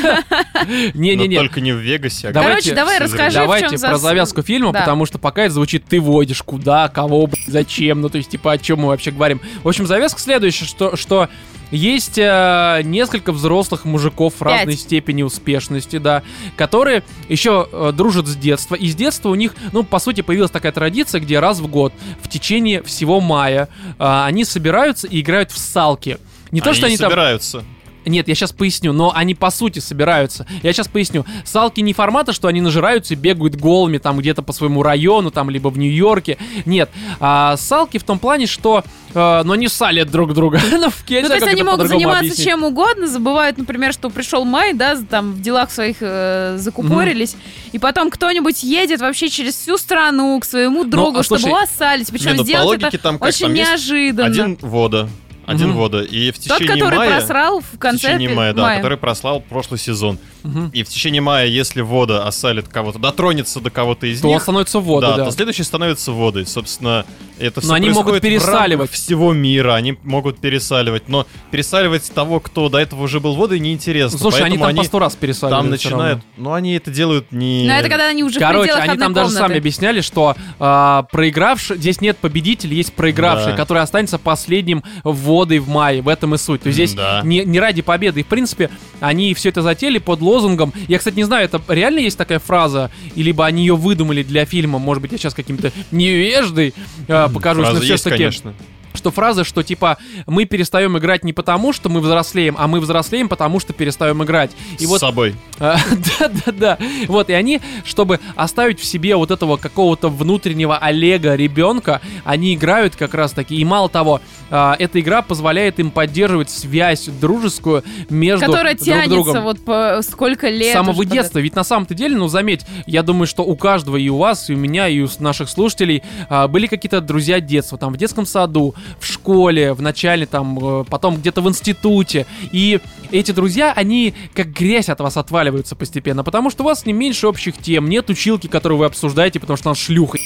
Speaker 2: Но
Speaker 1: Не-не-не.
Speaker 2: только не в Вегасе. а
Speaker 1: Давайте-
Speaker 3: Короче, давай
Speaker 2: Сызрань.
Speaker 3: расскажи, в
Speaker 1: Давайте
Speaker 3: чем
Speaker 1: про завязку фильма,
Speaker 3: Да.
Speaker 1: потому что пока это звучит «ты водишь», «куда», «кого», блядь, «зачем», ну то есть типа о чем мы вообще говорим. В общем, завязка следующая, что, что есть э, несколько взрослых мужиков разной степени успешности, да, которые еще э, дружат с детства, и с детства у них, ну по сути, появилась такая традиция, где раз в год, в течение всего мая, э, они собираются и играют в салки. Не то, что они там
Speaker 2: собираются.
Speaker 1: нет, я сейчас поясню, но они по сути собираются. Я сейчас поясню. Салки не формата, что они нажираются и бегают голыми там где-то по своему району, там либо в Нью-Йорке. Нет, а, салки в том плане, что, э, ну, они салят друг друга. ну, в- я не
Speaker 3: Ну, то
Speaker 1: знаю,
Speaker 3: есть
Speaker 1: как
Speaker 3: они
Speaker 1: это
Speaker 3: могут
Speaker 1: по-другому
Speaker 3: заниматься
Speaker 1: объяснить.
Speaker 3: чем угодно, забывают, например, что пришел май, да, з- там в делах своих э, закупорились, и потом кто-нибудь едет вообще через всю страну к своему другу,
Speaker 1: а
Speaker 3: чтобы
Speaker 1: слушай,
Speaker 3: его осалить. Причем
Speaker 2: Ну, Не, ну по
Speaker 3: сделать это
Speaker 2: логике там как,
Speaker 3: очень
Speaker 2: там есть
Speaker 3: неожиданно.
Speaker 2: один вода. Один
Speaker 1: Мгм.
Speaker 2: вода. И в
Speaker 3: Тот,
Speaker 2: течение
Speaker 3: который
Speaker 2: мая...
Speaker 3: просрал в
Speaker 2: В
Speaker 3: конце
Speaker 2: течение
Speaker 3: пе-
Speaker 2: мая, да, который прослал прошлый сезон.
Speaker 1: Мгм.
Speaker 2: И в течение мая, если вода осалит кого-то, дотронется до кого-то из
Speaker 1: То он
Speaker 2: них,
Speaker 1: становится водой,
Speaker 2: да,
Speaker 1: да.
Speaker 2: то следующий становится водой. Собственно, это все
Speaker 1: Но они могут пересаливать.
Speaker 2: всего мира, они могут пересаливать. Но пересаливать того, кто до этого уже был водой, неинтересно.
Speaker 1: Слушай, они там
Speaker 2: поэтому
Speaker 1: по сто раз пересаливают.
Speaker 2: там
Speaker 1: всё
Speaker 2: начинают...
Speaker 1: равно.
Speaker 2: Но они это делают не...
Speaker 3: Но это когда они уже в
Speaker 1: Короче,
Speaker 3: пределах
Speaker 1: они
Speaker 3: одной
Speaker 1: там даже сами
Speaker 3: комнаты.
Speaker 1: объясняли, что а, проигравший, здесь нет победителя, есть проигравший,
Speaker 2: Да.
Speaker 1: который останется последним водой в мае. В этом и суть. То есть здесь
Speaker 2: Да.
Speaker 1: не, не ради победы. И, в принципе, они все это затеяли под лозунгом. Я, кстати, не знаю, это реально есть такая фраза, и либо они ее выдумали для фильма, может быть, я сейчас каким-то невеждой э, покажусь,
Speaker 2: Фраза
Speaker 1: но
Speaker 2: есть,
Speaker 1: все-таки
Speaker 2: конечно.
Speaker 1: что фраза, что типа мы перестаем играть не потому, что мы взрослеем, а мы взрослеем, потому что перестаем играть. И
Speaker 2: С
Speaker 1: вот
Speaker 2: собой.
Speaker 1: да-да-да. Вот, и они, чтобы оставить в себе вот этого какого-то внутреннего Олега ребенка, они играют как раз таки. И мало того, а, эта игра позволяет им поддерживать связь дружескую между
Speaker 3: Которая
Speaker 1: друг
Speaker 3: тянется
Speaker 1: другом.
Speaker 3: вот по сколько
Speaker 1: С
Speaker 3: лет.
Speaker 1: самого
Speaker 3: уже
Speaker 1: детства. Ведь на самом-то деле, ну заметь, я думаю, что у каждого и у вас, и у меня, и у с- наших слушателей а, были какие-то друзья детства. Там в детском саду, в школе, в начале, там, э, потом где-то в институте. И эти друзья, они как грязь от вас отваливаются постепенно, потому что у вас не меньше общих тем, нет училки, которую вы обсуждаете, потому что она шлюха.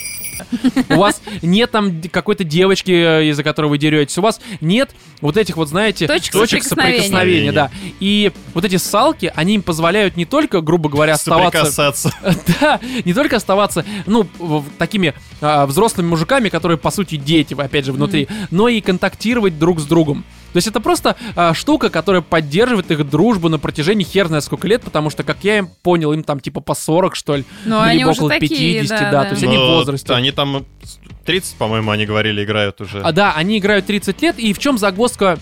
Speaker 1: У вас нет там д- какой-то девочки, э, из-за которой вы деретесь. У вас нет вот этих вот, знаете,
Speaker 3: Точек
Speaker 1: точек
Speaker 3: соприкосновения.
Speaker 1: соприкосновения, да. И вот эти салки, они им позволяют не только, грубо говоря, оставаться...
Speaker 2: Соприкасаться.
Speaker 1: Да, не только оставаться, ну, в- такими а, взрослыми мужиками, которые, по сути, дети, опять же, внутри, но и контактировать друг с другом. То есть это просто а, штука, которая поддерживает их дружбу на протяжении хер знает сколько лет, потому что, как я им понял, им там типа по 40, что ли,
Speaker 3: Ну,
Speaker 1: ну,
Speaker 3: они
Speaker 1: либо
Speaker 3: уже
Speaker 1: около
Speaker 3: такие,
Speaker 1: 50,
Speaker 3: да,
Speaker 1: да,
Speaker 3: да.
Speaker 1: то есть они в
Speaker 2: Но
Speaker 1: возрасте.
Speaker 2: Они там 30, по-моему, они говорили, играют уже.
Speaker 1: А, да, они играют 30 лет, и в чем загвоздка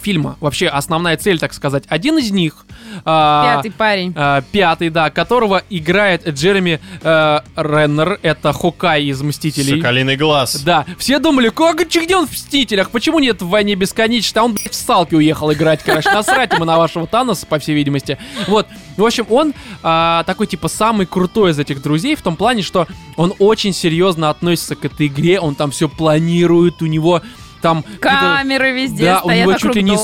Speaker 1: фильма? Вообще основная цель, так сказать. Один из них... а,
Speaker 3: Пятый парень.
Speaker 1: а, пятый, да, которого играет Джереми э, Реннер, это Хокай из «Мстителей».
Speaker 2: Соколиный глаз.
Speaker 1: Да, все думали, как, чё, где он в «Мстителях», почему нет в «Войне бесконечности», а он, блядь, в «Салке» уехал играть, короче, насрать ему на вашего Таноса, по всей видимости. Вот, в общем, он а, такой, типа, самый крутой из этих друзей в том плане, что он очень серьезно относится к этой игре, он там все планирует, у него там... типа, какие-то-
Speaker 3: Камеры везде
Speaker 1: да,
Speaker 3: стоят
Speaker 1: у него
Speaker 3: вокруг
Speaker 1: чуть ли не
Speaker 3: дома.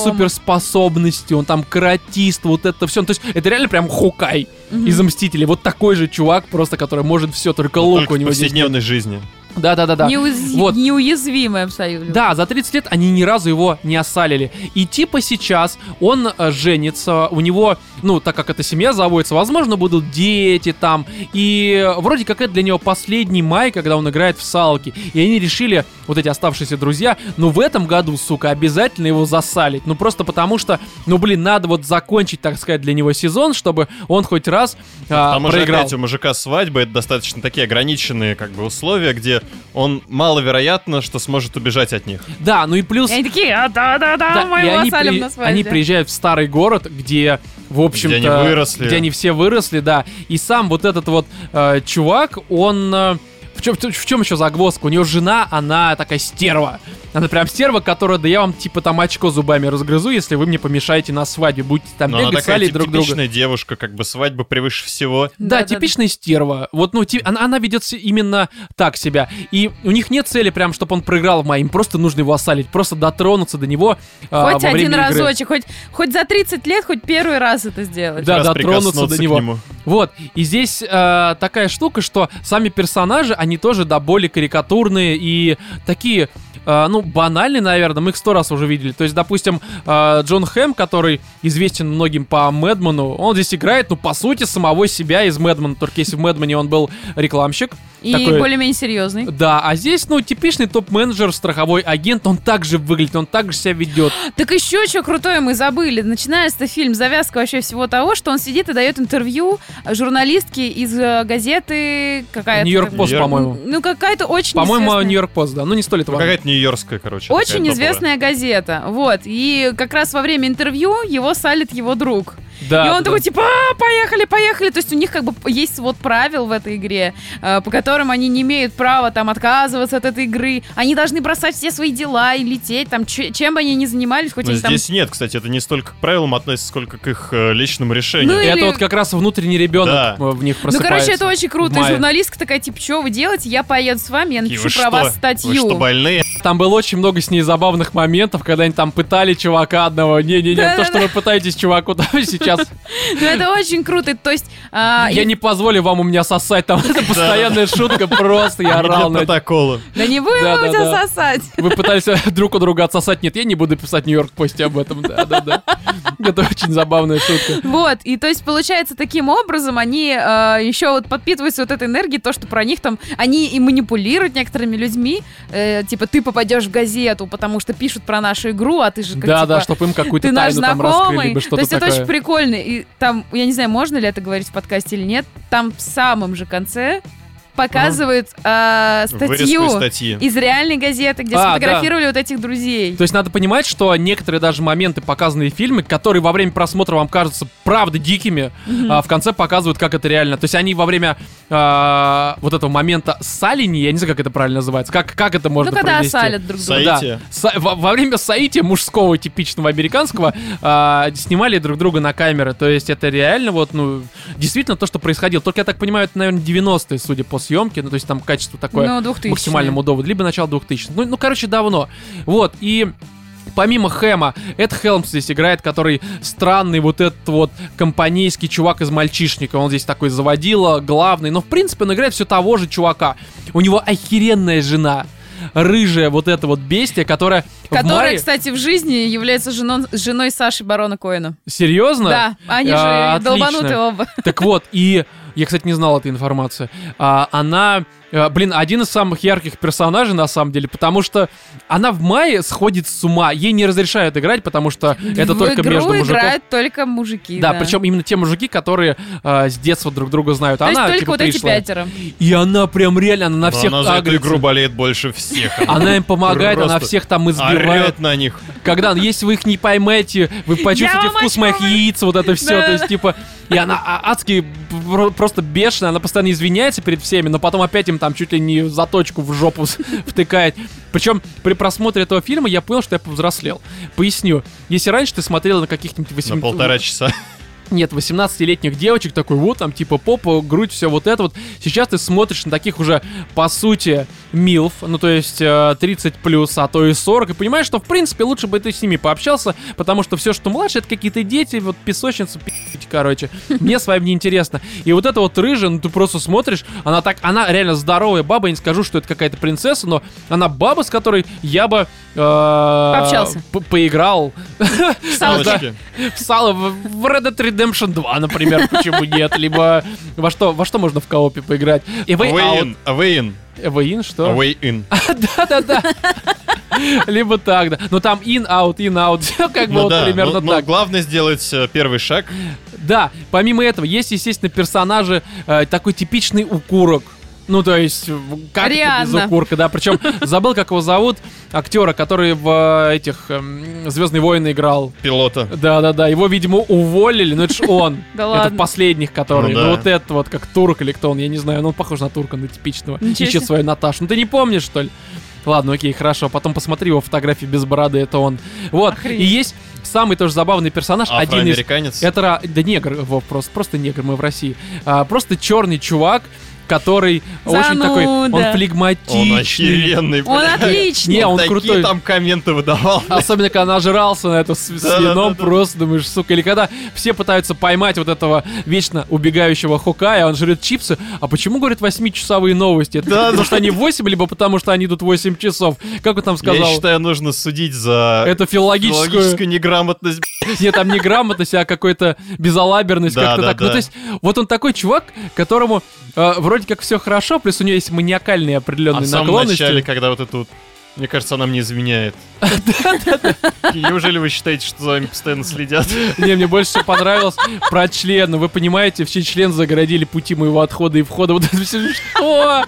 Speaker 1: суперспособности, он там каратист, вот это все. То есть это реально прям Хукай
Speaker 3: Мгм.
Speaker 1: из Мстителей. Вот такой же чувак, просто который может все, только лук
Speaker 2: Ну, Только
Speaker 1: у
Speaker 2: в
Speaker 1: него здесь.
Speaker 2: повседневной жизни.
Speaker 1: Да, да, да, да.
Speaker 3: Неуяз-
Speaker 1: Вот.
Speaker 3: Неуязвимый абсолютно.
Speaker 1: Да, за 30 лет они ни разу его не осалили. И типа сейчас он э, женится, у него, ну, так как эта семья заводится, возможно, будут дети там. И э, вроде как это для него последний май, когда он играет в салки. И они решили, вот эти оставшиеся друзья, ну, в этом году, сука, обязательно его засалить. Ну, просто потому что, ну, блин, надо вот закончить, так сказать, для него сезон, чтобы он хоть раз э,
Speaker 2: Там уже
Speaker 1: проиграл.
Speaker 2: опять у мужика свадьба, это достаточно такие ограниченные как бы условия, где он маловероятно, что сможет убежать от них.
Speaker 1: Да, ну и плюс...
Speaker 3: И они такие, а, да-да-да,
Speaker 1: Да,
Speaker 3: мы
Speaker 1: и
Speaker 3: его
Speaker 1: они,
Speaker 3: осалим
Speaker 1: при-
Speaker 3: на свадьбе.
Speaker 1: они приезжают в старый город, где, в общем-то...
Speaker 2: Где они выросли.
Speaker 1: где они все выросли, да. И сам вот этот вот э, чувак, он... э, в чем, в чем еще загвоздка? У него жена, она такая стерва. Она прям стерва, которая, да я вам типа там очко зубами разгрызу, если вы мне помешаете на свадьбе. Будете там
Speaker 2: Но Ну, она
Speaker 1: бегать,
Speaker 2: такая
Speaker 1: салить
Speaker 2: тип-
Speaker 1: друг друга.
Speaker 2: типичная девушка, как бы свадьба превыше всего.
Speaker 1: Да,
Speaker 3: Да, да,
Speaker 1: типичная стерва. Вот, ну, ти- она, она ведет се- именно так себя. И у них нет цели прям, чтобы он проиграл в моим. Просто нужно его осалить. Просто дотронуться до него а,
Speaker 3: Хоть
Speaker 1: во
Speaker 3: один
Speaker 1: время игры.
Speaker 3: разочек, хоть, хоть за 30 лет, хоть первый раз это сделать.
Speaker 1: Да,
Speaker 2: Раз
Speaker 1: дотронуться
Speaker 2: прикоснуться
Speaker 1: до
Speaker 2: к
Speaker 1: него.
Speaker 2: нему.
Speaker 1: Вот, и здесь э, такая штука, что сами персонажи, они тоже до боли карикатурные и такие э, ну, банальный, наверное, мы их сто раз уже видели. То есть, допустим, э, Джон Хэм, который известен многим по Мэдману, он здесь играет, ну, по сути, самого себя из Мэдмана. Только если в Мэдмане он был рекламщик.
Speaker 3: И
Speaker 1: такой-
Speaker 3: более-менее серьезный.
Speaker 1: Да, а здесь, ну, типичный топ-менеджер, страховой агент, он также выглядит, он также себя ведет.
Speaker 3: Так еще что крутое мы забыли. Начинается фильм завязка вообще всего того, что он сидит и дает интервью журналистке из э, газеты какая-то.
Speaker 1: Нью-Йорк Пост,
Speaker 2: Нью-Йорк-
Speaker 1: по-моему.
Speaker 3: Ну, какая-то очень
Speaker 1: По-моему,
Speaker 3: известная.
Speaker 1: Нью-Йорк Пост, да. Ну, не сто лет
Speaker 2: Ну,
Speaker 1: вам.
Speaker 2: Какая-то нью-йоркская, короче. такая
Speaker 3: Очень
Speaker 2: топовая.
Speaker 3: известная газета. Вот. И как раз во время интервью его салит его друг.
Speaker 1: Да,
Speaker 3: и он
Speaker 1: да.
Speaker 3: такой, типа, «А, поехали, поехали. То есть у них как бы есть вот правил в этой игре, э, по которым они не имеют права там отказываться от этой игры. Они должны бросать все свои дела и лететь, там, че- чем бы они ни занимались, хоть
Speaker 1: Ну,
Speaker 2: Но
Speaker 3: они там...
Speaker 2: Ну, здесь нет, кстати, это не столько к правилам относится, сколько к их э, личному
Speaker 3: Ну
Speaker 2: решению.
Speaker 3: и-
Speaker 1: Это
Speaker 3: или-
Speaker 1: вот как раз внутренний
Speaker 2: Да.
Speaker 1: ребенок э, в них
Speaker 3: Ну,
Speaker 1: просыпается.
Speaker 3: короче, это очень
Speaker 1: в
Speaker 3: круто. И
Speaker 1: мае.
Speaker 3: журналистка такая, типа, что вы делаете? Я поеду с вами, я
Speaker 2: Такие,
Speaker 3: напишу
Speaker 2: вы
Speaker 3: про
Speaker 2: что?
Speaker 3: вас
Speaker 2: Вы
Speaker 3: статью.
Speaker 2: что, больные?
Speaker 1: Там было очень много с ней забавных моментов, когда они там пытали чувака одного. Не-не-не, то,
Speaker 3: Да-да-да.
Speaker 1: что вы пытаетесь чуваку там сейчас.
Speaker 3: Ну, это очень круто. То есть... а,
Speaker 1: Я
Speaker 3: и-
Speaker 1: не позволю вам у меня сосать. Там это постоянная шутка, просто я
Speaker 2: Не
Speaker 1: орал на
Speaker 2: для
Speaker 1: это.
Speaker 2: протокола.
Speaker 3: Да не будем
Speaker 1: Да,
Speaker 3: мы
Speaker 1: да,
Speaker 3: тебя
Speaker 1: да.
Speaker 3: сосать.
Speaker 1: Вы пытались э, друг у друга отсосать. Нет, я не буду писать Нью-Йорк посте об этом. Да-да-да. Это очень забавная шутка.
Speaker 3: Вот, и то есть получается таким образом они э, еще вот подпитываются вот этой энергией, то, что про них там, они и манипулируют некоторыми людьми, э, типа ты попадешь в газету, потому что пишут про нашу игру, а ты же как
Speaker 1: Да-да,
Speaker 3: типа,
Speaker 1: чтобы им какую-то
Speaker 3: ты наш
Speaker 1: тайну там раскрыли
Speaker 3: знакомый.
Speaker 1: бы,
Speaker 3: То
Speaker 1: что-то
Speaker 3: есть это очень
Speaker 1: такое.
Speaker 3: прикольно. И там, я не знаю, можно ли это говорить в подкасте или нет, там в самом же конце показывают э,
Speaker 2: Вырезку
Speaker 3: статью
Speaker 2: из статьи.
Speaker 3: из реальной газеты, где
Speaker 1: А, да.
Speaker 3: сфотографировали вот этих друзей.
Speaker 1: То есть надо понимать, что некоторые даже моменты, показанные в фильме, которые во время просмотра вам кажутся правда дикими, а, в конце показывают, как это реально. То есть они во время а, вот этого момента салини, я не знаю, как это правильно называется, как, как это
Speaker 3: Ну,
Speaker 1: можно
Speaker 3: когда
Speaker 1: произнести?
Speaker 3: осалят друг друга.
Speaker 2: Саи-
Speaker 1: Да.
Speaker 2: Соития.
Speaker 1: Со- во, во время соития мужского типичного американского а, снимали друг друга на камеры. То есть это реально вот, ну, действительно то, что происходило. Только, я так понимаю, это, наверное, 90-е, судя по съемке. Ну, то есть там качество такое
Speaker 3: Ну, 2000
Speaker 1: максимальному доводу, либо начало 2000 ну, ну, короче, давно. Вот, и помимо Хэма, Эд Хелмс здесь играет, который странный вот этот вот компанейский чувак из «Мальчишника». Он здесь такой заводила, главный. Но, в принципе, он играет все того же чувака. У него охеренная жена. Рыжая вот эта вот бестия, которая... в
Speaker 3: Которая,
Speaker 1: мае-
Speaker 3: кстати, в жизни является женон- женой Саши Барона Коэна.
Speaker 1: Серьезно?
Speaker 3: Да, они
Speaker 1: А,
Speaker 3: же
Speaker 1: отлично.
Speaker 3: долбанутые оба.
Speaker 1: Так вот, и я, кстати, не знал этой информации. А, она, э, блин, один из самых ярких персонажей на самом деле, потому что она в мае сходит с ума. Ей не разрешают играть, потому что это
Speaker 3: в
Speaker 1: только
Speaker 3: игру
Speaker 1: между мужиков.
Speaker 3: играют только мужики.
Speaker 1: Да, причем именно те мужики, которые э, с детства друг друга знают.
Speaker 3: То есть
Speaker 1: она
Speaker 3: только
Speaker 1: типа
Speaker 3: вот эти
Speaker 1: пришлая.
Speaker 3: пятеро.
Speaker 1: И она прям реально, она на
Speaker 2: Но
Speaker 1: всех
Speaker 2: она за эту
Speaker 1: агрится.
Speaker 2: игру болеет больше всех.
Speaker 1: Она им помогает, она
Speaker 2: Просто
Speaker 1: всех там избивает.
Speaker 2: Орет на них.
Speaker 1: Когда, ну, если вы их не поймете, вы почувствуете
Speaker 3: Я вам
Speaker 1: вкус
Speaker 3: очкова.
Speaker 1: моих яиц, вот это все, то
Speaker 3: Да-да-да.
Speaker 1: есть типа, и она а- адски пр- просто бешеная, она постоянно извиняется перед всеми, но потом опять им там чуть ли не заточку в жопу с- втыкает. Причем при просмотре этого фильма я понял, что я повзрослел. Поясню. Если раньше ты смотрел на каких-нибудь
Speaker 2: На
Speaker 1: 18...
Speaker 2: полтора часа.
Speaker 1: Нет, 18-летних девочек, такой вот там, типа попа, грудь, все вот это вот. Сейчас ты смотришь на таких уже, по сути, милф, ну то есть э, 30 плюс, а то и 40, и понимаешь, что в принципе лучше бы ты с ними пообщался, потому что все, что младше, это какие-то дети, вот песочницы, пи***ть, короче. Мне с вами не интересно. И вот эта вот рыжая, ну ты просто смотришь, она так, она реально здоровая баба, я не скажу, что это какая-то принцесса, но она баба, с которой я бы... Пообщался.
Speaker 3: Пообщался.
Speaker 1: Поиграл,
Speaker 2: Салочки.
Speaker 1: Сало в в Red Dead Redemption 2, например, почему нет? Либо во что, во что можно в коопе поиграть? Away
Speaker 2: Way
Speaker 1: Out.
Speaker 2: in. Away in. А
Speaker 1: Away in, что?
Speaker 2: Away in.
Speaker 1: Да-да-да. Либо так, да. Ну там in, out, in, out. Всё как бы
Speaker 2: Ну
Speaker 1: вот
Speaker 2: да,
Speaker 1: примерно
Speaker 2: ну- ну
Speaker 1: так.
Speaker 2: главное сделать э, первый шаг.
Speaker 1: Да, помимо этого, есть, естественно, персонажи э, такой типичный укурок. Ну, то есть, в- как это без
Speaker 3: Рианна.
Speaker 1: укурка, да. Причем забыл, как его зовут, актера, который в э, этих эм, Звездные войны играл.
Speaker 2: пилота.
Speaker 1: Да, да, да. Его, видимо, уволили, но это ж он.
Speaker 3: Да
Speaker 1: Это в
Speaker 3: ладно.
Speaker 1: последних, который.
Speaker 2: Ну
Speaker 1: Ну
Speaker 2: да.
Speaker 1: вот этот вот, как турк или кто он, я не знаю. Ну он похож на турка, на типичного.
Speaker 3: Ничего себе.
Speaker 1: Ищет свою Наташу. Ну ты не помнишь, что ли? Ладно, окей, хорошо. Потом посмотри его фотографии без бороды, это он. Вот.
Speaker 3: Охренеть.
Speaker 1: И есть самый тоже забавный персонаж. Один из...
Speaker 2: Афроамериканец.
Speaker 1: Это... ра- Да негр, Вов, просто, просто негр, мы в России. А, просто черный чувак, который очень такой, он
Speaker 3: Зануда.
Speaker 2: Он
Speaker 1: флегматичный.
Speaker 2: охеренный,
Speaker 3: Он
Speaker 2: блядь.
Speaker 3: отличный.
Speaker 1: Не, он
Speaker 2: такие
Speaker 1: крутой.
Speaker 2: там комменты выдавал.
Speaker 1: Особенно, когда нажрался на эту с- с
Speaker 2: Да-да-да-да.
Speaker 1: вином, просто думаешь, сука. Или когда все пытаются поймать вот этого вечно убегающего Хукая, он жрет чипсы. А почему, говорит, 8-часовые новости? Это
Speaker 2: Да,
Speaker 1: потому
Speaker 2: да.
Speaker 1: ну что они 8, либо потому что они идут 8 часов. Как он там
Speaker 2: Я
Speaker 1: сказал?
Speaker 2: считаю, нужно судить за
Speaker 1: Это филологическую...
Speaker 2: филологическую неграмотность.
Speaker 1: Нет, там не грамотность, а какой-то безалаберность,
Speaker 2: Да,
Speaker 1: как-то
Speaker 2: да,
Speaker 1: так. Ну,
Speaker 2: да.
Speaker 1: то есть, вот он такой чувак, которому э, вроде как все хорошо, плюс у него есть маниакальные
Speaker 2: А
Speaker 1: определенные
Speaker 2: в самом
Speaker 1: наклонности.
Speaker 2: начале, когда вот это вот, мне кажется, она мне изменяет. Неужели вы считаете, что за вами постоянно следят?
Speaker 1: Не, мне больше всего понравилось про член. Ну, Вы понимаете, все член загородили пути моего отхода и входа. Вот это все, что?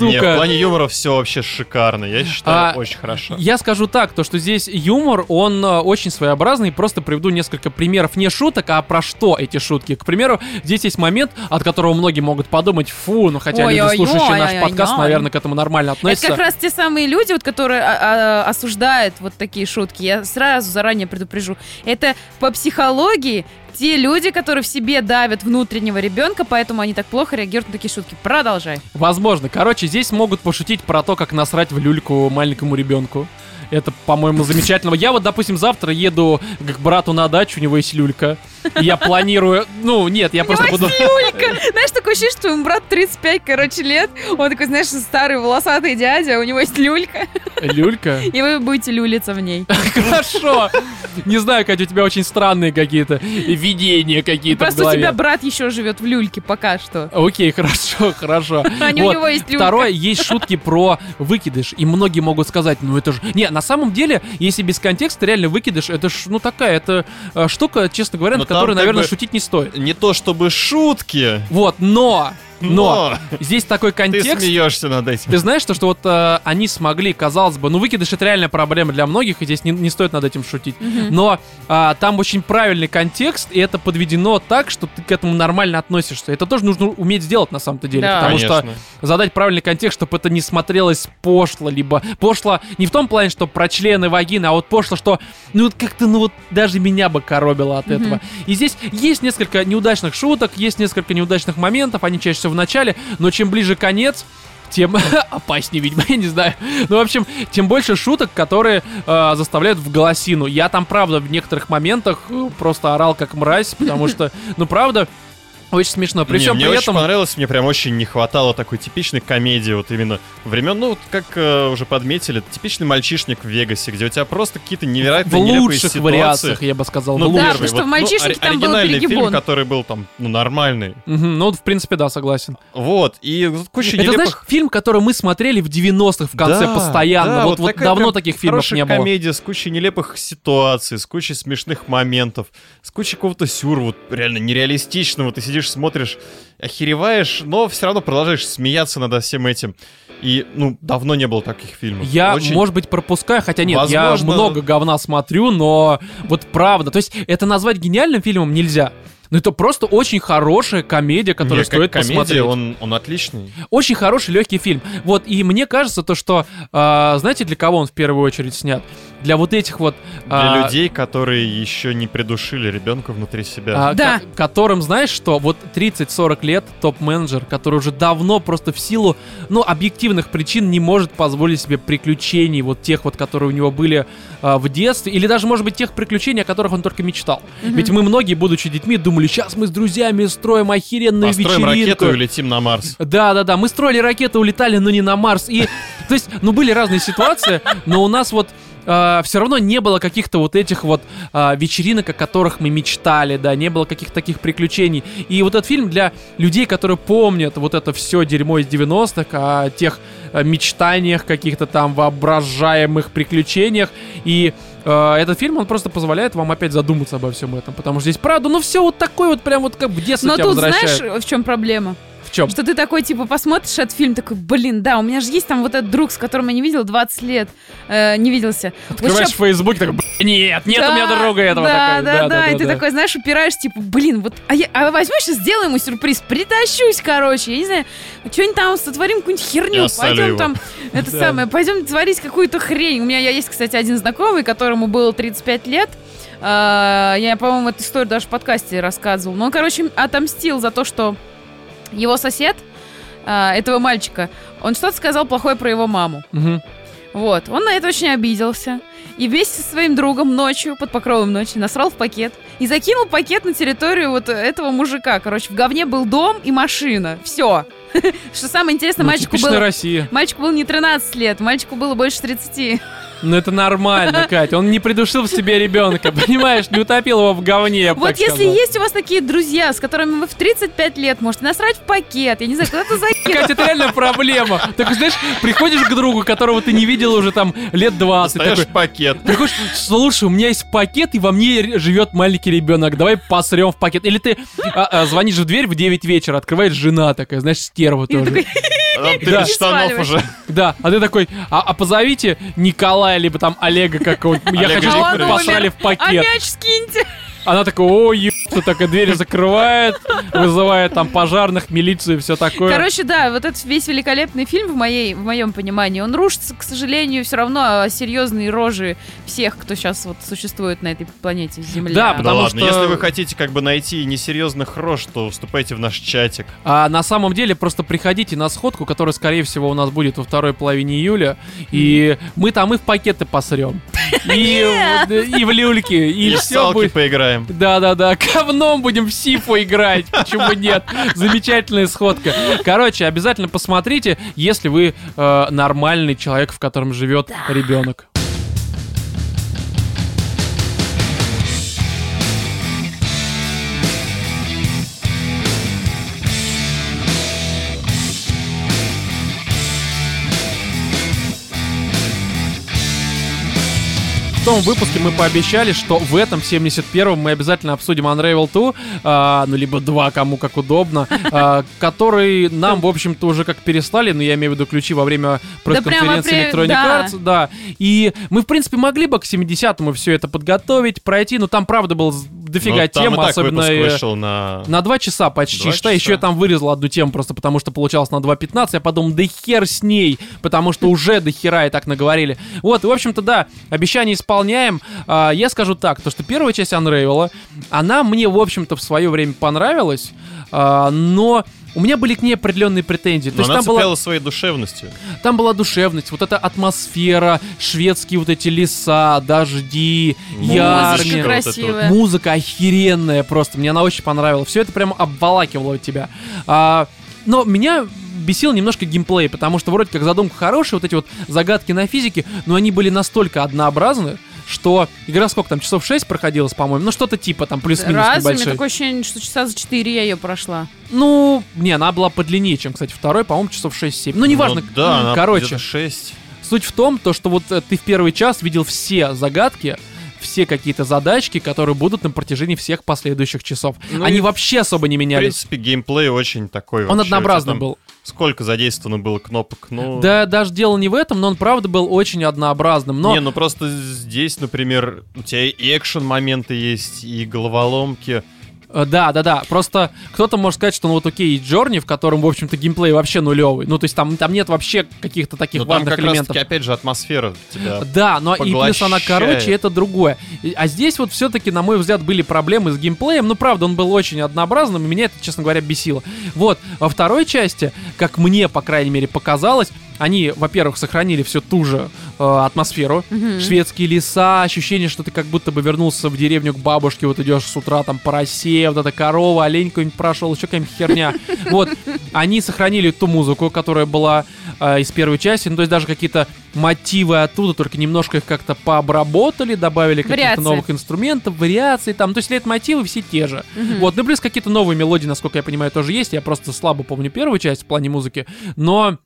Speaker 2: Не, в
Speaker 1: Сука.
Speaker 2: плане юмора все вообще шикарно. Я считаю,
Speaker 1: А,
Speaker 2: очень хорошо.
Speaker 1: Я скажу так, то что здесь юмор, он э, очень своеобразный, просто приведу несколько примеров не шуток, а про что эти шутки. К примеру, здесь есть момент, от которого многие могут подумать, фу, ну хотя люди,
Speaker 3: Ой-ой-ой,
Speaker 1: слушающие наш
Speaker 3: ой-ой-ой.
Speaker 1: подкаст, наверное, к этому нормально
Speaker 3: Это
Speaker 1: относятся.
Speaker 3: как раз те самые люди, вот, которые а, а, осуждают вот такие шутки. Я сразу заранее предупрежу. Это по психологии те люди, которые в себе давят внутреннего ребенка, поэтому они так плохо реагируют на такие шутки. Продолжай.
Speaker 1: Возможно. Короче, здесь могут пошутить про то, как насрать в люльку маленькому ребенку. Это, по-моему, замечательно. Я вот, допустим, завтра еду к брату на дачу, у него есть люлька. И я планирую... Ну, нет, я просто буду...
Speaker 3: Юлька, знаешь, такое ощущение, что ему брат 35, короче, лет. Он такой, знаешь, старый волосатый дядя, у него есть люлька,
Speaker 1: Люлька?
Speaker 3: и вы будете люлиться в ней.
Speaker 1: Хорошо. Не знаю, Катя, у тебя очень странные какие-то видения какие-то в
Speaker 3: Просто у тебя
Speaker 1: голове.
Speaker 3: брат еще живет в люльке пока что.
Speaker 1: Окей, хорошо, хорошо.
Speaker 3: А не у
Speaker 1: Вот.
Speaker 3: него есть люлька.
Speaker 1: Второе, есть шутки про выкидыш, и многие могут сказать, ну это же... Не, на самом деле, если без контекста, реально выкидыш, это ж, ну такая, это э, штука, честно говоря, на
Speaker 2: Но Ну, там
Speaker 1: которой,
Speaker 2: как
Speaker 1: наверное,
Speaker 2: бы-
Speaker 1: шутить не стоит.
Speaker 2: Не то чтобы шутки,
Speaker 1: Вот, но... Но,
Speaker 2: но
Speaker 1: здесь такой
Speaker 2: ты
Speaker 1: контекст. Ты,
Speaker 2: смеешься над этим.
Speaker 1: знаешь, то, что вот э, они смогли, казалось бы, ну выкидыш это реально проблема для многих, и здесь не, не стоит над этим шутить.
Speaker 3: Мгм.
Speaker 1: Но а, там очень правильный контекст, и это подведено так, что ты к этому нормально относишься. Это тоже нужно уметь сделать на самом-то деле.
Speaker 3: Да.
Speaker 1: Потому что
Speaker 2: Конечно.
Speaker 1: задать правильный контекст, чтобы это не смотрелось пошло, либо пошло не в том плане, что про члены вагины, а вот пошло, что ну вот как-то, ну вот даже меня бы коробило от
Speaker 3: Мгм.
Speaker 1: этого. И здесь есть несколько неудачных шуток, есть несколько неудачных моментов, они чаще всего в начале, но чем ближе конец, тем опаснее, видимо, я не знаю. Ну, в общем, тем больше шуток, которые э, заставляют в голосину. Я там, правда, в некоторых моментах э, просто орал как мразь, потому что, ну, правда, очень смешно. При
Speaker 2: Не,
Speaker 1: всем
Speaker 2: мне
Speaker 1: при
Speaker 2: очень
Speaker 1: этом...
Speaker 2: понравилось, мне прям очень не хватало такой типичной комедии, вот именно времен, ну, вот как э, уже подметили, типичный мальчишник в Вегасе, где у тебя просто какие-то
Speaker 1: в
Speaker 2: невероятные нелепые
Speaker 1: лучших
Speaker 2: ситуации.
Speaker 1: вариациях, я бы сказал.
Speaker 2: Ну,
Speaker 1: в
Speaker 3: Да,
Speaker 1: лучших.
Speaker 2: первый,
Speaker 3: потому что
Speaker 2: вот,
Speaker 3: в «Мальчишнике»
Speaker 2: ори-
Speaker 3: там был
Speaker 2: оригинальный фильм,
Speaker 3: перегибон.
Speaker 2: который был там, ну, нормальный.
Speaker 1: Мгм, ну, в принципе, да, согласен.
Speaker 2: Вот, и вот
Speaker 1: Это,
Speaker 2: куча нелепых...
Speaker 1: знаешь, фильм, который мы смотрели в 90-х в конце
Speaker 2: Да,
Speaker 1: постоянно.
Speaker 2: да,
Speaker 1: вот вот
Speaker 2: такая
Speaker 1: давно
Speaker 2: прям
Speaker 1: таких фильмов
Speaker 2: хорошая
Speaker 1: не было.
Speaker 2: комедия с кучей нелепых ситуаций, с кучей смешных моментов, с кучей какого-то сюр, вот реально нереалистичного. Ты сидишь, смотришь, охереваешь, но все равно продолжаешь смеяться над всем этим. И, ну, давно не было таких фильмов.
Speaker 1: Я,
Speaker 2: Очень-
Speaker 1: может быть, пропускаю, хотя нет, я
Speaker 2: Возможно-
Speaker 1: много говна смотрю, но вот правда. То есть это назвать гениальным фильмом нельзя. Но это просто очень хорошая комедия,
Speaker 2: Не,
Speaker 1: которую
Speaker 2: как
Speaker 1: стоит
Speaker 2: комедия,
Speaker 1: посмотреть.
Speaker 2: Он, он отличный.
Speaker 1: Очень хороший, легкий фильм. Вот, и мне кажется, то, что, а, знаете, для кого он в первую очередь снят? Для вот этих вот...
Speaker 2: Для
Speaker 1: а,
Speaker 2: людей, которые еще не придушили ребенка внутри себя.
Speaker 1: А,
Speaker 3: Да.
Speaker 1: ко- которым, знаешь что, вот 30-40 лет топ-менеджер, который уже давно просто в силу, ну, объективных причин не может позволить себе приключений, вот тех вот, которые у него были а, в детстве, или даже, может быть, тех приключений, о которых он только мечтал.
Speaker 3: Мгм.
Speaker 1: Ведь мы многие, будучи детьми, думали, сейчас мы с друзьями строим охеренную
Speaker 2: Построим
Speaker 1: вечеринку.
Speaker 2: ракету и летим на Марс.
Speaker 1: Да, да, да. Мы строили ракеты, улетали, но не на Марс. И, то есть, ну, были разные ситуации, но у нас вот все равно не было каких-то вот этих вот а, вечеринок, о которых мы мечтали, да, не было каких-то таких приключений. И вот этот фильм для людей, которые помнят вот это все дерьмо из 90-х, о тех э, мечтаниях, каких-то там воображаемых приключениях. И э, этот фильм, он просто позволяет вам опять задуматься обо всем этом, потому что здесь, правда, ну все вот такое вот прям вот как в детство
Speaker 3: Но
Speaker 1: тебя
Speaker 3: тут
Speaker 1: возвращает.
Speaker 3: знаешь, в чем проблема?
Speaker 1: в чем?
Speaker 3: Что ты такой, типа, посмотришь этот фильм, такой, блин, да, у меня же есть там вот этот друг, с которым я не видел 20 лет, э, не виделся. Вот
Speaker 1: Открываешь
Speaker 3: щас-
Speaker 1: Facebook, такой, «Б***ь, нет, нет у меня
Speaker 3: Да,
Speaker 1: друга этого.
Speaker 3: Да,
Speaker 1: такой,
Speaker 3: да, да, и ты
Speaker 1: да.
Speaker 3: такой, знаешь, упираешь, типа, блин, вот, а я а возьму сейчас сделаю ему сюрприз, притащусь, короче, я не знаю, что-нибудь там сотворим, какую-нибудь херню,
Speaker 2: Я солю
Speaker 3: пойдем
Speaker 2: его.
Speaker 3: там, это
Speaker 1: Да.
Speaker 3: самое, пойдем творить какую-то хрень. У меня я- есть, кстати, один знакомый, которому было 35 лет, А, я, по-моему, эту историю даже в подкасте рассказывал. Но он, короче, отомстил за то, что его сосед а, этого мальчика, он что-то сказал плохое про его маму.
Speaker 1: Мгм.
Speaker 3: Вот, он на это очень обиделся. И вместе со своим другом ночью, под покровом ночи, насрал в пакет. И закинул пакет на территорию вот этого мужика. Короче, в говне был дом и машина. Все. Что самое интересное,
Speaker 1: Ну,
Speaker 3: мальчику
Speaker 1: типичная
Speaker 3: было...
Speaker 1: Россия.
Speaker 3: Мальчику было не 13 лет, мальчику было больше 30.
Speaker 1: Ну это нормально, Катя. Он не придушил в себе ребенка, понимаешь? Не утопил его в говне, я бы
Speaker 3: вот
Speaker 1: так
Speaker 3: если
Speaker 1: сказал.
Speaker 3: есть у вас такие друзья, с которыми вы в 35 лет можете насрать в пакет, я не знаю, куда-то закинуть.
Speaker 1: Катя, это реально проблема. Так знаешь, приходишь к другу, которого ты не видел уже там лет 20.
Speaker 2: Достаешь
Speaker 1: А, такой,
Speaker 2: пакет.
Speaker 1: Приходишь, слушай, у меня есть пакет, и во мне р- живет маленький ребенок, давай посрем в пакет. Или ты а, а, звонишь в дверь в 9 вечера, открывает жена такая, знаешь, стерва
Speaker 3: И
Speaker 1: тоже.
Speaker 3: такой,
Speaker 2: А там ты
Speaker 1: Да.
Speaker 2: без штанов
Speaker 3: Сваливаешь.
Speaker 2: уже.
Speaker 1: Да, а ты такой, а, а позовите Николая, либо там Олега какого-нибудь, я
Speaker 2: Олега
Speaker 1: хочу, чтобы
Speaker 3: «А он
Speaker 1: вы
Speaker 2: Викторовича.
Speaker 1: посрали
Speaker 3: умер.
Speaker 1: в
Speaker 3: А
Speaker 1: пакет.
Speaker 3: мяч скиньте.
Speaker 1: Она такая, о, ебаться, такая дверь закрывает, вызывает там пожарных, милицию и все такое.
Speaker 3: Короче, да, вот этот весь великолепный фильм в, моей, в моем понимании, он рушится, к сожалению, все равно о серьезные рожи всех, кто сейчас вот существует на этой планете Земля.
Speaker 1: Да,
Speaker 2: Да
Speaker 1: Потому
Speaker 2: ладно,
Speaker 1: что-
Speaker 2: если вы хотите как бы найти несерьезных рож, то вступайте в наш чатик.
Speaker 1: А на самом деле просто приходите на сходку, которая, скорее всего, у нас будет во второй половине июля, и мы там и в пакеты посрем, и,
Speaker 3: Нет.
Speaker 1: и в люльки, и,
Speaker 2: И в
Speaker 1: все
Speaker 2: салки
Speaker 1: будет.
Speaker 2: поиграем.
Speaker 1: Да-да-да, говном будем в сифу играть, почему нет? Замечательная сходка. Короче, обязательно посмотрите, если вы э, нормальный человек, в котором живет ребенок. В том выпуске мы пообещали, что в этом 71-м мы обязательно обсудим Unravel 2, а, ну либо 2, кому как удобно, а, который нам, в общем-то, уже как переслали, но я имею в виду ключи во время пресс-конференции
Speaker 3: прямо при-
Speaker 1: Electronic
Speaker 3: да.
Speaker 1: Arts, да. И мы, в принципе, могли бы к 70-му все это подготовить, пройти, но там, правда, было з- дофига
Speaker 2: Ну,
Speaker 1: тем,
Speaker 2: там и так
Speaker 1: особенно...
Speaker 2: выпуск
Speaker 1: э,
Speaker 2: вышел на...
Speaker 1: на два часа почти,
Speaker 2: Два
Speaker 1: считай,
Speaker 2: часа.
Speaker 1: еще я там вырезал одну тему просто потому, что получалось на 2.15, я подумал, да хер с ней, потому что уже до хера и так наговорили. Вот, и, в общем-то, да, обещание исполняем. А, я скажу так, то что первая часть Unravel, она мне, в общем-то, в свое время понравилась, а, но у меня были к ней определенные претензии. То
Speaker 2: Но
Speaker 1: есть
Speaker 2: она
Speaker 1: там была,
Speaker 2: цепляла своей душевностью.
Speaker 1: там была душевность, вот эта атмосфера, шведские вот эти леса, дожди,
Speaker 3: Музычка
Speaker 1: ярмарки.
Speaker 2: Ярмер.
Speaker 3: красивая.
Speaker 1: Музыка охеренная просто, мне она очень понравилась. Все это прямо обволакивало тебя. А, но меня бесил немножко геймплей, потому что вроде как задумка хорошая, вот эти вот загадки на физике, но они были настолько однообразны, что игра сколько там, часов 6 проходилась, по-моему, ну что-то типа там плюс-минус
Speaker 3: Раз, у меня
Speaker 1: небольшой.
Speaker 3: такое ощущение, что часа за 4 я ее прошла.
Speaker 1: Ну, не, она была подлиннее, чем, кстати, второй, по-моему, часов 6-7. Ну, неважно.
Speaker 2: Ну да, она
Speaker 1: Короче,
Speaker 2: где-то шесть.
Speaker 1: Суть в том, то, что вот э, ты в первый час видел все загадки, все какие-то задачки, которые будут на протяжении всех последующих часов.
Speaker 2: Ну
Speaker 1: Они
Speaker 2: и
Speaker 1: вообще особо не
Speaker 2: В
Speaker 1: менялись.
Speaker 2: принципе, геймплей очень такой
Speaker 1: Он
Speaker 2: вообще. У тебя
Speaker 1: однообразный
Speaker 2: там
Speaker 1: был.
Speaker 2: Сколько задействовано было кнопок? Ну,
Speaker 1: Да, даже дело не в этом, но он правда был очень однообразным. Но
Speaker 2: Не, ну просто здесь, например, у тебя и экшен-моменты есть, и головоломки.
Speaker 1: Э, Да, да, да. Просто кто-то может сказать, что ну вот окей, Джорни, в котором, в общем-то, геймплей вообще нулевый. Ну, то есть там, там нет вообще каких-то таких
Speaker 2: Но Ну, там
Speaker 1: важных
Speaker 2: как
Speaker 1: элементов.
Speaker 2: раз-таки, опять же, атмосфера тебя
Speaker 1: Да, но и плюс она
Speaker 2: поглощает.
Speaker 1: короче, это другое. И- А здесь вот все-таки, на мой взгляд, были проблемы с геймплеем. Ну, правда, он был очень однообразным, и меня это, честно говоря, бесило. Вот, во второй части, как мне, по крайней мере, показалось, они, во-первых, сохранили всю ту же э, атмосферу.
Speaker 3: Мгм.
Speaker 1: Шведские леса, ощущение, что ты как будто бы вернулся в деревню к бабушке, вот идешь с утра, там, по России, вот эта корова, олень какой-нибудь прошел, еще какая-нибудь херня. Вот, они сохранили ту музыку, которая была э, из первой части, ну, то есть даже какие-то мотивы оттуда, только немножко их как-то пообработали, добавили каких-то
Speaker 3: Вариации.
Speaker 1: новых инструментов, вариаций там, то есть лет мотивы все те же.
Speaker 3: Хм.
Speaker 1: Вот, ну, плюс какие-то новые мелодии, насколько я понимаю, тоже есть, я просто слабо помню первую часть в плане музыки, но...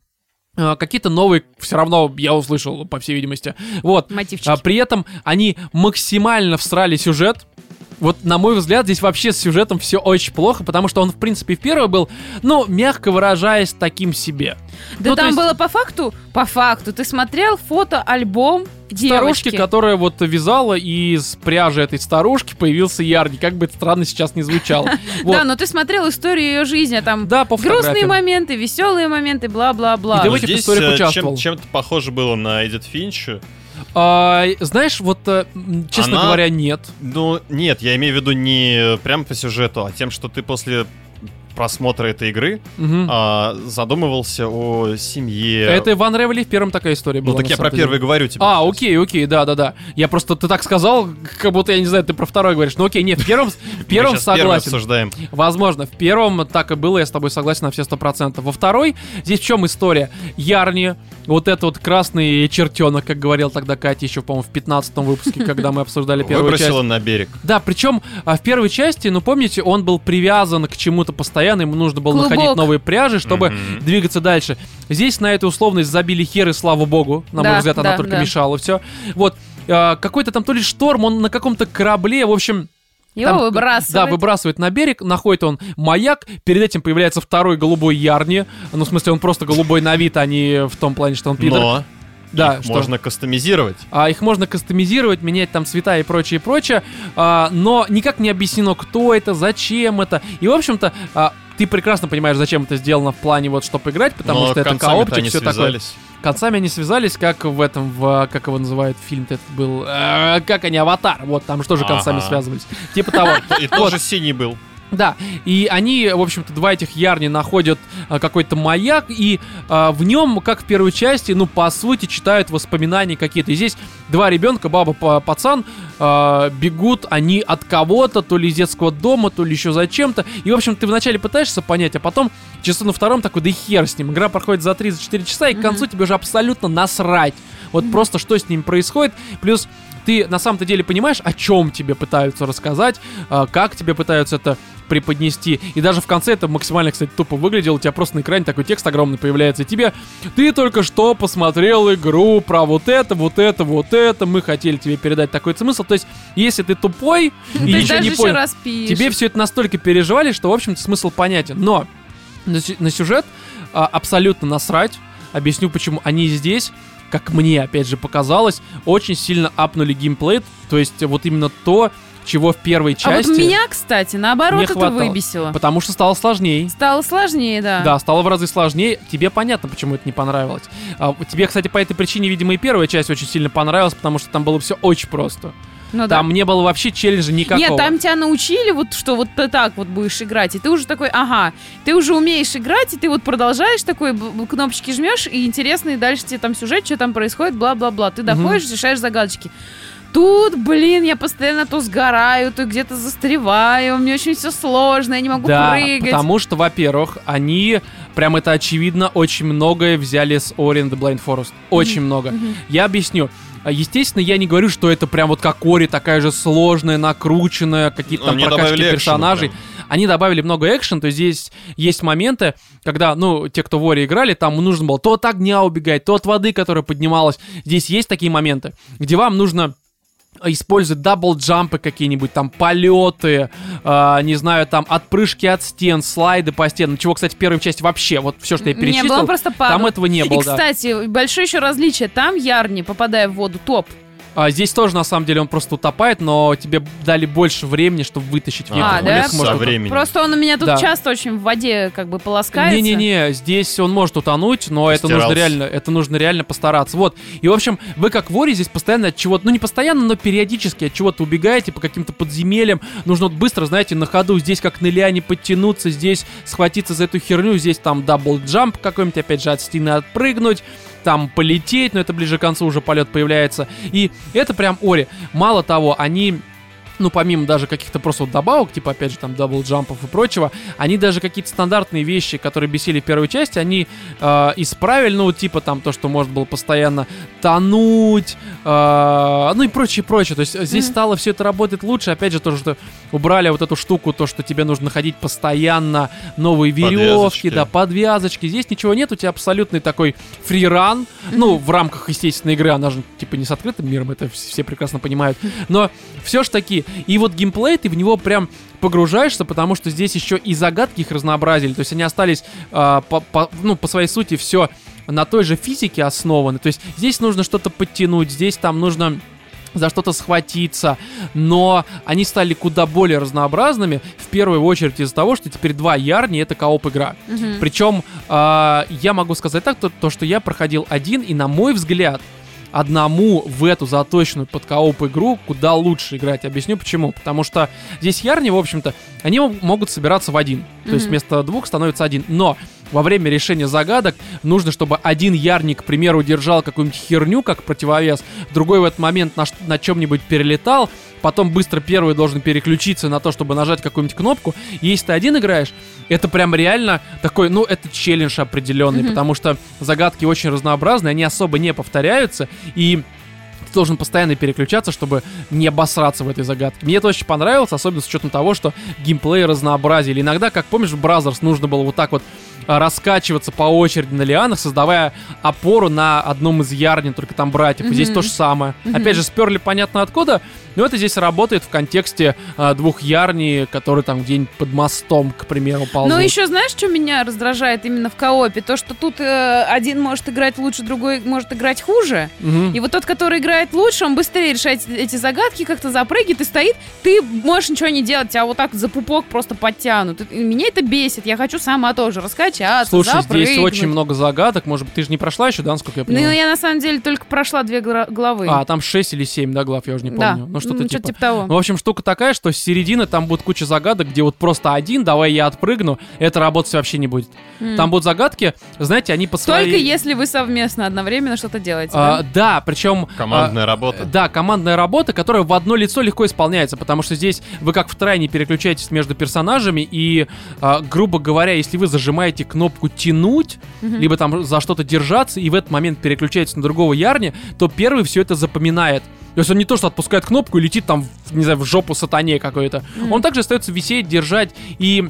Speaker 1: э, Какие-то новые, все равно я услышал, по всей видимости. Вот.
Speaker 3: Мотивчики.
Speaker 1: А при этом они максимально всрали сюжет. Вот, на мой взгляд, здесь вообще с сюжетом все очень плохо, потому что он, в принципе, в первый был, ну, мягко выражаясь, таким себе.
Speaker 3: да
Speaker 1: ну, то
Speaker 3: там
Speaker 1: есть-
Speaker 3: было по факту, по факту, ты смотрел фотоальбом девочки.
Speaker 1: Старушки, которая вот вязала, и из пряжи этой старушки появился ярни. Как бы это странно сейчас не звучало.
Speaker 3: Да, ну,
Speaker 1: Вот.
Speaker 3: но ты смотрел историю ее жизни, а там
Speaker 1: Да, по
Speaker 3: грустные
Speaker 1: фотографиям.
Speaker 3: моменты, веселые моменты,
Speaker 1: И
Speaker 3: бла-бла-бла.
Speaker 1: ты
Speaker 2: Ну,
Speaker 1: в этих
Speaker 2: здесь,
Speaker 1: историях
Speaker 2: э, чем-
Speaker 1: участвовал.
Speaker 2: Чем-то похоже было на Эдит Финч.
Speaker 1: А, Знаешь, вот, э, м, честно
Speaker 2: Она-
Speaker 1: говоря, нет.
Speaker 2: э, Ну, нет, я имею в виду не прям по сюжету, а тем, что ты после просмотра этой игры
Speaker 1: Мгм.
Speaker 2: а, задумывался о семье.
Speaker 1: Хм. Это Иван Ревели в первом такая история была.
Speaker 2: Ну так
Speaker 1: на
Speaker 2: я про
Speaker 1: самом деле.
Speaker 2: первый говорю тебе.
Speaker 1: А, окей, окей, да, да, да. Я просто ты так сказал, как будто я не знаю, ты про второй говоришь. Ну окей, нет, в первом, в
Speaker 2: Мы
Speaker 1: первом
Speaker 2: щас первый
Speaker 1: согласен.
Speaker 2: обсуждаем.
Speaker 1: Возможно, в первом так и было, я с тобой согласен на все сто процентов. Во второй, здесь в чем история? Ярни, вот этот вот красный чертенок, как говорил тогда Катя еще, по-моему, в 15 выпуске, когда мы обсуждали первую часть.
Speaker 2: Выбросила на берег.
Speaker 1: Да, причем а, в первой части, ну помните, он был привязан к чему-то постоянно, ему нужно было
Speaker 3: Клубок.
Speaker 1: находить новые пряжи, чтобы
Speaker 2: Мгм.
Speaker 1: двигаться дальше. Здесь на эту условность забили хер, и слава богу, на
Speaker 3: Да,
Speaker 1: мой взгляд, она
Speaker 3: да,
Speaker 1: только
Speaker 3: да.
Speaker 1: мешала все. Вот, а, какой-то там то ли шторм, он на каком-то корабле, в общем...
Speaker 3: Его
Speaker 1: там,
Speaker 3: выбрасывать.
Speaker 1: Да, выбрасывает на берег, находит он маяк, перед этим появляется второй голубой ярни, ну, в смысле, он просто голубой на вид, а не в том плане, что он пидор.
Speaker 2: Но
Speaker 1: да,
Speaker 2: их
Speaker 1: что?
Speaker 2: можно кастомизировать.
Speaker 1: А их можно кастомизировать, менять там цвета и прочее, прочее. А, но никак не объяснено, кто это, зачем это. И, в общем-то, а, ты прекрасно понимаешь, зачем это сделано в плане вот, чтобы играть, потому
Speaker 2: но
Speaker 1: что это
Speaker 2: концами-то
Speaker 1: коопчик,
Speaker 2: они
Speaker 1: все такое.
Speaker 2: связались.
Speaker 1: Концами они связались, как в этом, в, а, как его называют, фильм-то этот был, Э, как они, Аватар, вот, там же тоже концами
Speaker 2: Ага.
Speaker 1: связывались. Типа того.
Speaker 2: И тоже синий был.
Speaker 1: Да, и они, в общем-то, два этих ярни находят а, какой-то маяк, и а, в нем, как в первой части, ну, по сути, читают воспоминания какие-то. И здесь два ребенка, баба, па- пацан, а, бегут они от кого-то, то ли из детского дома, то ли еще зачем-то. И, в общем, ты вначале пытаешься понять, а потом часу на втором такой, да и хер с ним. Игра проходит за 3-4 часа, и к
Speaker 3: Мгм.
Speaker 1: концу тебе уже абсолютно насрать. Вот просто что с ним происходит. Плюс ты на самом-то деле понимаешь, о чем тебе пытаются рассказать, а, как тебе пытаются это преподнести. И даже в конце это максимально, кстати, тупо выглядело. У тебя просто на экране такой текст огромный появляется. И тебе ты только что посмотрел игру про вот это, вот это, вот это. Мы хотели тебе передать такой смысл. То есть, если ты тупой и
Speaker 3: Ты
Speaker 1: ничего
Speaker 3: даже
Speaker 1: не
Speaker 3: еще
Speaker 1: понял,
Speaker 3: раз пишешь.
Speaker 1: тебе все это настолько переживали, что, в общем-то, смысл понятен. Но на, сю- на сюжет а, абсолютно насрать. Объясню, почему они здесь, как мне, опять же, показалось, очень сильно апнули геймплей. То есть, вот именно то, чего в первой
Speaker 3: А вот
Speaker 1: части.
Speaker 3: меня, кстати, наоборот,
Speaker 1: не
Speaker 3: это
Speaker 1: хватало.
Speaker 3: выбесило.
Speaker 1: Потому что стало сложнее.
Speaker 3: Стало сложнее, да.
Speaker 1: Да, стало в разы сложнее. Тебе понятно, почему это не понравилось. А, тебе, кстати, по этой причине, видимо, и первая часть очень сильно понравилась, потому что там было все очень просто.
Speaker 3: Ну да.
Speaker 1: Там не было вообще челленджа никакого.
Speaker 3: Нет, там тебя научили, вот что вот ты так вот будешь играть, и ты уже такой, ага, ты уже умеешь играть, и ты вот продолжаешь такой, б- б- кнопочки жмешь, и интересный дальше тебе там сюжет, что там происходит, бла-бла-бла. Ты
Speaker 1: Мгм.
Speaker 3: доходишь, решаешь загадочки. Тут, блин, я постоянно то сгораю, то где-то застреваю, мне очень все сложно, я не могу
Speaker 1: да,
Speaker 3: прыгать.
Speaker 1: потому что, во-первых, они, прям это очевидно, очень многое взяли с Ori and the Blind Forest. Очень много.
Speaker 3: Мгм.
Speaker 1: Я объясню. А, Естественно, я не говорю, что это прям вот как Ори, такая же сложная, накрученная, какие-то
Speaker 2: Но
Speaker 1: там
Speaker 2: Ну, они
Speaker 1: прокачки
Speaker 2: добавили экшена
Speaker 1: персонажей.
Speaker 2: прям.
Speaker 1: Они добавили много экшен, то есть здесь есть моменты, когда, ну, те, кто в Ори играли, там нужно было то от огня убегать, то от воды, которая поднималась. Здесь есть такие моменты, где вам нужно использовать дабл-джампы какие-нибудь, там, полеты, э, не знаю, там, отпрыжки от стен, слайды по стенам, чего, кстати, в первой части вообще, вот все, что я
Speaker 3: Не
Speaker 1: перечислил,
Speaker 3: было, он просто
Speaker 1: там
Speaker 3: падал.
Speaker 1: этого не
Speaker 3: И,
Speaker 1: было, да.
Speaker 3: кстати, большое еще различие. Там Ярни, попадая в воду, топ.
Speaker 1: А, здесь тоже, на самом деле, он просто утопает, но тебе дали больше времени, чтобы вытащить в
Speaker 3: А,
Speaker 1: некоторых
Speaker 3: да?
Speaker 1: моментах
Speaker 2: со
Speaker 1: может, утоп-
Speaker 2: временем.
Speaker 3: Просто он у меня тут
Speaker 1: Да.
Speaker 3: часто очень в воде как бы полоскается.
Speaker 1: Не-не-не, здесь он может утонуть, но это
Speaker 2: Постирался.
Speaker 1: нужно реально, это нужно реально постараться. Вот. И, в общем, вы как вори здесь постоянно от чего-то, ну не постоянно, но периодически от чего-то убегаете по каким-то подземельям. Нужно вот быстро, знаете, на ходу здесь как на лиане подтянуться, здесь схватиться за эту херню, здесь там дабл-джамп какой-нибудь, опять же, от стены отпрыгнуть там полететь, но это ближе к концу уже полет появляется. И это прям Ори. Мало того, они ну, помимо даже каких-то просто вот добавок, типа, опять же, там, дабл-джампов и прочего, они даже какие-то стандартные вещи, которые бесили в первой части, они э, исправили, ну, типа, там, то, что можно было постоянно тонуть, э, ну, и прочее, прочее. То есть здесь
Speaker 3: Мгм.
Speaker 1: стало все это работать лучше. Опять же, то, что убрали вот эту штуку, то, что тебе нужно находить постоянно новые веревки,
Speaker 2: Подвязочки.
Speaker 1: да, подвязочки. Здесь ничего нет, у тебя абсолютный такой фриран, ну, в рамках, естественно, игры, она же, типа, не с открытым миром, это вс- все прекрасно понимают, но все ж таки, и вот геймплей, ты в него прям погружаешься, потому что здесь еще и загадки их разнообразили, то есть они остались, а, по, по- ну, по своей сути, все на той же физике основаны, то есть здесь нужно что-то подтянуть, здесь там нужно за что-то схватиться, но они стали куда более разнообразными, в первую очередь из-за того, что теперь два ярни — это кооп-игра.
Speaker 3: Мгм.
Speaker 1: Причем а, я могу сказать так, то, то, что я проходил один, и на мой взгляд, одному в эту заточенную под кооп игру куда лучше играть. Объясню почему. Потому что здесь ярни, в общем-то, они м- могут собираться в один. То есть
Speaker 3: Мгм.
Speaker 1: вместо двух становится один. Но во время решения загадок нужно, чтобы один ярник, к примеру, держал какую-нибудь херню как противовес, другой в этот момент на, ш- на чем-нибудь перелетал, потом быстро первый должен переключиться на то, чтобы нажать какую-нибудь кнопку. И если ты один играешь, это прям реально такой, ну, это челлендж определенный,
Speaker 3: Мгм.
Speaker 1: потому что загадки очень разнообразные, они особо не повторяются, и ты должен постоянно переключаться, чтобы не обосраться в этой загадке. Мне это очень понравилось, особенно с учетом того, что геймплей разнообразили. Иногда, как помнишь, в Бразерс нужно было вот так вот а, раскачиваться по очереди на лианах, создавая опору на одном из ярнин, только там братьев. И Здесь
Speaker 3: Мгм.
Speaker 1: то же самое.
Speaker 3: Мгм.
Speaker 1: Опять же, сперли понятно откуда, но это здесь работает в контексте а, двух ярней, которые там где-нибудь под мостом, к примеру, ползут.
Speaker 3: Но Ну, еще знаешь, что меня раздражает именно в коопе? То, что тут э, один может играть лучше, другой может играть хуже.
Speaker 1: Мгм.
Speaker 3: И вот тот, который играет лучше, он быстрее решает эти- эти загадки, как-то запрыгивает и стоит. Ты можешь ничего не делать, тебя вот так за пупок просто подтянут. И Меня это бесит. Я хочу сама тоже раскачаться,
Speaker 1: Слушай, здесь
Speaker 3: запрыгнуть.
Speaker 1: очень много загадок. Может быть, ты же не прошла еще, да, насколько я
Speaker 3: Ну,
Speaker 1: понимаю?
Speaker 3: я на самом деле только прошла две гра- главы.
Speaker 1: А, там 6 или 7, да, глав, я уже не помню.
Speaker 3: да.
Speaker 1: Ну, что-то
Speaker 3: М,
Speaker 1: типа.
Speaker 3: того.
Speaker 1: Ну, в общем, штука такая, что с середины там будет куча загадок, где вот просто один, давай я отпрыгну, это работать вообще не будет.
Speaker 3: М.
Speaker 1: Там будут загадки, знаете, они по своей...
Speaker 3: Только типа. если вы совместно одновременно что-то делаете.
Speaker 1: А,
Speaker 3: да?
Speaker 1: да, причем... а,
Speaker 2: Командная работа.
Speaker 1: Да, командная работа, которая в одно лицо легко исполняется, потому что здесь вы как в трайне переключаетесь между персонажами, и, а, грубо говоря, если вы зажимаете кнопку «тянуть»,
Speaker 3: Мгм.
Speaker 1: либо там за что-то держаться, и в этот момент переключаетесь на другого ярни, то первый все это запоминает. То есть он не то, что отпускает кнопку и летит там, в, не знаю, в жопу сатане какой-то.
Speaker 3: Мгм.
Speaker 1: Он также остается висеть, держать и...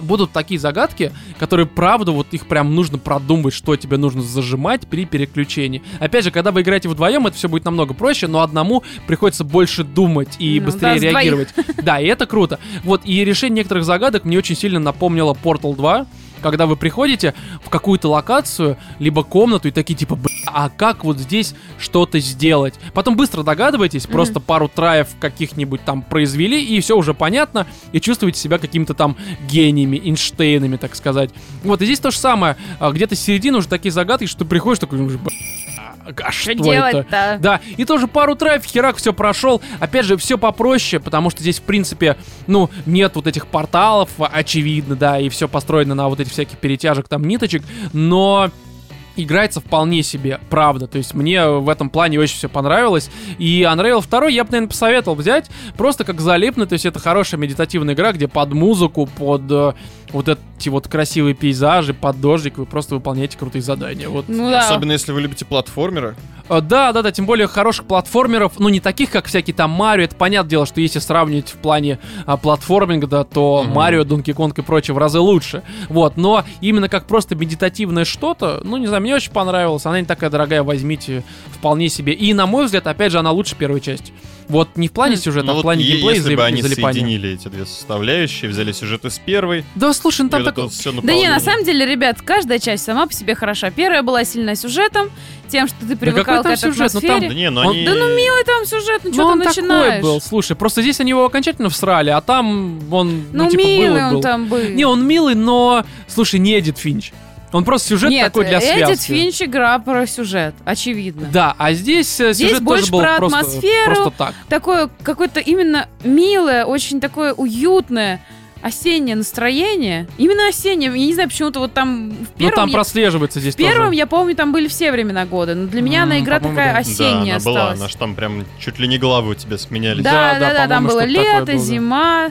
Speaker 1: Будут такие загадки, которые, правда, вот их прям нужно продумывать, что тебе нужно зажимать при переключении. Опять же, когда вы играете вдвоем, это все будет намного проще, но одному приходится больше думать и
Speaker 3: Ну,
Speaker 1: быстрее
Speaker 3: да, с двоих.
Speaker 1: реагировать. Да, и это круто. Вот, и решение некоторых загадок мне очень сильно напомнило Portal 2, когда вы приходите в какую-то локацию, либо комнату, и такие типа, «Бля, а как вот здесь что-то сделать? Потом быстро догадываетесь, просто пару траев каких-нибудь там произвели, и все уже понятно, и чувствуете себя каким-то там гениями, Эйнштейнами, так сказать. Вот, и здесь то же самое, А, где-то середина уже такие загадки, что ты приходишь такой, «Бля, а что
Speaker 3: Что
Speaker 1: это?
Speaker 3: делать-то?
Speaker 1: Да, и тоже пару траев, херак, все прошел. Опять же, все попроще, потому что здесь, в принципе, ну, нет вот этих порталов, очевидно, да, и все построено на вот этих всяких перетяжек, там, ниточек, но играется вполне себе, правда. То есть мне в этом плане очень все понравилось. И Unravel 2 я бы, наверное, посоветовал взять просто как залипно. То есть это хорошая медитативная игра, где под музыку, под э, вот эти вот красивые пейзажи, под дождик вы просто выполняете крутые задания. Вот.
Speaker 3: Ну да.
Speaker 2: Особенно если вы любите платформеры.
Speaker 1: А, Да, да, да, тем более хороших платформеров, ну не таких, как всякие там Марио, это понятное дело, что если сравнивать в плане а, платформинга, да, то
Speaker 2: Мгм.
Speaker 1: Марио, Донки Конг и прочее в разы лучше, вот, но именно как просто медитативное что-то, ну не знаю, мне очень понравилось, она не такая дорогая, возьмите вполне себе, и на мой взгляд, опять же, она лучше первой части, вот не в плане
Speaker 3: М.
Speaker 1: сюжета,
Speaker 2: Ну
Speaker 1: а в
Speaker 2: вот
Speaker 1: плане
Speaker 2: е-
Speaker 1: геймплея и
Speaker 2: если
Speaker 1: заип-
Speaker 2: бы они
Speaker 1: залипания.
Speaker 2: соединили эти две составляющие, взяли сюжет из первой,
Speaker 1: Да слушай, ну там
Speaker 2: и вот
Speaker 1: так...
Speaker 2: это вот всё
Speaker 3: Да не,
Speaker 2: наполнение.
Speaker 3: на самом деле, ребят, каждая часть сама по себе хороша. Первая была сильна сюжетом, тем, что ты привыкал
Speaker 1: какой там
Speaker 3: к этой
Speaker 1: сюжет? Ну, там-
Speaker 3: атмосфере.
Speaker 2: Да не, но
Speaker 1: Он-
Speaker 2: они...
Speaker 3: Да ну милый там сюжет, ну
Speaker 1: Ну,
Speaker 3: что
Speaker 1: он
Speaker 3: ты начинаешь?
Speaker 1: такой был, слушай, просто здесь они его окончательно всрали, а там он, ну,
Speaker 3: Ну,
Speaker 1: типа,
Speaker 3: милый
Speaker 1: был и
Speaker 3: он
Speaker 1: был.
Speaker 3: там был.
Speaker 1: Не, он милый, но, слушай, не Эдит Финч. Он просто сюжет
Speaker 3: Нет,
Speaker 1: такой для связки.
Speaker 3: Эдит Финч игра про сюжет, очевидно.
Speaker 1: Да, а здесь э, сюжет
Speaker 3: Здесь
Speaker 1: тоже
Speaker 3: больше
Speaker 1: был
Speaker 3: про
Speaker 1: просто,
Speaker 3: атмосферу.
Speaker 1: просто так. Ну,
Speaker 3: Такое какое-то именно милое, очень такое уютное осеннее настроение. Именно осеннее. Я не знаю, почему-то вот там в
Speaker 1: Ну,
Speaker 3: первом...
Speaker 1: там
Speaker 3: я-
Speaker 1: прослеживается здесь
Speaker 3: В первом,
Speaker 1: тоже.
Speaker 3: я помню, там были все времена года, но для меня
Speaker 1: М,
Speaker 3: она игра
Speaker 1: по-моему,
Speaker 3: такая
Speaker 1: да.
Speaker 2: Да,
Speaker 3: осенняя
Speaker 2: она была,
Speaker 3: осталась.
Speaker 2: она ж там прям чуть ли не главы у тебя сменялись.
Speaker 1: Да,
Speaker 3: Да,
Speaker 1: да,
Speaker 3: да, да, там
Speaker 1: по-моему,
Speaker 3: было
Speaker 1: что-то такое
Speaker 3: лето,
Speaker 1: было.
Speaker 3: зима.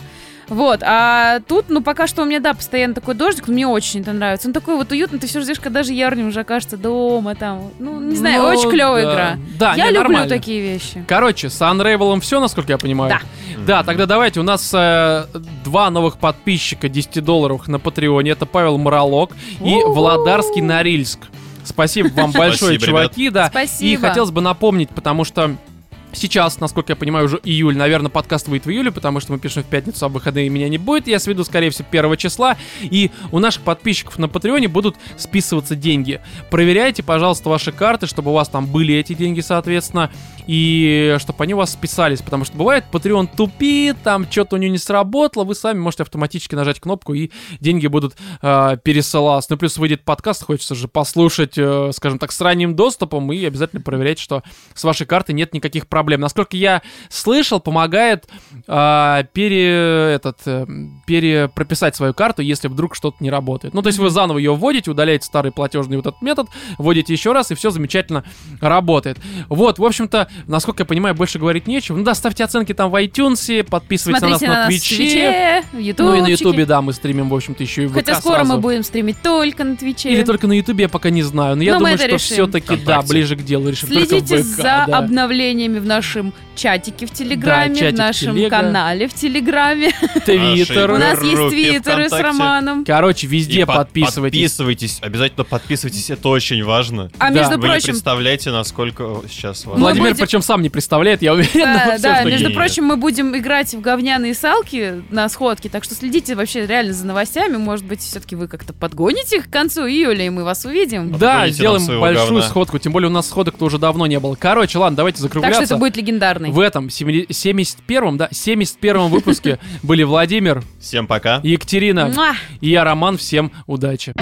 Speaker 3: Вот, а тут, ну, пока что у меня, да, постоянно такой дождик, но мне очень это нравится. Он такой вот уютный, ты все ждешь, когда же ярня уже окажется дома, там, ну, не знаю,
Speaker 1: Ну,
Speaker 3: очень клевая
Speaker 1: да.
Speaker 3: игра.
Speaker 1: Да,
Speaker 3: я
Speaker 1: не,
Speaker 3: люблю
Speaker 1: нормально.
Speaker 3: такие вещи.
Speaker 1: Короче, с Unravel все, насколько я понимаю.
Speaker 3: Да.
Speaker 2: Мгм.
Speaker 1: Да, тогда давайте. У нас э, два новых подписчика 10 долларов на Патреоне. Это Павел Моролок и
Speaker 3: У-ху.
Speaker 1: Володарский Норильск. Спасибо вам большое,
Speaker 2: ребят.
Speaker 1: чуваки. Да.
Speaker 3: Спасибо.
Speaker 1: И хотелось бы напомнить, потому что сейчас, насколько я понимаю, уже июль. Наверное, подкаст выйдет в июле, потому что мы пишем в пятницу, а выходные меня не будет. Я сведу, скорее всего, 1 числа. И у наших подписчиков на Патреоне будут списываться деньги. Проверяйте, пожалуйста, ваши карты, чтобы у вас там были эти деньги, соответственно. и чтобы они у вас списались, потому что бывает, Patreon тупит, там что-то у нее не сработало, вы сами можете автоматически нажать кнопку, и деньги будут э, пересылаться. Ну, плюс выйдет подкаст, хочется же послушать, э, скажем так, с ранним доступом, и обязательно проверять, что с вашей карты нет никаких проблем. Насколько я слышал, помогает а, пере, этот, э, перепрописать свою карту, если вдруг что-то не работает. Ну, то есть вы заново ее вводите, удаляете старый платежный вот этот метод, вводите еще раз, и все замечательно работает. Вот, в общем-то, насколько я понимаю, больше говорить нечего. Ну да, ставьте оценки там в iTunes, подписывайтесь
Speaker 3: Смотрите
Speaker 1: на нас на,
Speaker 3: в
Speaker 1: Твиче.
Speaker 3: Твиче, в Ютубе.
Speaker 1: Ну и на Ютубе, да, мы стримим, в общем-то, еще и в
Speaker 3: Хотя
Speaker 1: ВК
Speaker 3: скоро мы
Speaker 1: сразу.
Speaker 3: будем стримить только на Твиче.
Speaker 1: Или только на Ютубе, я пока не знаю. Но я
Speaker 3: Но мы
Speaker 1: думаю,
Speaker 3: это
Speaker 1: что
Speaker 3: решим.
Speaker 1: все-таки, да,
Speaker 2: Вконтакте.
Speaker 1: ближе к делу решим. Только в
Speaker 3: Следите
Speaker 1: ВК,
Speaker 3: за
Speaker 1: да.
Speaker 3: обновлениями в нашем чатике в Телеграме,
Speaker 1: чатик
Speaker 3: в нашем
Speaker 1: Телега.
Speaker 3: канале в Телеграме. У
Speaker 1: Твиттер.
Speaker 2: Нашей
Speaker 3: нас есть
Speaker 2: группе
Speaker 3: твиттеры с
Speaker 2: ВКонтакте.
Speaker 3: Романом.
Speaker 1: Короче, везде
Speaker 2: И под-
Speaker 1: подписывайтесь.
Speaker 2: Подписывайтесь, обязательно подписывайтесь, это очень важно.
Speaker 3: А
Speaker 1: Да.
Speaker 3: между
Speaker 2: Вы не
Speaker 3: прочим,
Speaker 2: представляете, насколько сейчас важно.
Speaker 1: Владимир,
Speaker 3: будем-
Speaker 1: причем сам не представляет, я уверен. но
Speaker 3: да,
Speaker 1: всё,
Speaker 3: да,
Speaker 1: что
Speaker 3: между
Speaker 2: гений.
Speaker 3: прочим, мы будем играть в говняные салки на сходке, так что следите вообще реально за новостями. Может быть, все-таки вы как-то подгоните их к концу июля, и мы вас увидим.
Speaker 2: Подгоните
Speaker 1: Да,
Speaker 2: нам
Speaker 1: сделаем
Speaker 2: своего
Speaker 1: большую
Speaker 2: говна.
Speaker 1: сходку, тем более у нас сходок-то уже давно не было. Короче, ладно, давайте
Speaker 3: Так что
Speaker 1: закругляться.
Speaker 3: это будет легендарный.
Speaker 1: В этом 70- 71-м, да, 71-м выпуске были Владимир,
Speaker 2: Всем пока.
Speaker 1: Екатерина
Speaker 3: Муа!
Speaker 1: и я, Роман. Всем удачи.